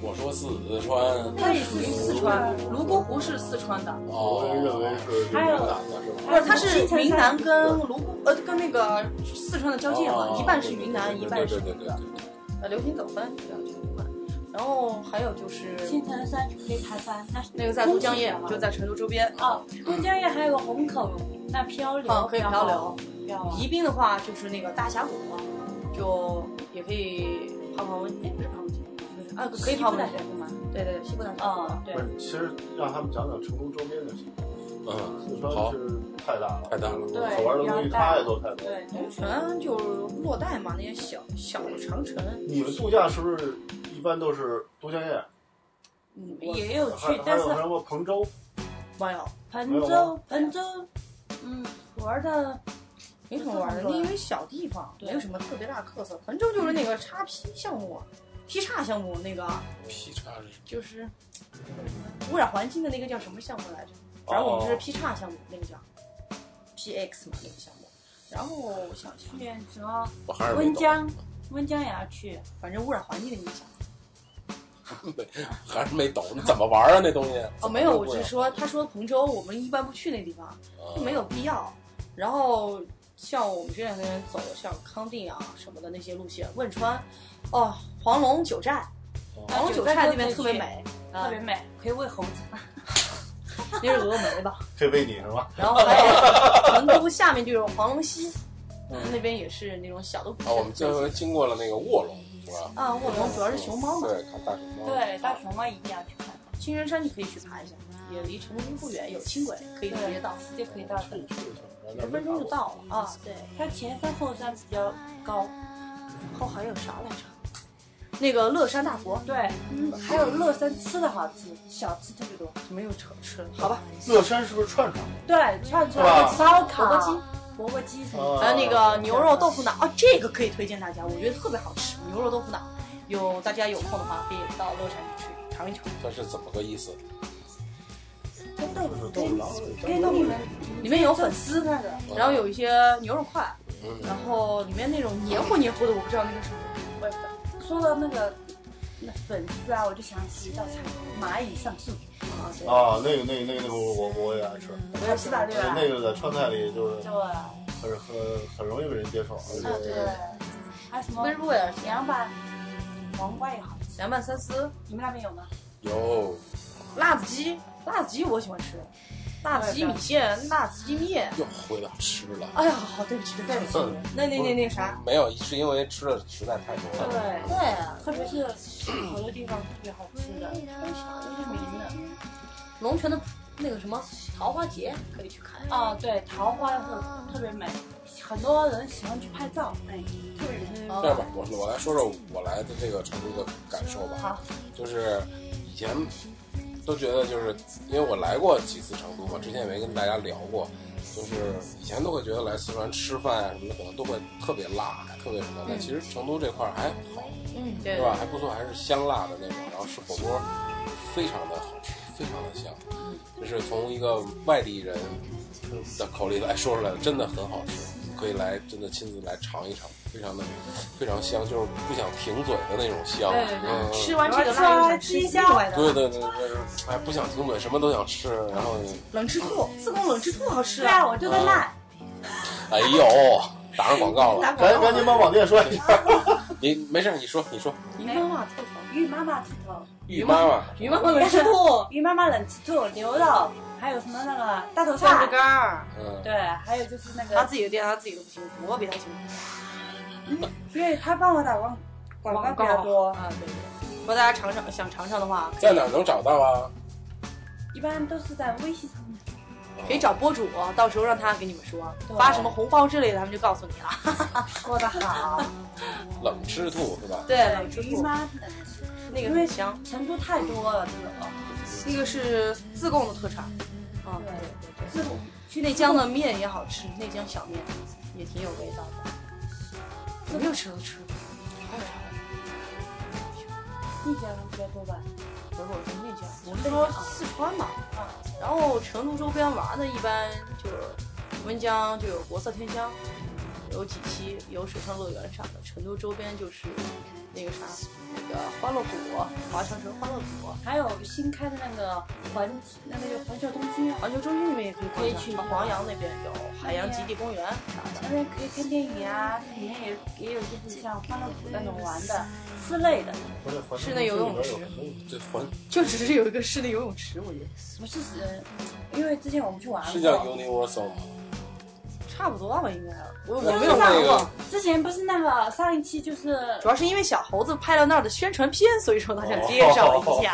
[SPEAKER 3] 我说四川，
[SPEAKER 2] 它也属于四川，泸沽湖是四川的，
[SPEAKER 4] 我
[SPEAKER 3] 哦，
[SPEAKER 4] 认为是云南的是吧？
[SPEAKER 2] 不是它是云南跟泸沽呃跟那个四川的交界嘛，
[SPEAKER 3] 哦
[SPEAKER 2] 一半是云南，一半是
[SPEAKER 3] 对对对对对对
[SPEAKER 2] 呃流行走分这样去嘛。然后还有就是
[SPEAKER 5] 青城山那盘山，那是
[SPEAKER 2] 那个在都江堰，就在成都周边。
[SPEAKER 5] 啊哦，都江堰还有个虹口，那哦漂流，
[SPEAKER 2] 嗯，可以漂流。
[SPEAKER 5] 漂啊，
[SPEAKER 2] 宜宾的话就是那个大峡谷嘛，就也可以泡泡温，哎，不是泡温泉，啊，可以泡
[SPEAKER 5] 西部
[SPEAKER 2] 温
[SPEAKER 5] 大峡
[SPEAKER 2] 泉。
[SPEAKER 5] 谷吗？
[SPEAKER 2] 对对，对，西部大峡谷。
[SPEAKER 5] 哦，对
[SPEAKER 4] 不，是，其实让他们讲讲成都周边的事情。
[SPEAKER 3] 嗯，
[SPEAKER 4] 四川是太大了，
[SPEAKER 3] 太大了。
[SPEAKER 5] 对
[SPEAKER 4] 好玩的东西太多太多。
[SPEAKER 5] 对，
[SPEAKER 2] 龙泉就是洛带嘛，那些小小的长城，
[SPEAKER 4] 你们度假是不是一般都是都江堰？
[SPEAKER 2] 嗯，也
[SPEAKER 5] 也有
[SPEAKER 4] 还
[SPEAKER 5] 去，
[SPEAKER 4] 还
[SPEAKER 5] 但是
[SPEAKER 4] 有什么彭州？
[SPEAKER 2] 没有，
[SPEAKER 5] 彭州，彭州，嗯，玩的
[SPEAKER 2] 没什么玩的，那因为小地方，
[SPEAKER 5] 对
[SPEAKER 2] 没有什么特别大的特色。彭州就是那个叉 P 项目啊劈叉项目那个，啊
[SPEAKER 3] 劈叉是什
[SPEAKER 2] 就是污染环境的那个叫什么项目来着？反正我
[SPEAKER 3] 哦
[SPEAKER 2] 们就是劈叉项目，那个叫 PX 嘛，那个项目。然后我想想，
[SPEAKER 5] 去什么
[SPEAKER 3] 么我还是没
[SPEAKER 5] 温
[SPEAKER 3] 懂，
[SPEAKER 5] 江，温江也要去，
[SPEAKER 2] 反正污染环境的影响。
[SPEAKER 3] 还是没懂，你怎么玩啊那东西？
[SPEAKER 2] 哦，没有，我
[SPEAKER 3] 不啊
[SPEAKER 2] 是说，他说彭州，我们一般不去那地方，没有必要。然后像我们这两天走，像康定啊什么的那些路线，汶川，哦，黄龙九寨，黄龙
[SPEAKER 5] 哦九
[SPEAKER 2] 九
[SPEAKER 5] 寨
[SPEAKER 2] 寨
[SPEAKER 5] 沟
[SPEAKER 2] 那边
[SPEAKER 5] 可以
[SPEAKER 2] 特别
[SPEAKER 5] 去
[SPEAKER 2] 美，
[SPEAKER 5] 特
[SPEAKER 2] 啊
[SPEAKER 5] 别，美，哦可以喂猴子。
[SPEAKER 2] 那是峨眉 吧？
[SPEAKER 4] 这为你是吧？
[SPEAKER 2] 然后还有成都下面就是黄龙溪，
[SPEAKER 5] 嗯
[SPEAKER 2] 那边也是那种小的古
[SPEAKER 3] 啊，我们
[SPEAKER 2] 镇
[SPEAKER 3] 这回经过了那个卧龙，是吧？
[SPEAKER 2] 啊，卧龙主要是熊猫嘛，
[SPEAKER 3] 对，看大熊猫。
[SPEAKER 5] 对，大熊猫一定要去看，
[SPEAKER 2] 青城山你可以去爬一下，也离成都不远，有轻轨可以直接到，
[SPEAKER 5] 直接可以到的。
[SPEAKER 2] 十分钟就到了啊。
[SPEAKER 5] 对，它前山后山比较高，
[SPEAKER 2] 然后还有啥来着？那个乐山大佛，
[SPEAKER 5] 对，嗯，还有乐山吃的好吃，小吃特别多。
[SPEAKER 2] 没有车吃了，好吧。
[SPEAKER 4] 乐山是不是串串？
[SPEAKER 5] 对，串
[SPEAKER 4] 是吧
[SPEAKER 5] 串、烧烤、
[SPEAKER 2] 钵钵鸡、
[SPEAKER 5] 钵钵鸡什么的。
[SPEAKER 4] 还
[SPEAKER 2] 啊还有那个牛肉豆腐脑啊，这个可以推荐大家，我觉得特别好吃。牛肉豆腐脑，有大家有空的话可以到乐山去尝一尝。
[SPEAKER 3] 这是怎么个意思？
[SPEAKER 4] 跟豆腐豆腐脑儿
[SPEAKER 5] 给你们
[SPEAKER 2] 里面有粉丝，
[SPEAKER 5] 那个，
[SPEAKER 2] 然后有一些牛肉块，然后里面那种黏糊黏糊的，我不知道那个什么，我也不知道。
[SPEAKER 5] 说到那个那粉丝啊，我就想起一道菜，蚂蚁上树，
[SPEAKER 2] 啊，对，
[SPEAKER 4] 啊，那个那个那个那个我我我也爱吃，
[SPEAKER 5] 我也是吧，对啊吧？
[SPEAKER 4] 那个在川菜里就是
[SPEAKER 5] 对，
[SPEAKER 4] 很很很容易被人接受，
[SPEAKER 5] 啊
[SPEAKER 4] 而
[SPEAKER 5] 对
[SPEAKER 4] 且。
[SPEAKER 5] 还有什么
[SPEAKER 2] 温如尔
[SPEAKER 5] 凉拌黄瓜也好吃，
[SPEAKER 2] 凉拌三丝，
[SPEAKER 5] 你们那边有吗？
[SPEAKER 3] 有
[SPEAKER 2] 辣子鸡，辣子鸡我喜欢吃，辣子鸡米线，辣子鸡面。
[SPEAKER 3] 又回到吃了，
[SPEAKER 2] 哎呀，好，对不起，对不起，
[SPEAKER 4] 嗯
[SPEAKER 2] 那那那那啥，
[SPEAKER 3] 没有，是因为吃的实在太多了。
[SPEAKER 5] 对
[SPEAKER 2] 对啊，
[SPEAKER 5] 特别嗯是好多地方特别好吃的，都是民的。
[SPEAKER 2] 龙泉的那个什么桃花节可以去看。
[SPEAKER 5] 啊，对，桃花特特别美，很多人喜欢去拍照，哎，特别美。
[SPEAKER 3] 这样吧，我我来说说我来的这个成都的感受吧。
[SPEAKER 5] 好，
[SPEAKER 3] 就是以前都觉得，就是因为我来过几次成都嘛，之前也没跟大家聊过，就是以前都会觉得来四川吃饭啊什么的，可能都会特别辣，特别什么的。其实成都这块儿还好，
[SPEAKER 2] 嗯，对
[SPEAKER 3] 对吧？还不错，还是香辣的那种，然后吃火锅非常的好吃，非常的香，就是从一个外地人的口里来说出来的，真的很好吃。可以来，真的亲自来尝一尝，非常的非常香，就是不想停嘴的那种香。
[SPEAKER 2] 对对对
[SPEAKER 3] 嗯、
[SPEAKER 2] 吃完这个辣又想吃另外的，
[SPEAKER 3] 对对对对，哎，不想停嘴，什么都想吃，然后，
[SPEAKER 2] 冷吃兔，自贡冷吃兔好吃
[SPEAKER 5] 对啊，我就在那。
[SPEAKER 3] 哎呦，打上广告了，
[SPEAKER 4] 赶紧赶紧帮网店说一下。
[SPEAKER 3] 你没事，你说你说，
[SPEAKER 2] 于妈妈兔头，
[SPEAKER 5] 于哎妈妈兔头，
[SPEAKER 3] 玉妈妈，
[SPEAKER 2] 于妈妈冷吃兔，
[SPEAKER 5] 于妈妈冷吃兔、牛肉，还有什么那个大头
[SPEAKER 2] 酱
[SPEAKER 5] 菜
[SPEAKER 2] 子，干儿，
[SPEAKER 3] 嗯，
[SPEAKER 5] 对，还有就是那
[SPEAKER 2] 他
[SPEAKER 5] 个，
[SPEAKER 2] 自己的店他自己都不清楚，我比他清楚。
[SPEAKER 5] 因为他帮我打广广告比较多，
[SPEAKER 2] 啊，对对。哦如果大家尝尝想尝尝的话，
[SPEAKER 3] 在哪儿能找到啊？
[SPEAKER 5] 一般都是在微信上面。
[SPEAKER 2] 可以找博主，到时候让他给你们说，
[SPEAKER 5] 对
[SPEAKER 2] 发什么红包之类的，他们就告诉你了。
[SPEAKER 5] 说的 好，
[SPEAKER 3] 冷吃兔是吧？
[SPEAKER 2] 对，冷吃
[SPEAKER 5] 于
[SPEAKER 2] 兔
[SPEAKER 5] 妈冷
[SPEAKER 2] 那个很香，
[SPEAKER 5] 成都太多了，这种。
[SPEAKER 2] 那个是自贡的特产。啊，
[SPEAKER 5] 对
[SPEAKER 2] 对。
[SPEAKER 5] 这种去
[SPEAKER 2] 内江的面也好吃，内江小面也挺有味道的。我没有吃都吃过，
[SPEAKER 5] 丽江比较多吧？
[SPEAKER 2] 不是我说内江，我们说四川嘛。然后成都周边玩的，一般就是温江就有国色天香，有几期有水上乐园啥的。成都周边就是那个啥，那个欢乐谷，华强城欢乐谷，
[SPEAKER 5] 还有新开的那个环，那个叫环球东京，啊
[SPEAKER 2] 环球中心里面也可以
[SPEAKER 5] 可
[SPEAKER 2] 逛
[SPEAKER 5] 以
[SPEAKER 2] 一
[SPEAKER 5] 去
[SPEAKER 2] 下黄洋那边有海洋极地公园啥的。
[SPEAKER 5] 那边可以看电影啊，里面也也有就是像欢乐谷那种玩的之类的，
[SPEAKER 2] 室内游泳池
[SPEAKER 3] 这环
[SPEAKER 2] 就只是有一个室内游泳池，我觉得
[SPEAKER 5] 不是呃，因为之前我们去玩
[SPEAKER 3] 是叫
[SPEAKER 5] 过，
[SPEAKER 3] Universal 吗？
[SPEAKER 2] 差不多吧，应该。我我
[SPEAKER 3] 那
[SPEAKER 2] 没有
[SPEAKER 3] 那
[SPEAKER 2] 玩
[SPEAKER 3] 个
[SPEAKER 2] 过，
[SPEAKER 5] 之前不是那个上一期就是
[SPEAKER 2] 主要是因为小猴子拍了那儿的宣传片，所以说他想介绍一下。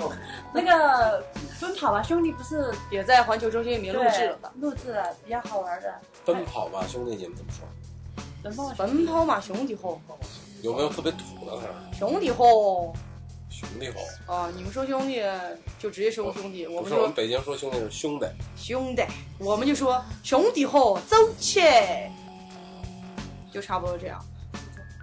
[SPEAKER 5] 那个奔跑吧兄弟不是
[SPEAKER 2] 也在环球中心里面录制了的。
[SPEAKER 5] 对录制了比较好玩的，
[SPEAKER 3] 奔跑吧兄弟，你们怎么说？
[SPEAKER 5] 能帮我
[SPEAKER 2] 奔跑吧兄弟吼，
[SPEAKER 3] 有没有特别土的词儿？
[SPEAKER 2] 兄弟吼
[SPEAKER 3] 兄弟伙，
[SPEAKER 2] 啊！你们说兄弟就直接说兄弟，我们
[SPEAKER 3] 不是我
[SPEAKER 2] 说
[SPEAKER 3] 们北京说兄弟是兄弟，
[SPEAKER 2] 兄弟，我们就说兄弟吼走起，就差不多这样。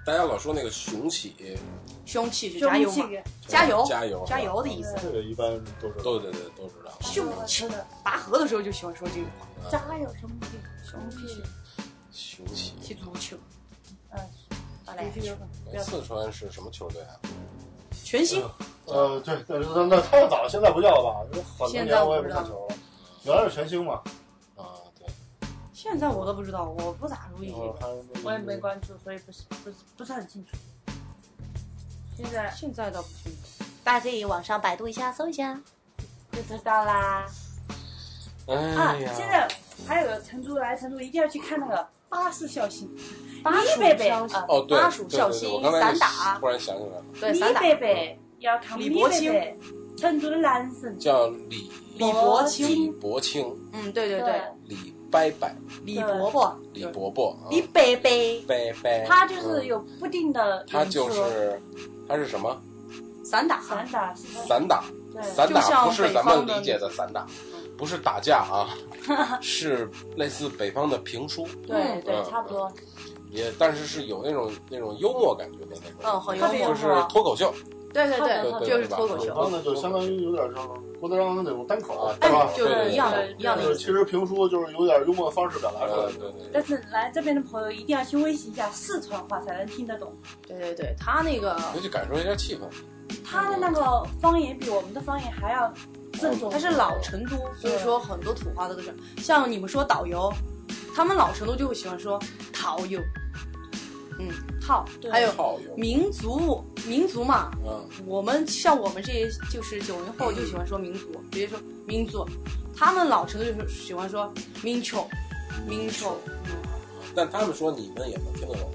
[SPEAKER 3] 大家老说那个雄起，
[SPEAKER 2] 凶气是加油
[SPEAKER 5] 兄
[SPEAKER 2] 嘛？
[SPEAKER 5] 弟
[SPEAKER 2] 加油，
[SPEAKER 3] 加油，
[SPEAKER 2] 加油的意思。
[SPEAKER 4] 这个一般都是
[SPEAKER 3] 对对对，都知道。
[SPEAKER 2] 凶气
[SPEAKER 5] 真的，
[SPEAKER 2] 拔河的时候就喜欢说这句话，
[SPEAKER 5] 加油兄弟兄弟，
[SPEAKER 3] 雄起，
[SPEAKER 2] 踢足球。
[SPEAKER 5] 嗯，
[SPEAKER 2] 打篮球
[SPEAKER 3] 四川是什么球队啊？
[SPEAKER 2] 全新
[SPEAKER 4] 呃对，但是那那太早，现在不叫了吧？因为很多年我也不看球了。原来是全兴嘛，
[SPEAKER 3] 啊，对，
[SPEAKER 2] 现在我都不知道，我不咋注意
[SPEAKER 4] 然。后还有那个
[SPEAKER 5] 我也没关注，所以不是不是不是很清楚。现在
[SPEAKER 2] 现在倒不清楚。
[SPEAKER 7] 大家可以网上百度一下，搜一下。
[SPEAKER 5] 就知道啦。啊
[SPEAKER 3] 哎，
[SPEAKER 2] 啊
[SPEAKER 5] 现
[SPEAKER 3] 呀，
[SPEAKER 5] 在还有个成都来成都一定要去看那个巴士孝心，
[SPEAKER 2] 巴
[SPEAKER 5] 黎
[SPEAKER 2] 蜀
[SPEAKER 5] 贝贝
[SPEAKER 2] 孝心
[SPEAKER 5] 啊，
[SPEAKER 3] 哦对，
[SPEAKER 2] 巴蜀
[SPEAKER 3] 对
[SPEAKER 2] 孝
[SPEAKER 3] 对对
[SPEAKER 2] 心
[SPEAKER 3] 我刚才
[SPEAKER 2] 散打
[SPEAKER 3] 突然想起来了，
[SPEAKER 2] 对，
[SPEAKER 5] 李
[SPEAKER 2] 散打。
[SPEAKER 5] 贝贝要看
[SPEAKER 2] 李
[SPEAKER 5] 李
[SPEAKER 2] 伯
[SPEAKER 5] 贝贝，成都的男神，
[SPEAKER 3] 叫李
[SPEAKER 2] 李伯
[SPEAKER 3] 李
[SPEAKER 2] 清，
[SPEAKER 3] 伯清，
[SPEAKER 2] 嗯，对对
[SPEAKER 5] 对
[SPEAKER 2] 对，
[SPEAKER 3] 李
[SPEAKER 2] 李伯
[SPEAKER 3] 伯伯，
[SPEAKER 2] 伯，
[SPEAKER 3] 李伯伯，啊
[SPEAKER 2] 李贝贝，
[SPEAKER 3] 伯伯，
[SPEAKER 5] 他就是有不定的
[SPEAKER 3] 嗯，他
[SPEAKER 5] 人数，
[SPEAKER 2] 哦
[SPEAKER 3] 就是他是什么？
[SPEAKER 2] 散打，
[SPEAKER 5] 散打是吧
[SPEAKER 3] 散打，
[SPEAKER 5] 对
[SPEAKER 3] 散
[SPEAKER 2] 就
[SPEAKER 3] 打
[SPEAKER 2] 像
[SPEAKER 3] 不是
[SPEAKER 2] 北
[SPEAKER 3] 咱们
[SPEAKER 2] 方的嗯
[SPEAKER 3] 理解的散打，不是打架 啊，是类似北方的评书，
[SPEAKER 5] 对对
[SPEAKER 3] 嗯
[SPEAKER 5] 差不多，
[SPEAKER 3] 也但是是有那种那种幽默感觉的那种，
[SPEAKER 2] 嗯，很
[SPEAKER 5] 特
[SPEAKER 2] 幽
[SPEAKER 5] 别
[SPEAKER 2] 默
[SPEAKER 3] 就，是脱口秀
[SPEAKER 2] 对对
[SPEAKER 5] 对
[SPEAKER 3] 对对
[SPEAKER 2] 就是脱口
[SPEAKER 3] 对
[SPEAKER 4] 北
[SPEAKER 2] 秀，
[SPEAKER 4] 方的就相当于有点像郭德纲那种单口
[SPEAKER 3] 啊，，
[SPEAKER 4] 对吧？
[SPEAKER 2] 哎就
[SPEAKER 3] 对
[SPEAKER 2] 是一样
[SPEAKER 5] 对
[SPEAKER 2] 的
[SPEAKER 5] 对，
[SPEAKER 2] 一样
[SPEAKER 4] 就
[SPEAKER 2] 的
[SPEAKER 4] 是
[SPEAKER 2] 意
[SPEAKER 4] 其
[SPEAKER 2] 思。
[SPEAKER 4] 实评书就是有点幽默的方式表达出
[SPEAKER 3] 呃
[SPEAKER 4] 来的。
[SPEAKER 3] 对对对，
[SPEAKER 5] 但是来这边的朋友一定要去温习一下四川话才能听得懂，
[SPEAKER 2] 对对对，他那个
[SPEAKER 3] 回去感受一下气氛，
[SPEAKER 5] 他的那个方言比我们的方言还要正宗，
[SPEAKER 2] 他是老成都，所以说很多土话都是，像你们说导游，他们老成都就会喜欢说导游，嗯，套，
[SPEAKER 5] 对
[SPEAKER 2] 还有
[SPEAKER 3] 套友，
[SPEAKER 2] 民族民族嘛，
[SPEAKER 3] 嗯，
[SPEAKER 2] 我们像我们这些就是九零后就喜欢说民族，直接说民族，他们老成都就是喜欢说民族，民族，
[SPEAKER 3] 但他们说你们也能听得懂，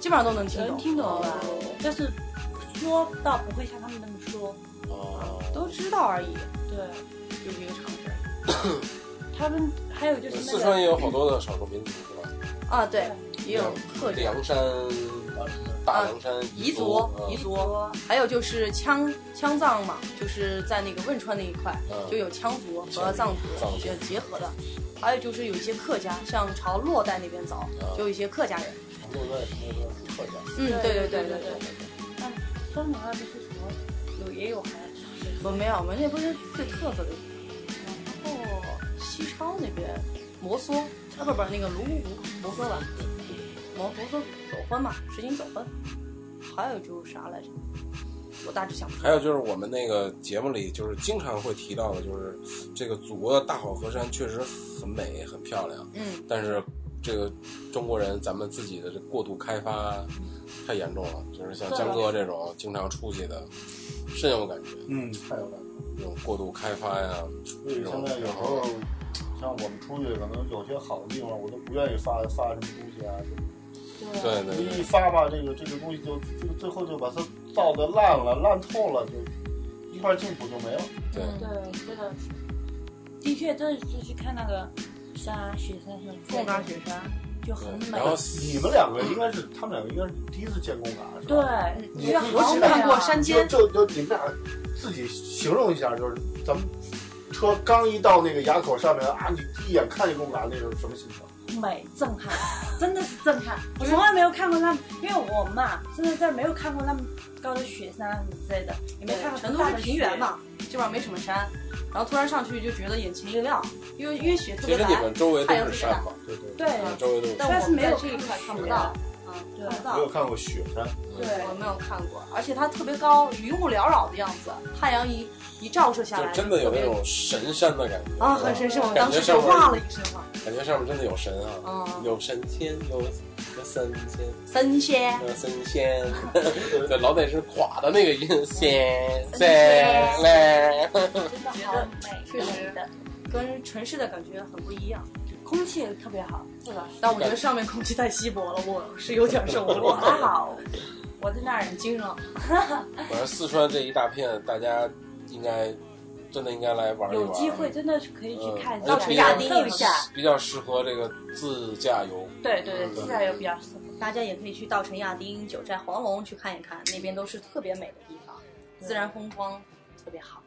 [SPEAKER 2] 基本上都能听
[SPEAKER 5] 能
[SPEAKER 2] 懂，
[SPEAKER 5] 听懂吧？但是说到不会像他们那么说，
[SPEAKER 2] 啊
[SPEAKER 3] 哦，
[SPEAKER 2] 都知道而已，
[SPEAKER 5] 对。
[SPEAKER 2] 就是一个常识。
[SPEAKER 5] 他们还有就是
[SPEAKER 3] 四
[SPEAKER 5] 那
[SPEAKER 3] 川
[SPEAKER 5] 个
[SPEAKER 3] 也有好多的少数民族，是吧？
[SPEAKER 8] 啊，对，也有客人，
[SPEAKER 3] 凉山、大凉山
[SPEAKER 2] 啊彝
[SPEAKER 3] 族嗯
[SPEAKER 2] 族，，彝族，还有就是羌羌藏嘛，就是在那个汶川那一块，
[SPEAKER 3] 嗯
[SPEAKER 2] 就有羌族和藏
[SPEAKER 3] 藏族
[SPEAKER 2] 族也结合的。还有就是有一些客家，像朝洛带那边走
[SPEAKER 3] 嗯，
[SPEAKER 2] 就有一些客家人。
[SPEAKER 3] 那边什么什么客家，
[SPEAKER 2] 嗯，对对对对对，
[SPEAKER 5] 双门那就是什么有也有还
[SPEAKER 2] 我没有，我们那不是最特色的。然后西昌那边摩梭，啊不不，那个泸沽湖摩梭吧，摩摩梭走婚嘛，石井走婚。还有就是啥来着？我大致想不出来。
[SPEAKER 3] 还有就是我们那个节目里，就是经常会提到的，就是这个祖国的大好河山确实很美、很漂亮，
[SPEAKER 2] 嗯，
[SPEAKER 3] 但是这个中国人咱们自己的这过度开发太严重了，就是像江哥这种经常出去的，深有感觉，
[SPEAKER 4] 嗯，太有感觉。
[SPEAKER 3] 这种过度开发呀，
[SPEAKER 4] 所以现在有时候，像我们出去，可能有些好的地方，我都不愿意发发什么东西啊。
[SPEAKER 3] 对对对
[SPEAKER 4] 一发吧，这个这个东西就就最后就把它造的烂了，烂透了，就一块净土就没了。
[SPEAKER 3] 对，
[SPEAKER 2] 嗯
[SPEAKER 5] 对，这个的确，这就是看那个山雪山什么，
[SPEAKER 2] 贡嘎雪山，
[SPEAKER 5] 就很
[SPEAKER 3] 对
[SPEAKER 5] 美
[SPEAKER 3] 然。后
[SPEAKER 4] 你们两个应该是，他们两个应该是第一次见贡嘎，是
[SPEAKER 5] 对
[SPEAKER 4] 吧？，
[SPEAKER 5] 你
[SPEAKER 4] 你
[SPEAKER 5] 是
[SPEAKER 4] 你
[SPEAKER 5] 好
[SPEAKER 4] 只
[SPEAKER 5] 美啊
[SPEAKER 2] 看过山
[SPEAKER 4] 就
[SPEAKER 2] 间，
[SPEAKER 4] 就就你们俩自己形容一下，就是咱们车刚一到那个垭口上面啊，你第一眼看见贡嘎那种什么心情？
[SPEAKER 5] 美震撼，真的是震撼！我从来没有看过那么，因为我嘛，真的在没有看过那么高的雪山什么之类的，也没看过
[SPEAKER 2] 成都
[SPEAKER 5] 大
[SPEAKER 2] 是
[SPEAKER 5] 的
[SPEAKER 2] 平原，嘛，基本上没什么山。然后突然上去就觉得眼前一亮，因为因为雪特
[SPEAKER 3] 其
[SPEAKER 2] 别
[SPEAKER 3] 实
[SPEAKER 2] 白
[SPEAKER 3] 你，们周围
[SPEAKER 2] 哎
[SPEAKER 3] 都是山嘛，
[SPEAKER 4] 对对，
[SPEAKER 5] 对，
[SPEAKER 3] 啊周围都是山
[SPEAKER 2] 但我
[SPEAKER 5] 但是
[SPEAKER 2] 们
[SPEAKER 5] 没
[SPEAKER 2] 在
[SPEAKER 5] 有
[SPEAKER 2] 这一块看不
[SPEAKER 5] 雪
[SPEAKER 2] 到，啊，
[SPEAKER 5] 对
[SPEAKER 2] 看不
[SPEAKER 4] 没有
[SPEAKER 2] 到。嗯
[SPEAKER 4] 看过雪山，
[SPEAKER 5] 对
[SPEAKER 2] 我没有看过，而且它特别高，云雾缭绕的样子，太阳一一照射下来，
[SPEAKER 3] 就真的有那种神山的感觉
[SPEAKER 2] 啊，很神圣。我
[SPEAKER 3] 感
[SPEAKER 2] 当
[SPEAKER 3] 觉
[SPEAKER 2] 时
[SPEAKER 3] 上
[SPEAKER 2] 就
[SPEAKER 3] 面
[SPEAKER 2] 哇了一声嘛，
[SPEAKER 3] 感觉上面真的有神啊，
[SPEAKER 2] 啊，
[SPEAKER 3] 有神仙，有有神仙。
[SPEAKER 2] 神仙，
[SPEAKER 3] 神 仙，对，老得是垮的那个音，仙仙嘞，
[SPEAKER 5] 真的好
[SPEAKER 3] 啊
[SPEAKER 5] 美，
[SPEAKER 2] 确实跟城市的感觉很不一样。
[SPEAKER 5] 空气也特别好，是吧？
[SPEAKER 2] 但我觉得上面空气太稀薄了，我是有点受不
[SPEAKER 5] 我
[SPEAKER 2] 了，
[SPEAKER 5] 还 好，我在那儿很惊了，
[SPEAKER 3] 反正四川这一大片，大家应该真的应该来玩一玩。
[SPEAKER 5] 有机会真的是可以去看一下，
[SPEAKER 3] 到
[SPEAKER 8] 城
[SPEAKER 3] 亚
[SPEAKER 8] 亚丁一下，
[SPEAKER 3] 比较适合这个自驾游。
[SPEAKER 5] 对对
[SPEAKER 3] 嗯
[SPEAKER 5] 对，自驾游比较适合。
[SPEAKER 2] 大家也可以去稻城亚丁、九寨黄龙去看一看，那边都是特别美的地方，自然风光特别好，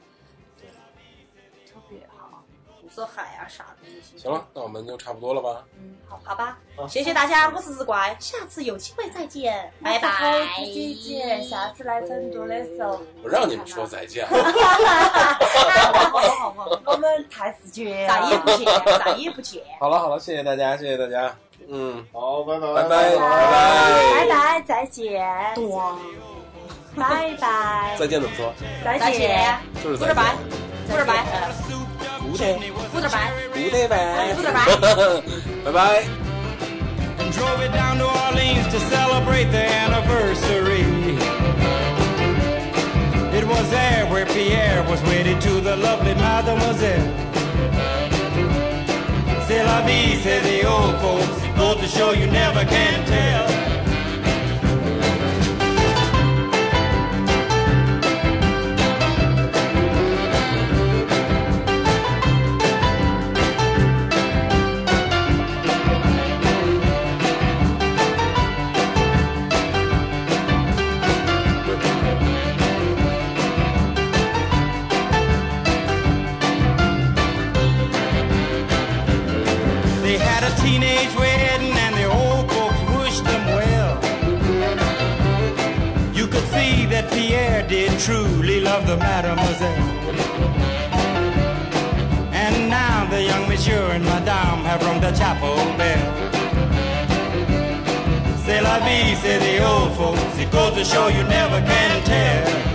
[SPEAKER 5] 特别好，
[SPEAKER 2] 五色海啊啥的那些。
[SPEAKER 3] 行了，，那我们就差不多了吧？
[SPEAKER 2] 嗯，好，好吧
[SPEAKER 4] 好，
[SPEAKER 2] 谢谢大家，我是四拐，下次有机会再见，拜拜。
[SPEAKER 5] 再见，下次来成都的 时候，
[SPEAKER 3] 我让你们说再见，
[SPEAKER 5] 好不好？我们太直觉
[SPEAKER 2] 咋
[SPEAKER 5] 了
[SPEAKER 2] 也不见，咋也不见。
[SPEAKER 3] 好了好了，谢谢大家，谢谢大家，嗯，
[SPEAKER 4] 好，拜拜
[SPEAKER 3] 拜拜
[SPEAKER 5] 拜
[SPEAKER 3] 拜拜，
[SPEAKER 5] 拜，再见，拜拜，
[SPEAKER 3] 再见怎么说？
[SPEAKER 5] 再
[SPEAKER 2] 再
[SPEAKER 5] 见
[SPEAKER 2] 见。，
[SPEAKER 3] 就是
[SPEAKER 2] 扶
[SPEAKER 3] 再
[SPEAKER 2] 着
[SPEAKER 3] 见
[SPEAKER 2] 白，，扶着白，
[SPEAKER 3] 不对，
[SPEAKER 2] 扶着白。
[SPEAKER 3] 不对呗，
[SPEAKER 2] 不对白
[SPEAKER 3] 拜拜。
[SPEAKER 1] and drove it down to Orleans to celebrate the anniversary. It was there where Pierre was wedded to the lovely mademoiselle. C'est la vie, say the old folks. Goes to show you never can tell. They had a teenage wedding and the old folks wished them well. You could see that Pierre did truly love the mademoiselle. And now the young monsieur and madame have rung the chapel bell. C'est la vie, say the old folks. It goes to show you never can tell.